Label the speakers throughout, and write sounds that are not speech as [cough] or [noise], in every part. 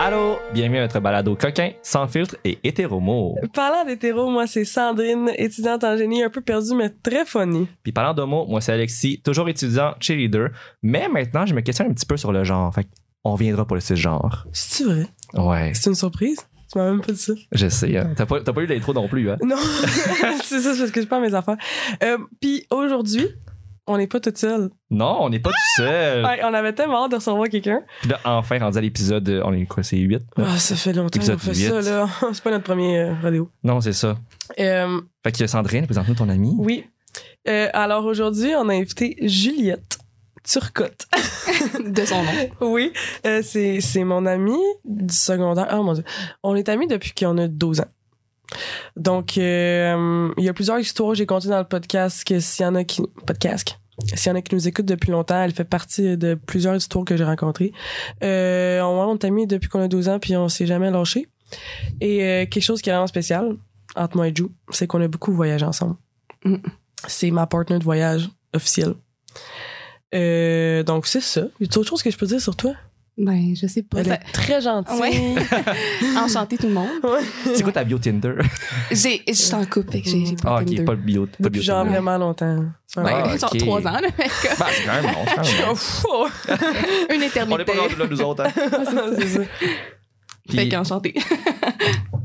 Speaker 1: Allô, bienvenue à notre balado coquin, sans filtre et hétéromo.
Speaker 2: Parlant d'hétéro, moi, c'est Sandrine, étudiante en génie, un peu perdue, mais très funny.
Speaker 1: Puis parlant d'homo, moi c'est Alexis, toujours étudiant, cheerleader, mais maintenant je me questionne un petit peu sur le genre. Fait on viendra pour le cisgenre.
Speaker 2: C'est-tu vrai?
Speaker 1: Ouais,
Speaker 2: C'est une surprise? Tu m'as même pas dit ça.
Speaker 1: je sais. hein. T'as pas, t'as pas eu l'intro non plus, hein?
Speaker 2: Non, [laughs] c'est ça, c'est parce que je parle mes affaires. Euh, Puis aujourd'hui, on n'est pas toute seule.
Speaker 1: Non, on n'est pas tout seul.
Speaker 2: Ouais, on avait tellement hâte de recevoir quelqu'un.
Speaker 1: Puis là, enfin, rendu à l'épisode, euh, on est quoi, c'est 8?
Speaker 2: Ah, ça fait longtemps qu'on
Speaker 1: Épisode
Speaker 2: fait
Speaker 1: huit.
Speaker 2: ça, là. [laughs] C'est pas notre premier euh, rodéo.
Speaker 1: Non, c'est ça.
Speaker 2: Euh,
Speaker 1: Fait que Sandrine, présente-nous ton ami.
Speaker 2: oui. Euh, alors aujourd'hui, on a invité Juliette Turcotte.
Speaker 3: De son nom.
Speaker 2: Oui, euh, c'est c'est mon amie du secondaire. Oh mon dieu. On est amis depuis qu'on a 12 ans. Donc, euh, il y a plusieurs histoires que j'ai contées dans le podcast que s'il y en a qui... Podcast. S'il y en a qui nous écoutent depuis longtemps, elle fait partie de plusieurs histoires que j'ai rencontrées. Euh, on, on est amis depuis qu'on a 12 ans, puis on s'est jamais lâché. Et euh, quelque chose qui est vraiment spécial entre moi et Jou, c'est qu'on a beaucoup voyagé ensemble.
Speaker 3: Mm.
Speaker 2: C'est ma partenaire de voyage officielle. Euh, donc, c'est ça. Y a autre chose que je peux dire sur toi?
Speaker 3: Ben, je sais pas.
Speaker 2: Elle
Speaker 3: Ça-
Speaker 2: est très gentille.
Speaker 3: Ouais. Enchanté tout le monde.
Speaker 1: C'est quoi ta bio Tinder?
Speaker 3: J'ai, je suis en couple, fait que j'ai, j'ai pas
Speaker 1: Ah,
Speaker 3: de
Speaker 1: ok,
Speaker 3: Tinder.
Speaker 1: pas le bio, pas le bio
Speaker 2: [laughs] Depuis genre [laughs]
Speaker 1: Tinder.
Speaker 2: vraiment longtemps. C'est
Speaker 3: Ouais,
Speaker 2: vraiment-
Speaker 1: Ah,
Speaker 3: genre
Speaker 1: ok.
Speaker 3: trois ans, là, mec.
Speaker 1: Bah, c'est quand même long, c'est quand même long. [laughs]
Speaker 3: Une
Speaker 1: On est
Speaker 3: éternité.
Speaker 1: pas rendus là, nous autres. hein.
Speaker 3: [laughs]
Speaker 2: C'est ça.
Speaker 3: Fait
Speaker 1: Puis-
Speaker 3: qu'enchanté.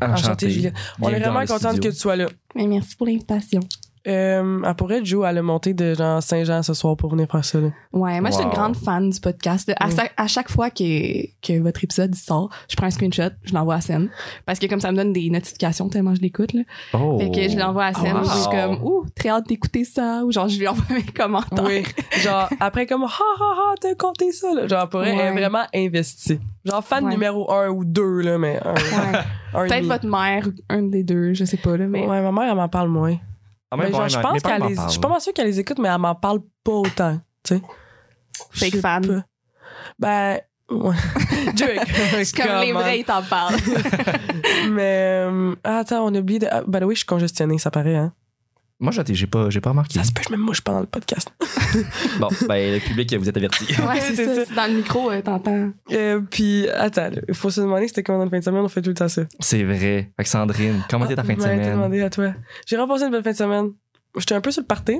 Speaker 2: Enchantée, Juliette. On est
Speaker 1: Bienvenue dans
Speaker 2: vraiment
Speaker 1: le
Speaker 2: contente
Speaker 1: studio.
Speaker 2: que tu sois là.
Speaker 3: Mais merci pour l'invitation.
Speaker 2: Euh, elle pourrait, Joe, elle a monté de genre Saint-Jean ce soir pour venir faire ça. là.
Speaker 3: Ouais, moi, je suis une
Speaker 1: Wow.
Speaker 3: grande fan du podcast. À,
Speaker 2: Mm.
Speaker 3: sa- à chaque fois que, que votre épisode sort, je prends un screenshot, je l'envoie à scène. Parce que comme ça me donne des notifications tellement je l'écoute, là.
Speaker 1: Oh.
Speaker 3: Fait que je l'envoie à scène.
Speaker 1: Ah, Wow.
Speaker 3: Je suis comme, ouh, très hâte d'écouter ça. Ou genre, je lui envoie mes commentaires.
Speaker 2: Oui. [laughs] genre, après, comme, ha ha ha, t'as compté ça. Là. Genre, elle pourrait, elle est
Speaker 3: Ouais.
Speaker 2: vraiment investie. Genre, fan
Speaker 3: Ouais.
Speaker 2: numéro un ou deux, là, mais un.
Speaker 3: Ouais. [laughs]
Speaker 2: un
Speaker 3: Peut-être
Speaker 2: demi.
Speaker 3: votre mère, un des deux, je sais pas, là, mais.
Speaker 2: Ouais, ma mère, elle m'en parle moins.
Speaker 1: Ah,
Speaker 2: Mais
Speaker 1: mais
Speaker 2: genre,
Speaker 1: bon,
Speaker 2: je
Speaker 1: mais-
Speaker 2: pense
Speaker 1: mais pas
Speaker 2: qu'elle
Speaker 1: m'en
Speaker 2: les. Je
Speaker 1: parle.
Speaker 2: suis pas sûre qu'elle les écoute, mais elle m'en parle pas autant. Tu sais.
Speaker 3: Fake
Speaker 2: Je sais
Speaker 3: fan.
Speaker 2: pas. Ben.
Speaker 3: [laughs]
Speaker 2: Ouais. Joe est
Speaker 3: C'est comme les
Speaker 2: comment-
Speaker 3: vrais, ils t'en parlent.
Speaker 2: Mais euh, ah, attends, on a oublié de. Ah, by the way, je suis congestionnée, ça paraît. Hein?
Speaker 1: Moi, j'ai j'ai pas, j'ai pas remarqué.
Speaker 2: Ça se peut, je me mouche pendant le podcast.
Speaker 1: Bon, ben, le public, vous êtes averti.
Speaker 3: ouais, c'est
Speaker 2: C'est
Speaker 3: ça.
Speaker 2: ça.
Speaker 3: c'est Dans le micro, euh, t'entends.
Speaker 2: Euh, puis, attends, il faut se demander c'était comment dans la fin de semaine, on fait tout le temps ça.
Speaker 1: [laughs] C'est vrai. Fait que Sandrine, comment était ta fin de
Speaker 2: Ah, je m'en étais
Speaker 1: semaine?
Speaker 2: demandé à toi. J'ai repassé une belle fin de semaine. J'étais un peu sur le party.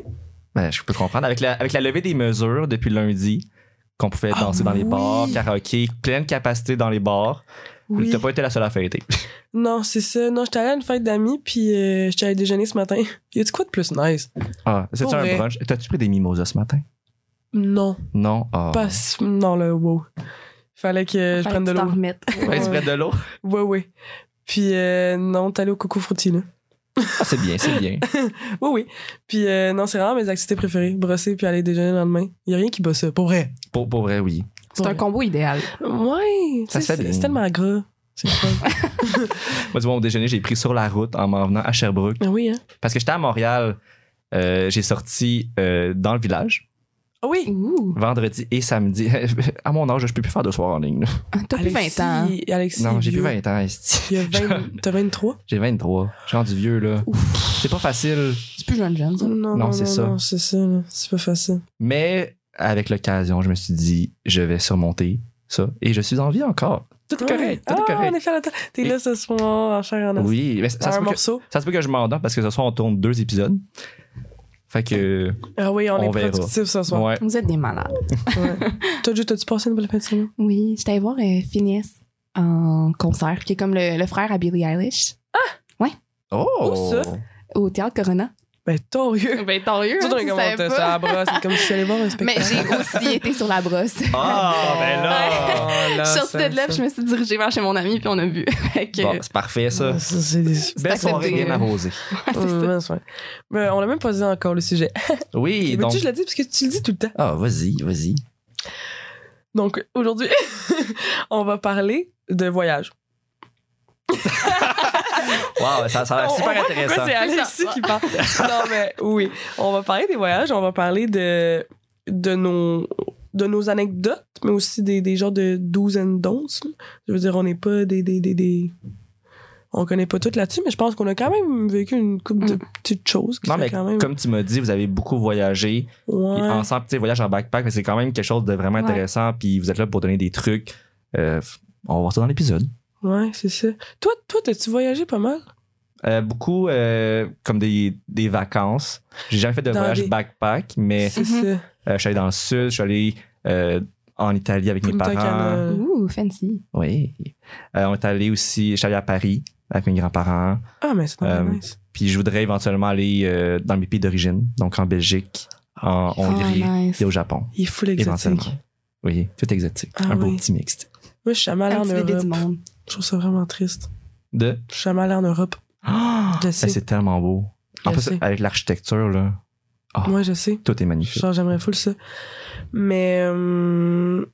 Speaker 1: Ben, je peux comprendre. Avec la, avec la levée des mesures depuis lundi, qu'on pouvait
Speaker 2: Ah
Speaker 1: danser dans les
Speaker 2: oui.
Speaker 1: bars, karaoké, pleine capacité dans les bars,
Speaker 2: Oui.
Speaker 1: t'as pas été la seule à fêter. [laughs]
Speaker 2: Non, c'est ça. Non, j'étais allée à une fête d'amis, puis euh, j'étais allée déjeuner ce matin. Y a-tu quoi de plus nice?
Speaker 1: Ah, c'est-tu
Speaker 2: Pour
Speaker 1: un
Speaker 2: vrai.
Speaker 1: brunch? T'as-tu pris des mimosas ce matin?
Speaker 2: Non,
Speaker 1: Non? Ah.
Speaker 2: pas. si- Non, là, wow. Fallait que je
Speaker 3: Fallait
Speaker 2: prenne
Speaker 3: que
Speaker 2: de
Speaker 3: tu t'en
Speaker 2: l'eau.
Speaker 3: remettes.
Speaker 1: Ben, tu prends de l'eau?
Speaker 2: Ouais, ouais. Puis, euh, non, t'es allé au Coco Frutti, là.
Speaker 1: Ah, c'est bien, c'est bien.
Speaker 2: Oui, oui. Puis euh, non, c'est vraiment mes activités préférées. Brosser puis aller déjeuner le lendemain. Il n'y a rien qui bat ça, pour vrai.
Speaker 1: Pour, pour vrai, oui.
Speaker 3: C'est un combo idéal.
Speaker 2: Ouais,
Speaker 1: Ça
Speaker 2: tu
Speaker 1: se fait
Speaker 2: sais, c'est
Speaker 1: bien.
Speaker 2: c'est tellement gras. C'est le fun.
Speaker 1: Moi, du bon déjeuner, j'ai pris sur la route en m'en venant à Sherbrooke.
Speaker 2: [laughs] Ah oui, hein?
Speaker 1: Parce que j'étais à Montréal, euh, j'ai sorti euh, dans le village,
Speaker 2: Ah oui!
Speaker 3: Ouh,
Speaker 1: vendredi et samedi. [laughs] à mon âge, je peux plus faire de soir en ligne. là.
Speaker 3: Ah, t'as plus 20 ans.
Speaker 2: Alexis- Alexis,
Speaker 1: Non, j'ai plus
Speaker 2: vieux.
Speaker 1: 20 ans. esti.
Speaker 2: Il y
Speaker 1: [laughs]
Speaker 2: a 20 T'as 23?
Speaker 1: J'ai 23. Je suis rendu vieux, là. C'est pas facile.
Speaker 3: C'est plus jeune, jeune, ça.
Speaker 2: Non, non,
Speaker 1: c'est
Speaker 2: non,
Speaker 1: ça.
Speaker 2: non, c'est ça. là. C'est pas facile.
Speaker 1: Mais avec l'occasion, je me suis dit, je vais surmonter ça. Et je suis en vie encore. Tout est correct. Tout
Speaker 2: ah,
Speaker 1: est
Speaker 2: on
Speaker 1: correct.
Speaker 2: est fait à la table. T'es
Speaker 1: Et-
Speaker 2: là ce soir en chair et en os.
Speaker 1: Oui, mais ça, ça
Speaker 2: un
Speaker 1: se peut que,
Speaker 2: morceau.
Speaker 1: ça se peut que je m'endors parce que ce soir, on tourne deux épisodes. Fait que.
Speaker 2: Ah oui, on,
Speaker 1: On
Speaker 2: est
Speaker 1: verra.
Speaker 2: productif ce soir.
Speaker 1: Ouais.
Speaker 3: Vous êtes des malades.
Speaker 2: Ouais. Toi, Joe, t'as-tu passé une belle fin de semaine?
Speaker 3: Oui, j'étais allée voir euh, Phineas en concert, qui est comme le, le frère à Billie Eilish,
Speaker 1: Oh!
Speaker 2: Où ça?
Speaker 3: au Théâtre Corona.
Speaker 2: Ben, torieux.
Speaker 3: Ben, tant mieux.
Speaker 2: Tout dans les commentaires, ça la brosse. C'est comme si je suis allée voir un
Speaker 3: Mais
Speaker 2: spectacle.
Speaker 3: j'ai [laughs] aussi été sur la brosse.
Speaker 1: Ah, ben là!
Speaker 2: [laughs]
Speaker 3: [laughs] Je suis sortie de là, puis je me suis dirigée vers chez mon ami, puis on a bu. [laughs] Fait que-
Speaker 1: Bon, c'est parfait, ça.
Speaker 2: Ah, ça, c'est des-
Speaker 1: Belle
Speaker 3: accepté.
Speaker 1: soirée bien arrosée. [laughs]
Speaker 2: Ouais, ouais. Mais on l'a même pas dit encore le sujet.
Speaker 1: Oui,
Speaker 2: Et
Speaker 1: donc.
Speaker 2: tu je l'ai dit parce que tu le dis tout le temps.
Speaker 1: Ah, vas-y, vas-y.
Speaker 2: Donc [laughs] aujourd'hui, on va parler de voyage.
Speaker 1: Wow, ça, ça a l'air
Speaker 2: On- on
Speaker 1: super
Speaker 2: voit
Speaker 1: intéressant.
Speaker 2: Pourquoi c'est
Speaker 3: C'est
Speaker 2: Alexis
Speaker 3: ça.
Speaker 2: qui parle? non, mais oui. On va parler des voyages, on va parler de, de, nos, de nos anecdotes, mais aussi des, des genres de do's and don'ts. Je veux dire, on n'est pas des, des, des, des- On connaît pas tout là-dessus, mais je pense qu'on a quand même vécu une couple de petites choses qui
Speaker 1: Mm. Non,
Speaker 2: sont
Speaker 1: mais
Speaker 2: quand même.
Speaker 1: comme tu m'as dit, vous avez beaucoup voyagé.
Speaker 2: Ouais.
Speaker 1: Puis ensemble, tu sais, voyage en backpack, mais c'est quand même quelque chose de vraiment
Speaker 3: Ouais.
Speaker 1: intéressant. Puis vous êtes là pour donner des trucs. Euh, on va voir ça dans l'épisode.
Speaker 2: Ouais, c'est ça. Toi, toi, t'as-tu voyagé pas mal?
Speaker 1: Euh, beaucoup euh, comme des, des vacances. J'ai jamais fait de
Speaker 2: Dans
Speaker 1: voyage
Speaker 2: des-
Speaker 1: backpack, mais
Speaker 2: C'est
Speaker 3: Mhm.
Speaker 2: ça.
Speaker 1: euh, je suis allé dans le sud, je suis allé euh, en Italie avec mes
Speaker 2: Punta
Speaker 1: parents. euh,
Speaker 2: Cana.
Speaker 3: Ouh, fancy.
Speaker 1: Oui. Euh, on est allé aussi, je suis allé à Paris avec mes grands-parents.
Speaker 2: Ah, mais c'est pas
Speaker 1: Euh,
Speaker 2: nice.
Speaker 1: Puis je voudrais éventuellement aller euh, dans mes pays d'origine, donc en Belgique, en Hongrie
Speaker 3: Oh, nice.
Speaker 1: et au Japon,
Speaker 2: Il est full exotique.
Speaker 1: éventuellement. Oui, tout exotique.
Speaker 2: Ah
Speaker 1: un beau
Speaker 2: oui.
Speaker 1: petit mixte.
Speaker 2: Moi, je suis jamais allée
Speaker 3: Un
Speaker 2: en
Speaker 3: petit bébé
Speaker 2: Europe.
Speaker 3: du monde.
Speaker 2: Je trouve ça vraiment triste.
Speaker 1: De.
Speaker 2: Je suis jamais allée en Europe.
Speaker 1: Ah,
Speaker 2: Je
Speaker 1: hey,
Speaker 2: sais.
Speaker 1: c'est tellement beau. En
Speaker 2: Je
Speaker 1: plus,
Speaker 2: sais.
Speaker 1: avec l'architecture, là, Ah.
Speaker 2: Moi, je sais.
Speaker 1: tout est magnifique.
Speaker 2: Genre, j'aimerais full ça. Mais. euh,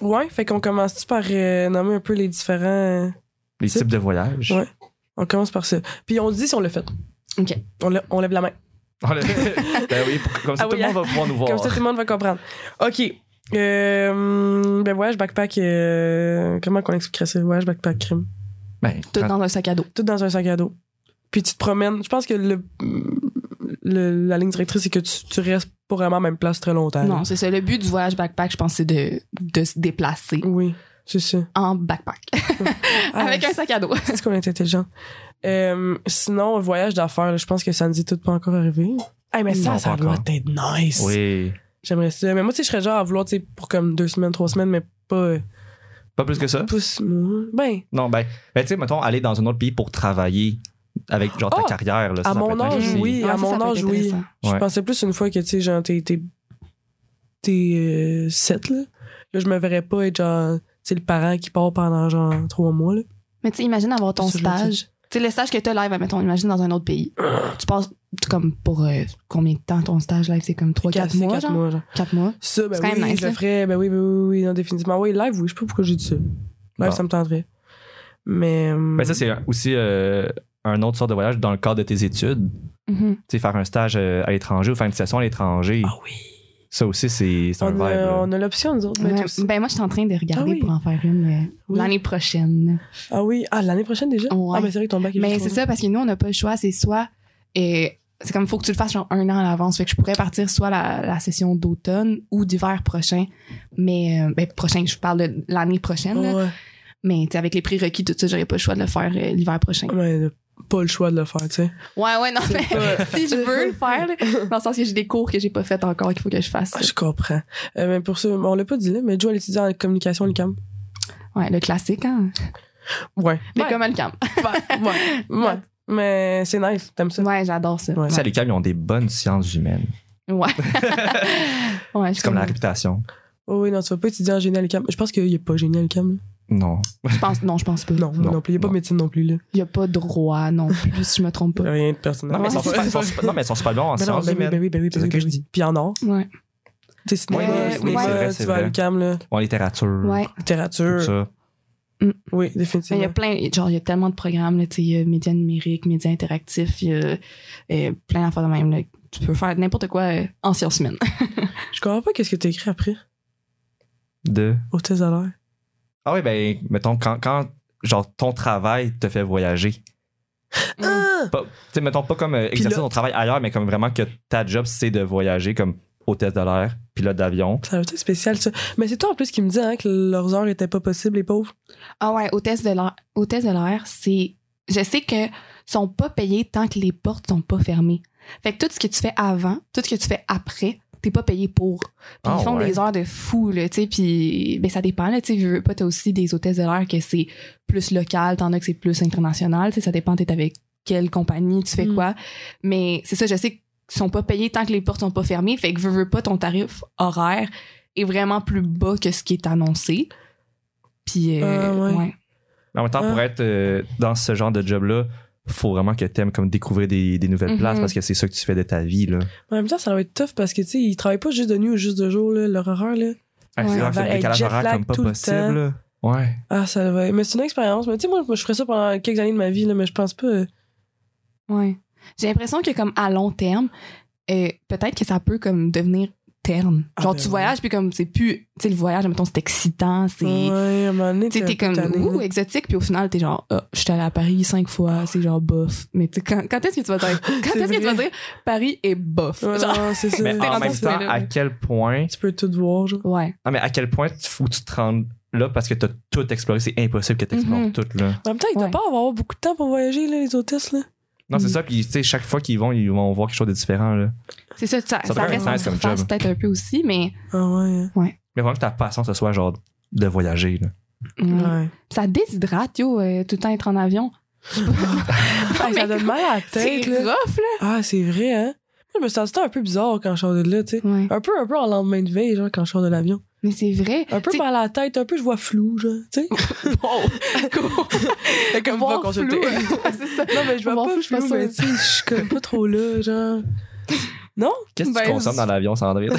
Speaker 2: ouais, fait qu'on commence par euh, nommer un peu les différents.
Speaker 1: Les
Speaker 2: c'est-
Speaker 1: types de voyages.
Speaker 2: Ouais. On commence par ça. Puis on dit si on l'a fait.
Speaker 3: OK.
Speaker 2: On, l'a- on lève la main.
Speaker 1: [laughs] On le- ben oui, pour- comme ça,
Speaker 2: Ah
Speaker 1: tout
Speaker 2: oui,
Speaker 1: le monde va pouvoir nous voir.
Speaker 2: Comme ça, tout le monde va comprendre. OK. Euh, ben, voyage backpack. euh, comment qu'on expliquerait ça? Voyage backpack crime.
Speaker 1: Ben,
Speaker 3: Tout
Speaker 1: quand-
Speaker 3: dans un sac à dos.
Speaker 2: Tout dans un sac à dos. Puis tu te promènes. Je pense que le, le- la ligne directrice, c'est que tu, tu restes pas vraiment à la même place très longtemps.
Speaker 3: Non, c'est ça. Le but du voyage backpack, je pense, c'est de, de se déplacer
Speaker 2: Oui, c'est [laughs] ça.
Speaker 3: en backpack.
Speaker 2: Ah,
Speaker 3: Avec un sac à dos.
Speaker 2: C'est qu'on est intelligent. Euh, sinon, voyage d'affaires, là, je pense que ça ne dit tout pas encore arrivé. Hey, mais
Speaker 1: Non,
Speaker 2: ça, ça
Speaker 1: pas
Speaker 2: doit
Speaker 1: encore.
Speaker 2: être nice.
Speaker 1: Oui.
Speaker 2: J'aimerais ça. Mais moi, tu sais, je serais genre à vouloir, tu sais, pour comme deux semaines, trois semaines, mais pas euh,
Speaker 1: Pas plus que ça.
Speaker 2: plus. moi. Ben,
Speaker 1: Non, ben, ben, tu sais, mettons, aller dans un autre pays pour travailler avec genre ta
Speaker 2: Ah!
Speaker 1: carrière. Là, ça,
Speaker 2: à
Speaker 1: ça peut
Speaker 2: mon
Speaker 1: être
Speaker 2: âge,
Speaker 1: aussi.
Speaker 2: oui. Ah,
Speaker 3: Ouais,
Speaker 2: à
Speaker 3: ça,
Speaker 2: mon
Speaker 3: ça peut
Speaker 2: âge,
Speaker 3: être
Speaker 2: oui.
Speaker 3: intéressant.
Speaker 2: Je
Speaker 1: Ouais.
Speaker 2: pensais plus une fois que, tu sais, genre, t'es. T'es, t'es, euh, sept, là. Là, je me verrais pas être genre, tu sais, le parent qui part pendant genre trois mois, là.
Speaker 3: Mais tu sais, imagine avoir ton
Speaker 2: C'est ça, je veux dire.
Speaker 3: stage. Tu sais, le stage que tu as live, mettons, imagine dans un autre pays. tu passes tu- comme pour euh, combien de temps ton stage live? C'est comme 3-4
Speaker 2: c'est
Speaker 3: mois,
Speaker 2: quatre
Speaker 3: genre?
Speaker 2: mois, genre.
Speaker 3: 4 mois.
Speaker 2: Ça, ben
Speaker 3: C'est
Speaker 2: oui,
Speaker 3: quand même nice,
Speaker 2: je le
Speaker 3: là.
Speaker 2: ferais. Ben oui, ben oui, oui, oui, non, définitivement. Oui, live, oui, je sais pas pourquoi j'ai dit ça. Live,
Speaker 1: Bon.
Speaker 2: ça me tenterait. Mais. euh,
Speaker 1: Ben, ça, c'est aussi euh, un autre sorte de voyage dans le cadre de tes études.
Speaker 3: Mhm.
Speaker 1: Tu sais, faire un stage euh, à l'étranger ou faire une session à l'étranger.
Speaker 2: Ah oui.
Speaker 1: Ça aussi, c'est c'est un
Speaker 2: On
Speaker 1: vibe.
Speaker 2: a,
Speaker 1: là.
Speaker 2: on a l'option, nous autres.
Speaker 3: Ouais.
Speaker 2: mais tous.
Speaker 3: Ben, moi, je suis en train de regarder
Speaker 2: Ah oui.
Speaker 3: pour en faire une euh,
Speaker 2: Oui.
Speaker 3: l'année prochaine.
Speaker 2: Ah oui. Ah, l'année prochaine déjà?
Speaker 3: Ouais.
Speaker 2: Ah, mais c'est vrai que ton bac est
Speaker 3: Mais
Speaker 2: juste
Speaker 3: c'est ça, parce que nous, on n'a pas le choix. C'est soit. Et c'est comme, faut que tu le fasses genre un an à l'avance. Fait que je pourrais partir soit la, la session d'automne ou d'hiver prochain. Mais, euh, ben, prochain, je parle de l'année prochaine.
Speaker 2: aujourd'hui.
Speaker 3: là.
Speaker 2: Ouais.
Speaker 3: Mais, tu sais, avec les prérequis, tout ça, j'aurais pas le choix de le faire euh, l'hiver prochain.
Speaker 2: Mais euh, pas le choix de le faire, tu sais.
Speaker 3: Ouais, ouais, non, mais
Speaker 2: pas-
Speaker 3: [laughs] si je veux le faire, là, dans le sens que j'ai des cours que j'ai pas fait encore qu'il faut que je fasse.
Speaker 2: Ah, je comprends. Euh, mais pour ça, on l'a pas dit là, mais Joe, elle étudie en communication, l'UCAM.
Speaker 3: Ouais, le classique, hein.
Speaker 2: Ouais.
Speaker 3: Mais
Speaker 2: ouais.
Speaker 3: comme elle camp.
Speaker 2: ouais. ouais. Mais c'est nice, t'aimes ça?
Speaker 3: Ouais, j'adore ça.
Speaker 2: Ouais.
Speaker 1: Tu sais, à l'UQAM, ils ont des bonnes sciences humaines.
Speaker 3: Ouais. ouais, je,
Speaker 1: C'est comme la
Speaker 3: comprends.
Speaker 1: réputation.
Speaker 2: Oh, oui, non, tu vas pas étudier en génie à l'UCAM. Je pense qu'il y a pas génie à l'UCAM. là.
Speaker 1: Non.
Speaker 3: je pense. Non, je pense pas.
Speaker 2: Non, non,
Speaker 1: Non,
Speaker 2: non plus. Il y a pas
Speaker 1: non.
Speaker 2: médecine non plus, là.
Speaker 3: Il y a pas droit non plus, si je me trompe pas.
Speaker 2: Rien de personnel.
Speaker 1: Non, mais ils sont
Speaker 3: Ouais,
Speaker 1: super,
Speaker 3: c'est
Speaker 1: ils
Speaker 3: [laughs]
Speaker 1: sont super- non, mais ils sont super bons en
Speaker 2: Ben non,
Speaker 1: sciences
Speaker 2: ben oui,
Speaker 1: humaines.
Speaker 2: ben oui, ben oui,
Speaker 1: C'est
Speaker 2: ben
Speaker 1: ça
Speaker 2: oui,
Speaker 1: que
Speaker 2: ben
Speaker 1: je
Speaker 2: oui.
Speaker 1: dis.
Speaker 2: Puis en or,
Speaker 3: Ouais.
Speaker 2: tu sais, cinéma,
Speaker 3: Ouais, ouais,
Speaker 2: cinéma,
Speaker 3: oui, c'est
Speaker 1: vrai,
Speaker 2: tu
Speaker 1: c'est
Speaker 2: vas à
Speaker 1: vrai.
Speaker 2: l'UCAM, là.
Speaker 1: En littérature.
Speaker 3: Ouais.
Speaker 2: Littérature.
Speaker 1: Tout ça.
Speaker 2: Oui,
Speaker 3: Mais Il y
Speaker 2: définitivement.
Speaker 3: a plein, genre, il y a tellement de programmes, là, tu sais, il y a médias numériques, médias interactifs, il y a euh, plein d'affaires de même, là. Tu peux faire n'importe quoi euh, en sciences humaines.
Speaker 2: Je comprends pas qu'est-ce que t'as écrit après,
Speaker 1: De.
Speaker 2: au thèse à l'heure.
Speaker 1: Ah oui, ben, mettons, quand, quand genre, ton travail te fait voyager.
Speaker 2: Ah!
Speaker 1: Pas- Tu sais, mettons, pas comme euh, exercer
Speaker 2: Pilote.
Speaker 1: ton travail ailleurs, mais comme vraiment que ta job, c'est de voyager comme hôtesse de l'air, pilote d'avion.
Speaker 2: Ça a été spécial, ça. Mais c'est toi, en plus, qui me dis hein, que leurs heures étaient pas possibles, les pauvres.
Speaker 3: Ah ouais, hôtesse de l'air, hôtesse de l'air, c'est je sais que sont pas payés tant que les portes sont pas fermées. Fait que tout ce que tu fais avant, tout ce que tu fais après, t'es pas payé pour. Puis
Speaker 1: Ah
Speaker 3: ils font
Speaker 1: ouais.
Speaker 3: des heures de fou là, tu sais, puis ben ça dépend là, tu sais, je veux pas t'as aussi des hôtesses de l'air que c'est plus local, t'en as que c'est plus international, tu sais, ça dépend t'es avec quelle compagnie, tu fais
Speaker 2: Mm.
Speaker 3: quoi. Mais c'est ça, je sais qu'ils sont pas payés tant que les portes sont pas fermées, fait que veux, veux pas ton tarif horaire est vraiment plus bas que ce qui est annoncé. Puis euh,
Speaker 2: Ah ouais.
Speaker 3: ouais.
Speaker 1: Mais en même temps, pour
Speaker 2: Ah.
Speaker 1: être euh, dans ce genre de job-là, faut vraiment que t'aimes comme découvrir des, des nouvelles
Speaker 3: Mhm.
Speaker 1: places parce que c'est ça que tu fais de ta vie, là.
Speaker 2: Mais en même temps, ça doit être tough parce que, tu sais, ils travaillent pas juste de nuit ou juste de jour, là, leur horreur, là.
Speaker 1: Ah,
Speaker 3: Ouais.
Speaker 1: c'est vraiment que
Speaker 2: Avec
Speaker 1: le décalage
Speaker 2: jet
Speaker 1: horaire
Speaker 2: lag
Speaker 1: comme pas
Speaker 2: tout le temps.
Speaker 1: possible, là. Ouais.
Speaker 2: Ah, ça va. Mais c'est une expérience. Mais tu sais, moi, moi, je ferais ça pendant quelques années de ma vie, là, mais je pense pas. euh,
Speaker 3: Ouais. J'ai l'impression que comme à long terme, euh, peut-être que ça peut comme devenir terne.
Speaker 2: Ah,
Speaker 3: Genre
Speaker 2: ben
Speaker 3: tu
Speaker 2: oui.
Speaker 3: voyages puis comme c'est plus, tu sais le voyage, mettons c'est excitant, c'est,
Speaker 2: Ouais, à un moment donné,
Speaker 3: tu sais
Speaker 2: t'es
Speaker 3: t'es
Speaker 2: un
Speaker 3: comme
Speaker 2: peu tanné,
Speaker 3: ouh
Speaker 2: là. Ah.
Speaker 3: exotique puis au final t'es genre ah, je suis allée à Paris cinq fois, c'est genre bof. Mais tu sais, quand, quand est-ce que tu vas
Speaker 2: [laughs]
Speaker 3: dire, quand
Speaker 2: C'est
Speaker 3: est-ce que tu vas
Speaker 2: vrai.
Speaker 3: dire Paris est bof.
Speaker 2: Ouais,
Speaker 3: Genre,
Speaker 2: non, c'est ça.
Speaker 1: Mais en
Speaker 3: rendu à
Speaker 1: même
Speaker 3: ce
Speaker 1: temps,
Speaker 3: point-là,
Speaker 1: à
Speaker 3: ouais.
Speaker 1: quel point.
Speaker 2: Tu peux tout voir, genre.
Speaker 3: ouais.
Speaker 1: Non, mais à quel point tu- faut que tu te rendes là parce que t'as tout exploré. C'est impossible que t'explores
Speaker 3: Mhm.
Speaker 1: tout, là.
Speaker 2: En même temps, ils doivent
Speaker 3: Ouais.
Speaker 2: pas avoir beaucoup de temps pour voyager, là, les hôtesses, là.
Speaker 1: Non, c'est
Speaker 3: Mhm.
Speaker 1: ça. Puis, tu sais, chaque fois qu'ils vont, ils vont voir quelque chose de différent, là.
Speaker 3: C'est ça, ça, ça,
Speaker 1: peut être
Speaker 3: reste en
Speaker 1: nice comme
Speaker 3: surface
Speaker 1: job.
Speaker 3: peut-être un peu aussi, mais
Speaker 2: Ah ouais.
Speaker 1: Mais vraiment que ta passion, ce soit genre de voyager, là.
Speaker 3: ouais.
Speaker 2: Ouais.
Speaker 3: mm, ça déshydrate, yo, euh, tout le temps être en avion.
Speaker 2: Ah, ça donne mal à la
Speaker 3: C'est
Speaker 2: tête, là.
Speaker 3: rough, là.
Speaker 2: Ah, c'est vrai, hein? Moi, je me suis senti un peu bizarre quand je sors de là, tu sais.
Speaker 3: Ouais.
Speaker 2: Un peu, un peu en lendemain de veille, genre, quand je sors de l'avion.
Speaker 3: Mais c'est
Speaker 2: [laughs]
Speaker 3: vrai.
Speaker 2: Un peu
Speaker 3: T'sais-
Speaker 2: mal à la tête, un peu je vois flou, genre, tu
Speaker 3: [laughs]
Speaker 2: sais. Fait comme
Speaker 3: Voir
Speaker 2: va consulter.
Speaker 3: flou, [laughs] ouais, c'est ça.
Speaker 2: Non, mais je vois
Speaker 3: Voir
Speaker 2: pas
Speaker 3: flou, je suis
Speaker 2: flou,
Speaker 3: pas
Speaker 2: mais tu
Speaker 3: sûre.
Speaker 2: sais, je suis comme pas trop là, [laughs] genre.
Speaker 1: Qu'est-ce que tu
Speaker 3: Ben,
Speaker 1: consommes dans l'avion,
Speaker 2: [laughs]
Speaker 1: Sandrine?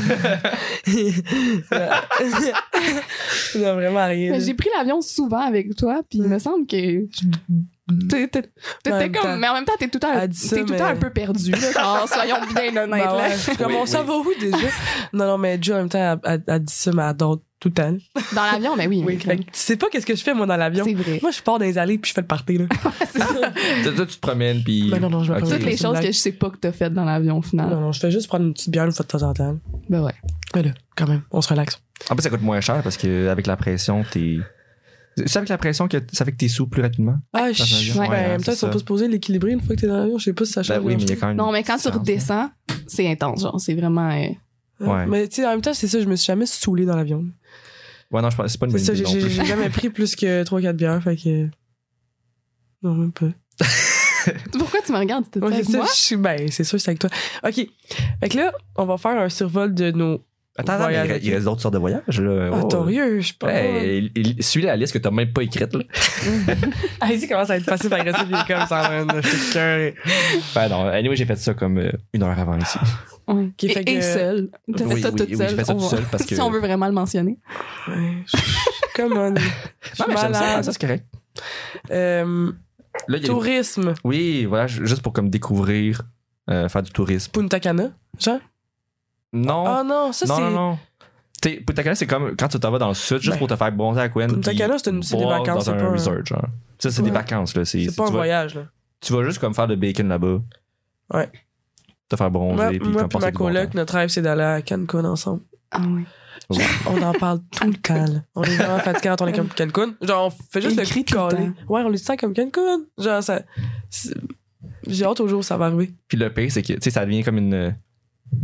Speaker 2: non, vraiment rien.
Speaker 3: Mais
Speaker 2: là.
Speaker 3: J'ai pris l'avion souvent avec toi, puis il me semble que t'es-
Speaker 2: Mm.
Speaker 3: t'es-
Speaker 2: En
Speaker 3: t'étais
Speaker 2: même temps.
Speaker 3: comme, mais en même temps t'es tout le temps,
Speaker 2: Elle dit ça,
Speaker 3: t'es tout le temps
Speaker 2: mais-
Speaker 3: un peu perdu. là, genre, soyons
Speaker 2: [laughs]
Speaker 3: bien honnêtes.
Speaker 2: Ben ouais,
Speaker 3: là.
Speaker 2: je suis comme,
Speaker 1: Oui,
Speaker 2: on
Speaker 1: oui.
Speaker 2: s'en va où déjà? [laughs] non, non, mais Joe, en même temps, elle, elle- elle dit ça, mais elle dort tout le temps.
Speaker 3: Dans l'avion, mais oui, mais
Speaker 2: Fait que
Speaker 3: comme-
Speaker 2: tu sais pas qu'est-ce que je fais, moi, dans l'avion.
Speaker 3: c'est vrai.
Speaker 2: Moi, je pars dans les allées puis je fais le party, là.
Speaker 3: C'est ça.
Speaker 1: Toi, toi, tu te promènes, puis.
Speaker 2: Ben non, non, je me
Speaker 1: Ok.
Speaker 2: promène.
Speaker 3: Toutes les
Speaker 2: c'est
Speaker 3: choses
Speaker 2: une
Speaker 3: que je sais pas que t'as faites dans l'avion au final.
Speaker 2: Non, non, je fais juste prendre une petite bière une fois de temps en temps.
Speaker 3: Ben ouais.
Speaker 2: Ah. Mais là, quand même, on se relaxe.
Speaker 1: En plus, ça coûte moins cher parce que avec la pression, t'es. C'est avec la pression que ça fait que t'es sous plus rapidement.
Speaker 2: Ah, je
Speaker 1: Dans l'avion,
Speaker 2: ouais,
Speaker 1: ouais,
Speaker 2: ben, en
Speaker 1: hein,
Speaker 2: même temps,
Speaker 1: c'est
Speaker 2: ils sont
Speaker 1: ça.
Speaker 2: pas supposés l'équilibrer une fois que t'es dans l'avion. Je sais pas si ça change.
Speaker 1: Ben oui, mais il y a quand même.
Speaker 3: Non, mais quand tu redescends,
Speaker 2: hein.
Speaker 3: c'est intense, genre, c'est vraiment. euh,
Speaker 1: Ouais.
Speaker 2: Mais tu sais, en même temps, c'est ça, je me suis jamais saoulée dans l'avion.
Speaker 1: Ouais, non, je pense c'est pas une
Speaker 2: C'est
Speaker 1: bonne
Speaker 2: ça,
Speaker 1: idée
Speaker 2: j'ai
Speaker 1: non
Speaker 2: j'ai-
Speaker 1: plus.
Speaker 2: j'ai jamais pris plus que 3-4 bières, fait que. Non, même pas.
Speaker 3: Pourquoi tu me regardes? T'étais
Speaker 2: Ouais,
Speaker 3: avec
Speaker 2: c'est ça,
Speaker 3: moi?
Speaker 2: je suis- ben, c'est sûr, c'est avec toi. OK. Fait que là, on va faire un survol de nos.
Speaker 1: Attends, attends, mais
Speaker 2: Voyage,
Speaker 1: il,
Speaker 2: ok.
Speaker 1: reste- il reste d'autres sortes de voyages, là.
Speaker 2: Ah,
Speaker 1: Oh.
Speaker 2: torieux, je suis pas.
Speaker 1: [laughs] Hey, il- il- celui-là, la liste que t'as même pas écrite,
Speaker 2: [laughs]
Speaker 1: là.
Speaker 2: Allez-y, commence à être passif agressif, il est comme ça, man. Je suis curé.
Speaker 1: Ben non, anyway, j'ai fait ça comme euh, une heure avant ici.
Speaker 3: Ouais.
Speaker 2: Qui fait
Speaker 3: et, et
Speaker 2: que-
Speaker 3: seule. T'as
Speaker 1: Oui,
Speaker 3: fait ça
Speaker 1: oui,
Speaker 3: toute
Speaker 1: oui,
Speaker 3: seule.
Speaker 1: j'ai fait ça
Speaker 3: on
Speaker 1: toute
Speaker 3: va-
Speaker 1: seule parce que-
Speaker 3: [laughs] Si on veut vraiment le mentionner.
Speaker 2: Ouais, je- Come on.
Speaker 1: [laughs] Non,
Speaker 2: Je suis
Speaker 1: mais j'aime ça,
Speaker 2: malade.
Speaker 1: ça c'est correct.
Speaker 2: Euh,
Speaker 1: Là, il y a-
Speaker 2: tourisme,
Speaker 1: Oui, voilà, ju- juste pour comme découvrir, euh, faire du tourisme.
Speaker 2: Punta Cana, genre?
Speaker 1: Non,
Speaker 2: Ah non, ça
Speaker 1: non, non,
Speaker 2: c'est.
Speaker 1: non. Tu sais, Punta Cana, c'est comme quand tu t'en vas dans le sud juste
Speaker 2: Ben,
Speaker 1: pour te faire bronzer à Quen.
Speaker 2: Punta
Speaker 1: puis
Speaker 2: Cana, c'est une- c'est des
Speaker 1: boire
Speaker 2: vacances,
Speaker 1: dans
Speaker 2: c'est
Speaker 1: un
Speaker 2: pas un-
Speaker 1: resort, genre. Ça, c'est
Speaker 2: Ouais.
Speaker 1: des vacances, là. C'est
Speaker 2: C'est pas un
Speaker 1: tu vas-
Speaker 2: voyage, là.
Speaker 1: tu vas juste comme faire de bacon là-bas.
Speaker 2: Ouais.
Speaker 1: Te faire bronzer
Speaker 2: Moi,
Speaker 1: puis
Speaker 2: moi
Speaker 1: comme
Speaker 2: puis
Speaker 1: passer
Speaker 2: ma
Speaker 1: du bon hein.
Speaker 2: coloc,
Speaker 1: temps.
Speaker 2: notre rêve, c'est d'aller à Cancun ensemble.
Speaker 3: Ah oui.
Speaker 2: On en parle tout le temps. là. On est vraiment fatigués quand on est
Speaker 1: [laughs]
Speaker 2: comme Cancun. Genre, on fait juste
Speaker 3: Il
Speaker 2: le
Speaker 3: crie tout le
Speaker 2: caler.
Speaker 3: temps.
Speaker 2: Ouais, on lui dit ça comme Cancun. Genre, ça. c'est- J'ai hâte au jour où ça va arriver.
Speaker 1: Puis le pire, c'est que tu sais, ça devient comme une. euh,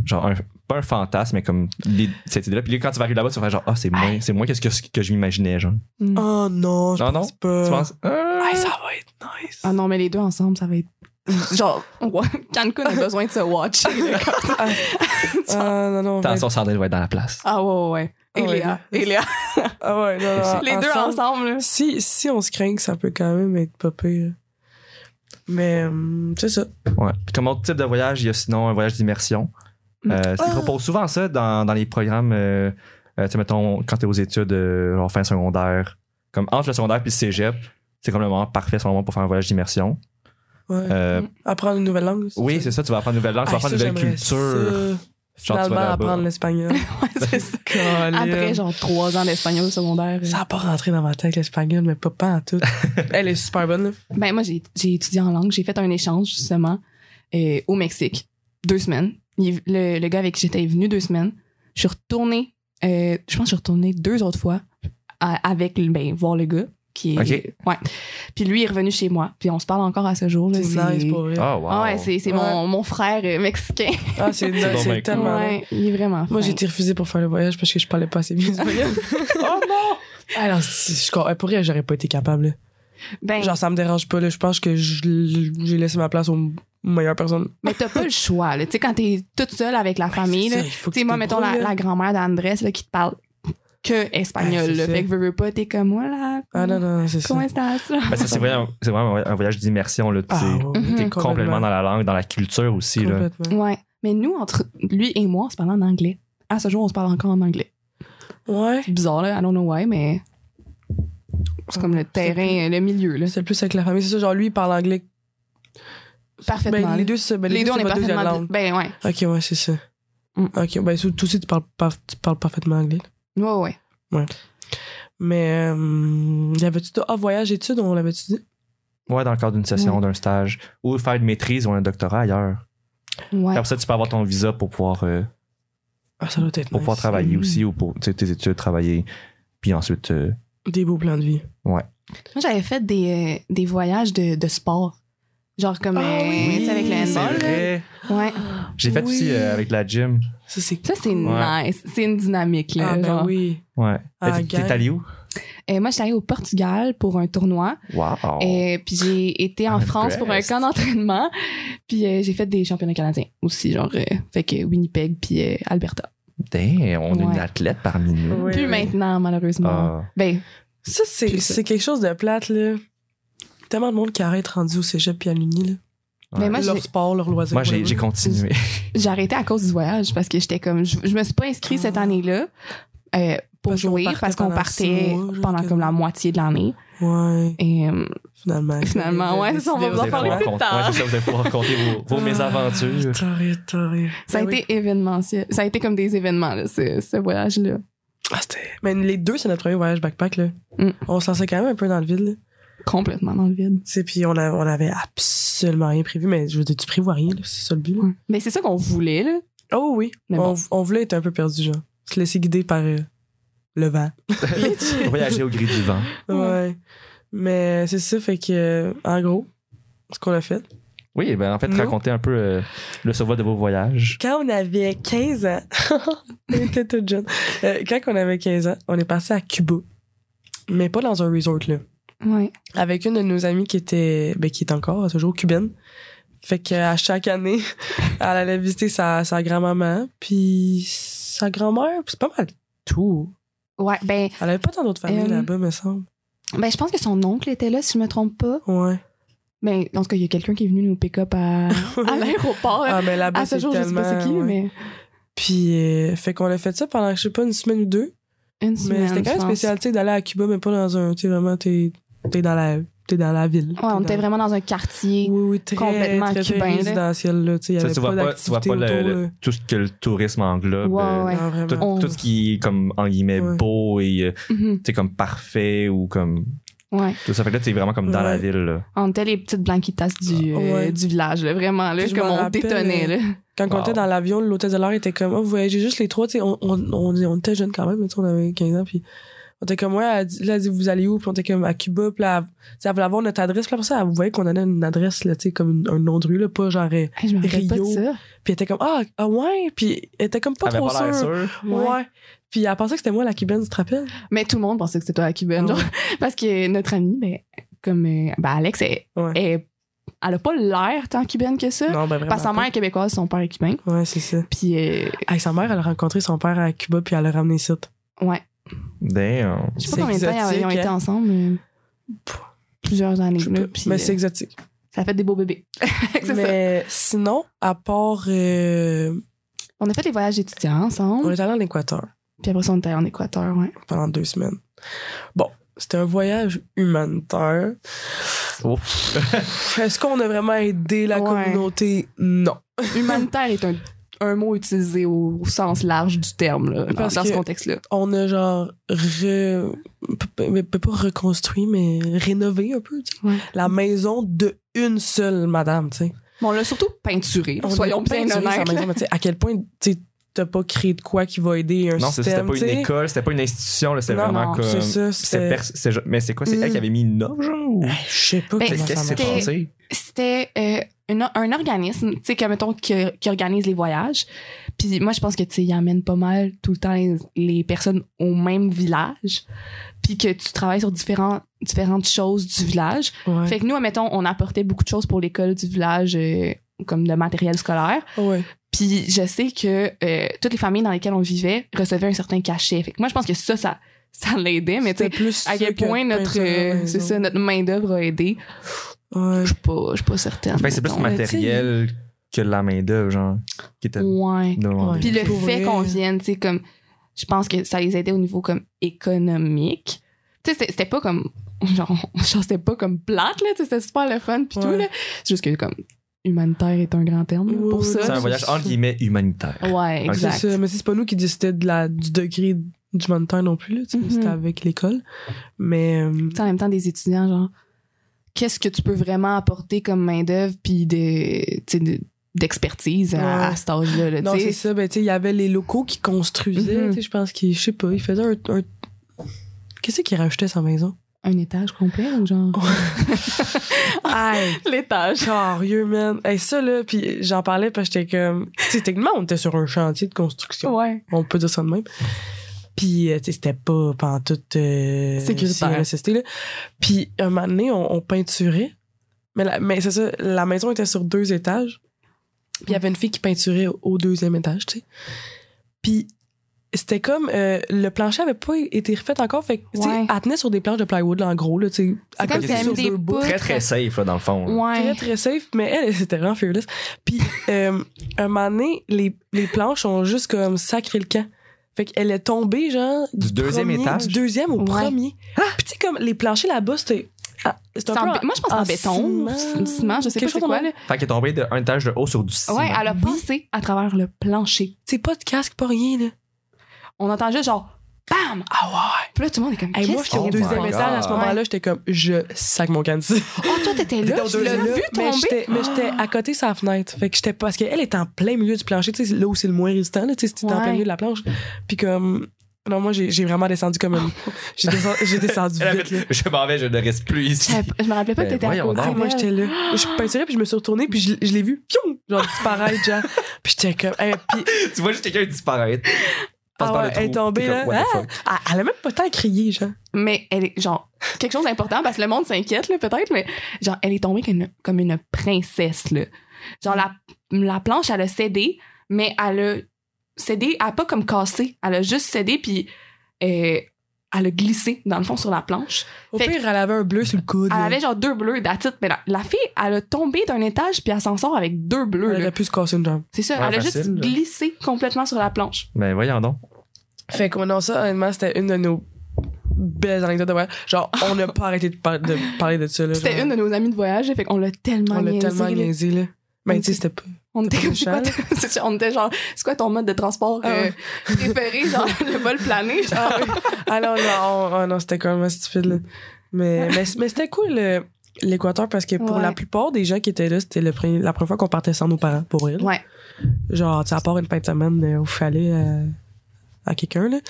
Speaker 1: Genre, un- pas un fantasme, mais comme l'id- cette idée-là. Puis là, quand tu vas arriver là-bas, tu vas faire genre, ah, c'est moins, c'est moins que ce que, ce que je m'imaginais, genre.
Speaker 3: Mm.
Speaker 2: Oh non, je
Speaker 1: Non,
Speaker 2: pense
Speaker 1: non.
Speaker 2: pas.
Speaker 1: Tu penses, ah,
Speaker 2: Ah, ça va être nice.
Speaker 3: Ah non, mais les deux ensemble, ça va être. [laughs] Genre, ouais, Cancun a besoin de se watcher. là, comme ça. Genre,
Speaker 2: Ah, non, non. on va
Speaker 1: attention, Sandrine va être dans la place.
Speaker 3: Ah ouais, ouais, ouais.
Speaker 2: Ah
Speaker 3: Et
Speaker 2: ouais.
Speaker 3: Léa. Et Léa.
Speaker 2: être- Ah ouais, non, non,
Speaker 3: les deux ensemble, là.
Speaker 2: Si, si on se craint que ça peut quand même être pas pire. Mais hum, c'est ça.
Speaker 1: Ouais. Puis comme autre type de voyage, il y a sinon un voyage d'immersion.
Speaker 3: Mm.
Speaker 1: Euh, ça
Speaker 2: Ah.
Speaker 1: propose souvent ça dans, dans les programmes, euh, euh, tu sais, mettons, quand t'es aux études, euh, genre fin secondaire, comme entre le secondaire puis le cégep, c'est comme le moment parfait, c'est le moment pour faire un voyage d'immersion.
Speaker 2: Ouais.
Speaker 1: Euh,
Speaker 3: Mm.
Speaker 2: Apprendre une nouvelle langue. Ah,
Speaker 1: oui, c'est ça, tu vas apprendre une nouvelle langue, tu vas apprendre une nouvelle culture. Genre, tu vas
Speaker 2: Finalement,
Speaker 1: là-bas.
Speaker 2: apprendre
Speaker 1: [laughs]
Speaker 2: l'espagnol.
Speaker 3: C'est ça.
Speaker 2: Colin.
Speaker 3: Après, genre, trois ans d'espagnol secondaire. euh,
Speaker 2: Ça n'a pas rentré dans ma tête, l'espagnol, mais pas, pas
Speaker 1: [laughs]
Speaker 2: en tout. Elle est super bonne, là.
Speaker 3: Ben, moi, j'ai j'ai étudié en langue. J'ai fait un échange, justement, euh, au Mexique. Deux semaines. Il- le, le gars avec qui j'étais est venu deux semaines. Je suis retournée. euh, je pense que je suis retournée deux autres fois à- avec, le- ben, voir le gars. Qui est,
Speaker 1: Ok.
Speaker 3: Ouais. Puis lui, il est revenu chez moi. Puis on se parle encore à ce jour. là.
Speaker 2: C'est nice pour vrai.
Speaker 1: Ah, wow.
Speaker 3: Ah ouais, c'est c'est
Speaker 2: Ouais.
Speaker 3: mon, mon frère euh, mexicain.
Speaker 2: Ah, c'est nice,
Speaker 1: donc
Speaker 2: c'est
Speaker 1: bien
Speaker 2: [laughs] tellement nice.
Speaker 3: Ouais, il est vraiment
Speaker 2: Moi, j'ai
Speaker 3: fin.
Speaker 2: été refusée pour faire le voyage parce que je parlais pas
Speaker 1: [laughs]
Speaker 2: assez bien espagnol. Ah,
Speaker 1: Oh non!
Speaker 2: Alors, si- je, comprends- pour vrai, j'aurais pas été capable. là.
Speaker 3: Ben,
Speaker 2: Genre, ça me dérange pas, là. Je pense que je- j'ai laissé ma place aux meilleures personnes.
Speaker 3: mais t'as pas le choix. là. Tu sais, quand t'es toute seule avec la famille, là,
Speaker 2: C'est ça, il faut que
Speaker 3: tu sais, moi,
Speaker 2: te
Speaker 3: mettons la,
Speaker 2: débrouilles, là.
Speaker 3: la grand-mère d'Andrés là, qui te parle que espagnol.
Speaker 2: Ouais, c'est
Speaker 3: là.
Speaker 2: ça.
Speaker 3: fait que veux, veux pas, t'es comme moi là.
Speaker 2: Ah non, non, non, c'est ça.
Speaker 3: Coïncidence, là.
Speaker 1: Ben, ça, c'est vraiment, c'est vraiment un voyage d'immersion, là.
Speaker 2: Ah,
Speaker 1: tu sais.
Speaker 2: ouais,
Speaker 3: Mhm.
Speaker 1: T'es
Speaker 2: complètement.
Speaker 1: complètement dans la langue, dans la culture aussi, là.
Speaker 2: complètement.
Speaker 3: [laughs] Ouais. Mais nous, entre lui et moi, on se parle en anglais. À ce jour, on se parle encore en anglais.
Speaker 2: Ouais.
Speaker 3: C'est bizarre, là. I don't know why, mais. C'est comme le terrain, le milieu, là.
Speaker 2: C'est Ah, plus avec la famille. C'est ça, genre lui, il parle anglais.
Speaker 3: Parfaitement.
Speaker 2: Ben,
Speaker 3: là.
Speaker 2: les deux, c'est- ben,
Speaker 3: les, deux, on
Speaker 2: c'est
Speaker 3: est
Speaker 2: votre deuxième
Speaker 3: parfaitement.
Speaker 2: langue.
Speaker 3: Ben ouais.
Speaker 2: Ok, ouais, c'est ça.
Speaker 3: Mm.
Speaker 2: Ok, ben, sou- toi aussi, tu parles, pas- tu parles parfaitement anglais.
Speaker 3: Ouais, ouais.
Speaker 2: Mais, euh, l'avais-tu dit, ah, voyage études, on l'avait-tu dit?
Speaker 1: Ouais, dans le cadre d'une session, d'un stage, ou faire une maîtrise ou un doctorat ailleurs.
Speaker 3: Ouais.
Speaker 1: Après ça, tu peux avoir ton visa pour pouvoir, euh,
Speaker 2: Ah, ça doit être
Speaker 1: pour
Speaker 2: nice.
Speaker 1: pouvoir travailler
Speaker 3: Mhm.
Speaker 1: aussi, ou pour tu sais, tes études, travailler, puis ensuite. euh,
Speaker 2: Des beaux plans de vie.
Speaker 3: Moi, j'avais fait des, euh, des voyages de, de sport. Genre comme
Speaker 2: Ah
Speaker 3: euh,
Speaker 2: oui,
Speaker 3: tu sais, avec le
Speaker 2: c'est
Speaker 3: handball. là.
Speaker 1: vrai.
Speaker 3: Ouais.
Speaker 1: J'ai fait
Speaker 2: Oui.
Speaker 1: aussi euh, avec la gym.
Speaker 2: Ça, c'est...
Speaker 3: Ça, c'est
Speaker 1: Ouais.
Speaker 3: nice. C'est une dynamique, là.
Speaker 2: Ah, ben
Speaker 3: genre.
Speaker 2: oui.
Speaker 1: Ouais.
Speaker 2: Ah,
Speaker 1: Ben, T'es-
Speaker 2: gang.
Speaker 1: T'es allé où?
Speaker 3: Euh, moi, j'étais allée au Portugal pour un tournoi.
Speaker 1: Wow.
Speaker 3: Et puis j'ai été en
Speaker 1: I'm
Speaker 3: France pour un
Speaker 1: impressed.
Speaker 3: camp d'entraînement. Puis euh, j'ai fait des championnats canadiens aussi, genre euh, fait que Winnipeg puis euh, Alberta.
Speaker 1: Damn, on a
Speaker 3: Ouais.
Speaker 1: une athlète parmi nous.
Speaker 2: Oui,
Speaker 3: Plus
Speaker 2: oui.
Speaker 3: maintenant, malheureusement.
Speaker 1: Ah.
Speaker 3: Ben,
Speaker 2: Ça, c'est,
Speaker 3: Puis ça.
Speaker 2: c'est quelque chose de plate, là. Tellement de monde qui arrête rendu au cégep puis à l'uni, là.
Speaker 3: mais
Speaker 1: Ouais.
Speaker 3: ben, moi,
Speaker 2: leur
Speaker 3: j'ai-
Speaker 2: sport, leur loisir.
Speaker 1: Moi, j'ai
Speaker 2: whatever.
Speaker 1: j'ai continué.
Speaker 3: j'ai arrêté à cause du voyage parce que j'étais comme, je, je me suis pas inscrite cette
Speaker 2: Ah.
Speaker 3: année-là euh, pour
Speaker 2: Parce qu'on
Speaker 3: jouer
Speaker 2: partait
Speaker 3: parce qu'on
Speaker 2: pendant
Speaker 3: partait
Speaker 2: six mois, genre, Ben
Speaker 3: pendant
Speaker 2: que-
Speaker 3: comme la moitié de l'année.
Speaker 2: Ouais,
Speaker 3: Et euh,
Speaker 2: finalement.
Speaker 3: [laughs] Finalement, ouais, ça, on va
Speaker 2: Décidé
Speaker 3: vous en
Speaker 2: de-
Speaker 3: parler
Speaker 1: pouvoir
Speaker 3: plus
Speaker 1: raconter-
Speaker 3: tard.
Speaker 1: Ouais, c'est ça, vous allez pouvoir raconter vos, vos
Speaker 2: Ah, [laughs]
Speaker 1: mésaventures.
Speaker 2: Torride, torride.
Speaker 3: ça a
Speaker 2: Ben oui.
Speaker 3: été événementiel. Ça a été comme des événements, là, ce, ce voyage-là.
Speaker 2: Ah, c'était- Mais les deux, c'est notre premier voyage backpack, là.
Speaker 3: Mm.
Speaker 2: On se lançait quand même un peu dans le vide, là.
Speaker 3: Complètement dans le vide.
Speaker 2: Tu sais, puis on, a- on avait absolument rien prévu, mais je veux dire, tu prévois rien, là. C'est ça le but, là.
Speaker 3: Mais Ben, c'est ça qu'on voulait, là.
Speaker 2: Oh oui.
Speaker 3: Mais
Speaker 2: on,
Speaker 3: bon.
Speaker 2: on voulait être un peu perdu, genre. Se laisser guider par euh,
Speaker 1: [laughs]
Speaker 2: le vent. [laughs]
Speaker 1: Voyager au gré du vent.
Speaker 3: Ouais.
Speaker 2: Ouais. Mais c'est ça, fait que, euh, en gros, ce qu'on a fait.
Speaker 1: Oui, ben en fait,
Speaker 2: Nous.
Speaker 1: raconter un peu euh, le survol de vos voyages.
Speaker 2: Quand on avait 15 ans, [laughs] on était toute jeune. Euh, quand on avait 15 ans, on est passé à Cuba. Mais pas dans un resort, là.
Speaker 3: Ouais.
Speaker 2: Avec une de nos amies qui était, ben, qui est encore à ce jour cubaine. Fait qu'à chaque année, [laughs] elle allait visiter sa, sa grand-maman, puis sa grand-mère, puis c'est pas mal tout.
Speaker 3: Ouais, ben,
Speaker 2: Elle avait pas tant d'autres familles
Speaker 3: Euh,
Speaker 2: là-bas, me semble.
Speaker 3: ben, je pense que son oncle était là, si je me trompe pas.
Speaker 2: Ouais.
Speaker 3: Ben, en tout cas, il y a quelqu'un qui est venu nous
Speaker 2: [laughs]
Speaker 3: pick-up à, à l'aéroport.
Speaker 2: Ah, mais là-bas,
Speaker 3: à ce
Speaker 2: c'est
Speaker 3: jour, je sais
Speaker 2: tellement...
Speaker 3: pas c'est qui,
Speaker 2: ouais.
Speaker 3: mais
Speaker 2: Puis, euh, fait qu'on a fait ça pendant, je sais pas, une semaine ou deux.
Speaker 3: une
Speaker 2: mais
Speaker 3: semaine.
Speaker 2: c'était quand
Speaker 3: je
Speaker 2: même
Speaker 3: pense.
Speaker 2: spécial, tu sais, d'aller à Cuba, mais pas dans un. Tu sais, vraiment, t'es t'es dans, la- t'es dans la ville.
Speaker 3: Ouais, on
Speaker 2: T'es
Speaker 3: était
Speaker 2: dans-
Speaker 3: vraiment dans un quartier.
Speaker 2: Oui, oui, très,
Speaker 3: complètement
Speaker 2: très, très
Speaker 3: cubain, là.
Speaker 2: résidentiel, là. Tu sais, il y
Speaker 1: Ça,
Speaker 2: avait
Speaker 1: tu
Speaker 2: pas
Speaker 1: vois pas, tu vois
Speaker 2: d'activité
Speaker 1: pas le-
Speaker 2: autour,
Speaker 1: le-
Speaker 2: là.
Speaker 1: tout ce que le tourisme englobe.
Speaker 3: Ouais,
Speaker 1: euh,
Speaker 3: ouais.
Speaker 2: Non, vraiment.
Speaker 1: Tout,
Speaker 3: On-
Speaker 1: tout ce qui est comme en guillemets
Speaker 2: Ouais.
Speaker 1: beau et euh,
Speaker 3: Mhm.
Speaker 1: tu sais, comme parfait ou comme
Speaker 3: Ouais.
Speaker 1: tout ça fait que là t'es vraiment comme dans la
Speaker 2: Ouais.
Speaker 1: ville là.
Speaker 3: On était les petites blanquitas du, euh,
Speaker 2: Ah, Ouais.
Speaker 3: du village, là, vraiment, là,
Speaker 2: Puis je
Speaker 3: comme
Speaker 2: me
Speaker 3: on
Speaker 2: rappelle, euh,
Speaker 3: détonnait, là.
Speaker 2: Quand on
Speaker 1: Wow.
Speaker 2: était dans l'avion, l'hôtel de l'air était comme, oh, vous voyagez juste les trois, tu sais, on, on, on, on était jeunes quand même, tu sais, on avait 15 ans, puis on était comme, ouais, elle a dit- là, elle dit, vous allez où? Puis on était comme à Cuba, puis là, elle- tu sais, elle voulait avoir notre adresse, puis après ça, elle voyait qu'on donnait une adresse, là, tu sais, comme une- un nom de rue, là, pas genre, euh,
Speaker 3: Hey, je me rappelle pas de
Speaker 2: Rio.
Speaker 3: ça.
Speaker 2: puis elle était comme, ah, ah ouais, puis elle était comme pas
Speaker 1: T'avais
Speaker 2: trop
Speaker 1: Ah, ben, l'air
Speaker 2: sûre.
Speaker 1: sûre.
Speaker 2: Ouais. Puis elle pensait que c'était moi la cubaine, tu te rappelles?
Speaker 3: Mais tout le monde pensait que c'était toi à Cuba,
Speaker 2: Ah,
Speaker 3: genre. [laughs] Parce que notre amie, ben, comme euh, ben, Alex, elle,
Speaker 2: Ouais.
Speaker 3: elle, elle a pas l'air tant cubaine que ça.
Speaker 2: Non, ben vraiment.
Speaker 3: Parce que sa
Speaker 2: pas.
Speaker 3: mère est québécoise, son père est cubain.
Speaker 2: Ouais, c'est ça.
Speaker 3: Puis, euh,
Speaker 2: Hey, sa mère, elle a rencontré son père à Cuba, puis elle l'a ramené ici.
Speaker 3: ouais.
Speaker 1: Damn.
Speaker 3: Je sais
Speaker 2: C'est
Speaker 3: pas combien de temps ils ont- ils ont
Speaker 2: exotique,
Speaker 3: été
Speaker 2: hein.
Speaker 3: ensemble. mais
Speaker 2: Pff,
Speaker 3: Plusieurs années.
Speaker 2: Je sais
Speaker 3: là,
Speaker 2: pas.
Speaker 3: puis,
Speaker 2: Mais
Speaker 3: euh,
Speaker 2: c'est exotique.
Speaker 3: ça fait des beaux bébés. [laughs] C'est ça.
Speaker 2: Mais sinon, à part. euh,
Speaker 3: On a fait les voyages étudiants
Speaker 2: on
Speaker 3: ensemble.
Speaker 2: est allé en Équateur
Speaker 3: Puis après ça, on était allé en Équateur, ouais.
Speaker 2: pendant deux semaines. Bon, c'était un voyage humanitaire.
Speaker 1: Oh.
Speaker 2: Est-ce qu'on a vraiment aidé la
Speaker 3: Ouais.
Speaker 2: communauté? Non.
Speaker 3: [laughs] Humanitaire est un, un mot utilisé au, au sens large du terme, là, dans,
Speaker 2: Parce
Speaker 3: dans ce
Speaker 2: que-
Speaker 3: contexte-là.
Speaker 2: On a genre. Re... p- p- p- Pas reconstruit, mais rénové un peu, tu sais.
Speaker 3: Ouais.
Speaker 2: La maison de une seule madame, tu sais.
Speaker 3: Bon, on l'a surtout peinturé,
Speaker 2: On
Speaker 3: soyons
Speaker 2: a
Speaker 3: bien
Speaker 2: peinturé sa
Speaker 3: honnêtes. là.
Speaker 2: maison, mais tu sais, à quel point tu sais, t'as pas créé de quoi qui va aider un
Speaker 1: Non, c'est- c'était
Speaker 2: système.
Speaker 1: pas
Speaker 2: tu
Speaker 1: une
Speaker 2: sais.
Speaker 1: école, c'était pas une institution, là, c'était
Speaker 2: Non,
Speaker 1: vraiment
Speaker 3: non,
Speaker 1: comme
Speaker 2: C'est ça,
Speaker 1: c'est
Speaker 2: c'était. Mm.
Speaker 1: pers- c'est genre- mais c'est quoi c'est elle qui avait mis une offre genre ou-
Speaker 2: Hey, Je sais pas
Speaker 3: Ben,
Speaker 2: comment
Speaker 1: Qu'est-ce
Speaker 2: ça
Speaker 1: qui s'est
Speaker 2: marche.
Speaker 3: c'était-
Speaker 1: passé
Speaker 3: c'était euh, une- un organisme, tu sais, que, mettons, qui, qui organise les voyages. Puis moi, je pense que, tu sais, ils amènent pas mal tout le temps les, les personnes au même village. Puis que tu travailles sur différents, différentes choses du village.
Speaker 2: Ouais.
Speaker 3: Fait que nous, mettons, on apportait beaucoup de choses pour l'école du village, euh, comme le matériel scolaire.
Speaker 2: Ouais.
Speaker 3: Puis je sais que euh, toutes les familles dans lesquelles on vivait recevaient un certain cachet. Fait que moi, je pense que ça, ça, ça l'aidait. Mais tu sais,
Speaker 2: C'était plus
Speaker 3: à
Speaker 2: ça
Speaker 3: quel
Speaker 2: que
Speaker 3: point notre,
Speaker 2: peinture à la
Speaker 3: euh,
Speaker 2: maison.
Speaker 3: c'est ça, notre main-d'œuvre a aidé,
Speaker 2: Ouais.
Speaker 3: je suis pas, je suis pas certaine.
Speaker 1: Fait que Ben, c'est plus
Speaker 3: mettons.
Speaker 2: mais tu sais-
Speaker 1: matériel que la main d'œuvre genre qui était
Speaker 3: Ouais.
Speaker 1: demandée.
Speaker 3: Mm. Puis le
Speaker 2: Pour
Speaker 3: fait
Speaker 2: vrai.
Speaker 3: qu'on vienne, tu sais, comme, [laughs] je pense que ça les aidait au niveau comme économique. Tu sais, c'était- c'était pas comme genre, genre c'était pas comme plate, là, tu sais, c'était super le fun, puis
Speaker 2: Ouais.
Speaker 3: tout, là. C'est juste que, comme, humanitaire est un grand terme là,
Speaker 2: Oui,
Speaker 3: pour
Speaker 2: oui,
Speaker 3: ça.
Speaker 2: oui,
Speaker 1: C'est un
Speaker 2: c'est
Speaker 1: voyage
Speaker 2: ça.
Speaker 1: entre guillemets humanitaire.
Speaker 3: Ouais,
Speaker 1: Ok.
Speaker 2: Ah, C'est
Speaker 3: exact.
Speaker 2: ça, mais c'est pas nous qui décidait de la, du degré du montant non plus, là, tu sais,
Speaker 3: Mhm.
Speaker 2: c'était avec l'école. Mais euh,
Speaker 3: Tu sais, en même temps, des étudiants, genre, qu'est-ce que tu peux vraiment apporter comme main-d'œuvre, puis de, tu sais, de- d'expertise à,
Speaker 2: Ouais.
Speaker 3: à cet âge-là, là,
Speaker 2: non,
Speaker 3: tu
Speaker 2: c'est
Speaker 3: sais.
Speaker 2: ça, ben, tu sais, il y avait les locaux qui construisaient,
Speaker 3: Mhm.
Speaker 2: tu sais, je pense qu'ils, je sais pas, ils faisaient un. un- Qu'est-ce qu'ils rachetaient sa
Speaker 3: [laughs]
Speaker 2: maison?
Speaker 3: Un étage complet, donc genre.
Speaker 2: Aïe!
Speaker 3: L'étage.
Speaker 2: Sérieux, man. Et ça, là, puis j'en parlais parce que j'étais comme. Tu sais, techniquement, on était sur un chantier de construction.
Speaker 3: Ouais.
Speaker 2: On peut dire ça de même. Puis, euh, tu sais, c'était pas pantoute. Euh,
Speaker 3: Sécuritaire.
Speaker 2: CLSST, là. Puis, un moment donné, on, on peinturait. Mais, la- mais c'est ça, la maison était sur deux étages. Puis, il y avait une fille qui peinturait au, au deuxième étage, tu sais. Puis, c'était comme. euh, le plancher avait pas été refait encore. Fait que, tu sais,
Speaker 3: Ouais.
Speaker 2: elle tenait sur des planches de plywood, là, en gros, là, tu sais. à
Speaker 3: comme
Speaker 2: côté
Speaker 1: si elle
Speaker 2: sur
Speaker 3: avait mis des
Speaker 2: deux bouts
Speaker 3: poutres.
Speaker 1: Très très safe là, dans le fond. là.
Speaker 3: Ouais.
Speaker 2: très très safe mais elle c'était vraiment fearless
Speaker 3: [laughs]
Speaker 2: puis euh, un moment donné les, les planches ont juste comme sacré le camp fait qu'elle est tombée genre
Speaker 1: Du deuxième
Speaker 2: premier-
Speaker 1: étage? Ah!
Speaker 2: du deuxième au
Speaker 3: Ouais.
Speaker 2: premier puis tu sais comme les planchers là-bas c'était ah, c'est un
Speaker 3: C'est en
Speaker 2: peu
Speaker 3: bé- moi, je pense en,
Speaker 2: en
Speaker 3: béton,
Speaker 2: ciment.
Speaker 3: ciment, ciment je sais
Speaker 2: Quelque
Speaker 3: pas c'est
Speaker 2: chose en
Speaker 3: quoi.
Speaker 2: même-
Speaker 3: Là.
Speaker 1: Fait qu'elle est tombée d'un étage de haut sur du ciment.
Speaker 3: Ouais, elle a passé à travers le plancher.
Speaker 2: c'est pas de casque pas rien là
Speaker 3: On entend juste genre BAM!
Speaker 2: ah ouais
Speaker 3: Puis là, tout le monde est comme
Speaker 2: Hey,
Speaker 3: Qu'est-ce
Speaker 2: moi j'étais
Speaker 3: qu'il y
Speaker 2: au
Speaker 3: a de
Speaker 2: deuxième
Speaker 3: ça?
Speaker 1: Oh my
Speaker 2: étage à ce
Speaker 1: God.
Speaker 2: moment-là j'étais comme je sac mon canne
Speaker 3: Oh, toi, t'étais
Speaker 1: T'étais
Speaker 3: là,
Speaker 1: au
Speaker 3: tu l'as
Speaker 1: deuxième.
Speaker 3: vu
Speaker 2: mais
Speaker 3: tomber.
Speaker 2: j'étais mais j'étais à côté de sa fenêtre fait que j'étais pas parce qu'elle est en plein milieu du plancher tu sais là où c'est le moins résistant là tu sais c'était en
Speaker 3: Ouais.
Speaker 2: plein milieu de la planche puis comme non moi j'ai j'ai vraiment descendu comme
Speaker 3: [laughs]
Speaker 2: une j'ai descend- j'ai descendu
Speaker 1: Elle a
Speaker 2: vite là.
Speaker 1: fait, [laughs] Je m'en vais, je ne reste plus
Speaker 3: Je
Speaker 1: ici.
Speaker 3: savais pas- Je me rappelais pas que
Speaker 1: Ben,
Speaker 3: t'étais à
Speaker 1: voyons
Speaker 3: côté.
Speaker 2: Ah,
Speaker 1: donc.
Speaker 2: moi
Speaker 3: d'elle.
Speaker 2: j'étais là je peinturais puis je me suis retournée puis je, l'ai- je l'ai vu pion genre disparaître genre puis j'étais comme hey, puis
Speaker 1: [laughs] tu vois juste quelqu'un disparaître. Passe
Speaker 2: Ah
Speaker 1: par le
Speaker 2: ouais, elle est
Speaker 1: trou,
Speaker 2: tombée,
Speaker 1: t'es comme,
Speaker 2: là.
Speaker 1: what the
Speaker 2: Ah!
Speaker 1: fuck.
Speaker 2: elle, elle a même pas tant crié genre
Speaker 3: Mais elle est genre quelque chose d'important parce que le monde s'inquiète, là, peut-être, mais genre, elle est tombée comme une, comme une princesse, là. Genre, la, la planche, elle a cédé, mais elle a cédé, elle a pas comme cassé. Elle a juste cédé, puis euh, elle a glissé, dans le fond, sur la planche.
Speaker 2: au
Speaker 3: Fait que-
Speaker 2: pire elle avait un bleu sur le coude
Speaker 3: Elle
Speaker 2: là.
Speaker 3: avait genre deux bleus d'attitude, mais la, la fille, elle a tombé d'un étage puis elle s'en sort avec deux bleus.
Speaker 2: elle
Speaker 3: là.
Speaker 2: aurait pu se casser une jambe
Speaker 3: C'est ça,
Speaker 1: Ouais,
Speaker 3: elle a juste
Speaker 1: facile, là.
Speaker 3: glissé complètement sur la planche.
Speaker 1: Ben voyons donc.
Speaker 2: Fait que non, ça, honnêtement, c'était une de nos belles anecdotes de voyage. Genre, on n'a pas arrêté de, par- de parler de ça. là,
Speaker 3: C'était
Speaker 2: genre.
Speaker 3: une de nos amies de voyage, fait qu'on l'a tellement
Speaker 2: On l'a
Speaker 3: niaisé,
Speaker 2: tellement
Speaker 3: là.
Speaker 2: niaisé, là. Mais tu sais, [laughs] c'était pas.
Speaker 3: On était comme, c'est
Speaker 2: C'était
Speaker 3: quoi, ta- [laughs] c'est- on était genre, c'est quoi ton mode de transport
Speaker 2: Ah
Speaker 3: euh,
Speaker 2: ouais. [laughs]
Speaker 3: préféré, genre le vol plané, genre.
Speaker 2: Ah non, non, on- oh non, c'était quand même stupide, là. Mais, mais, mais c'était cool, le- l'Équateur, parce que pour
Speaker 3: Ouais.
Speaker 2: la plupart des gens qui étaient là, c'était le premier- la première fois qu'on partait sans nos parents, pour elle.
Speaker 3: Ouais.
Speaker 2: Genre, tu sais, à part une fin de semaine euh, où il fallait euh, à quelqu'un, là. Tu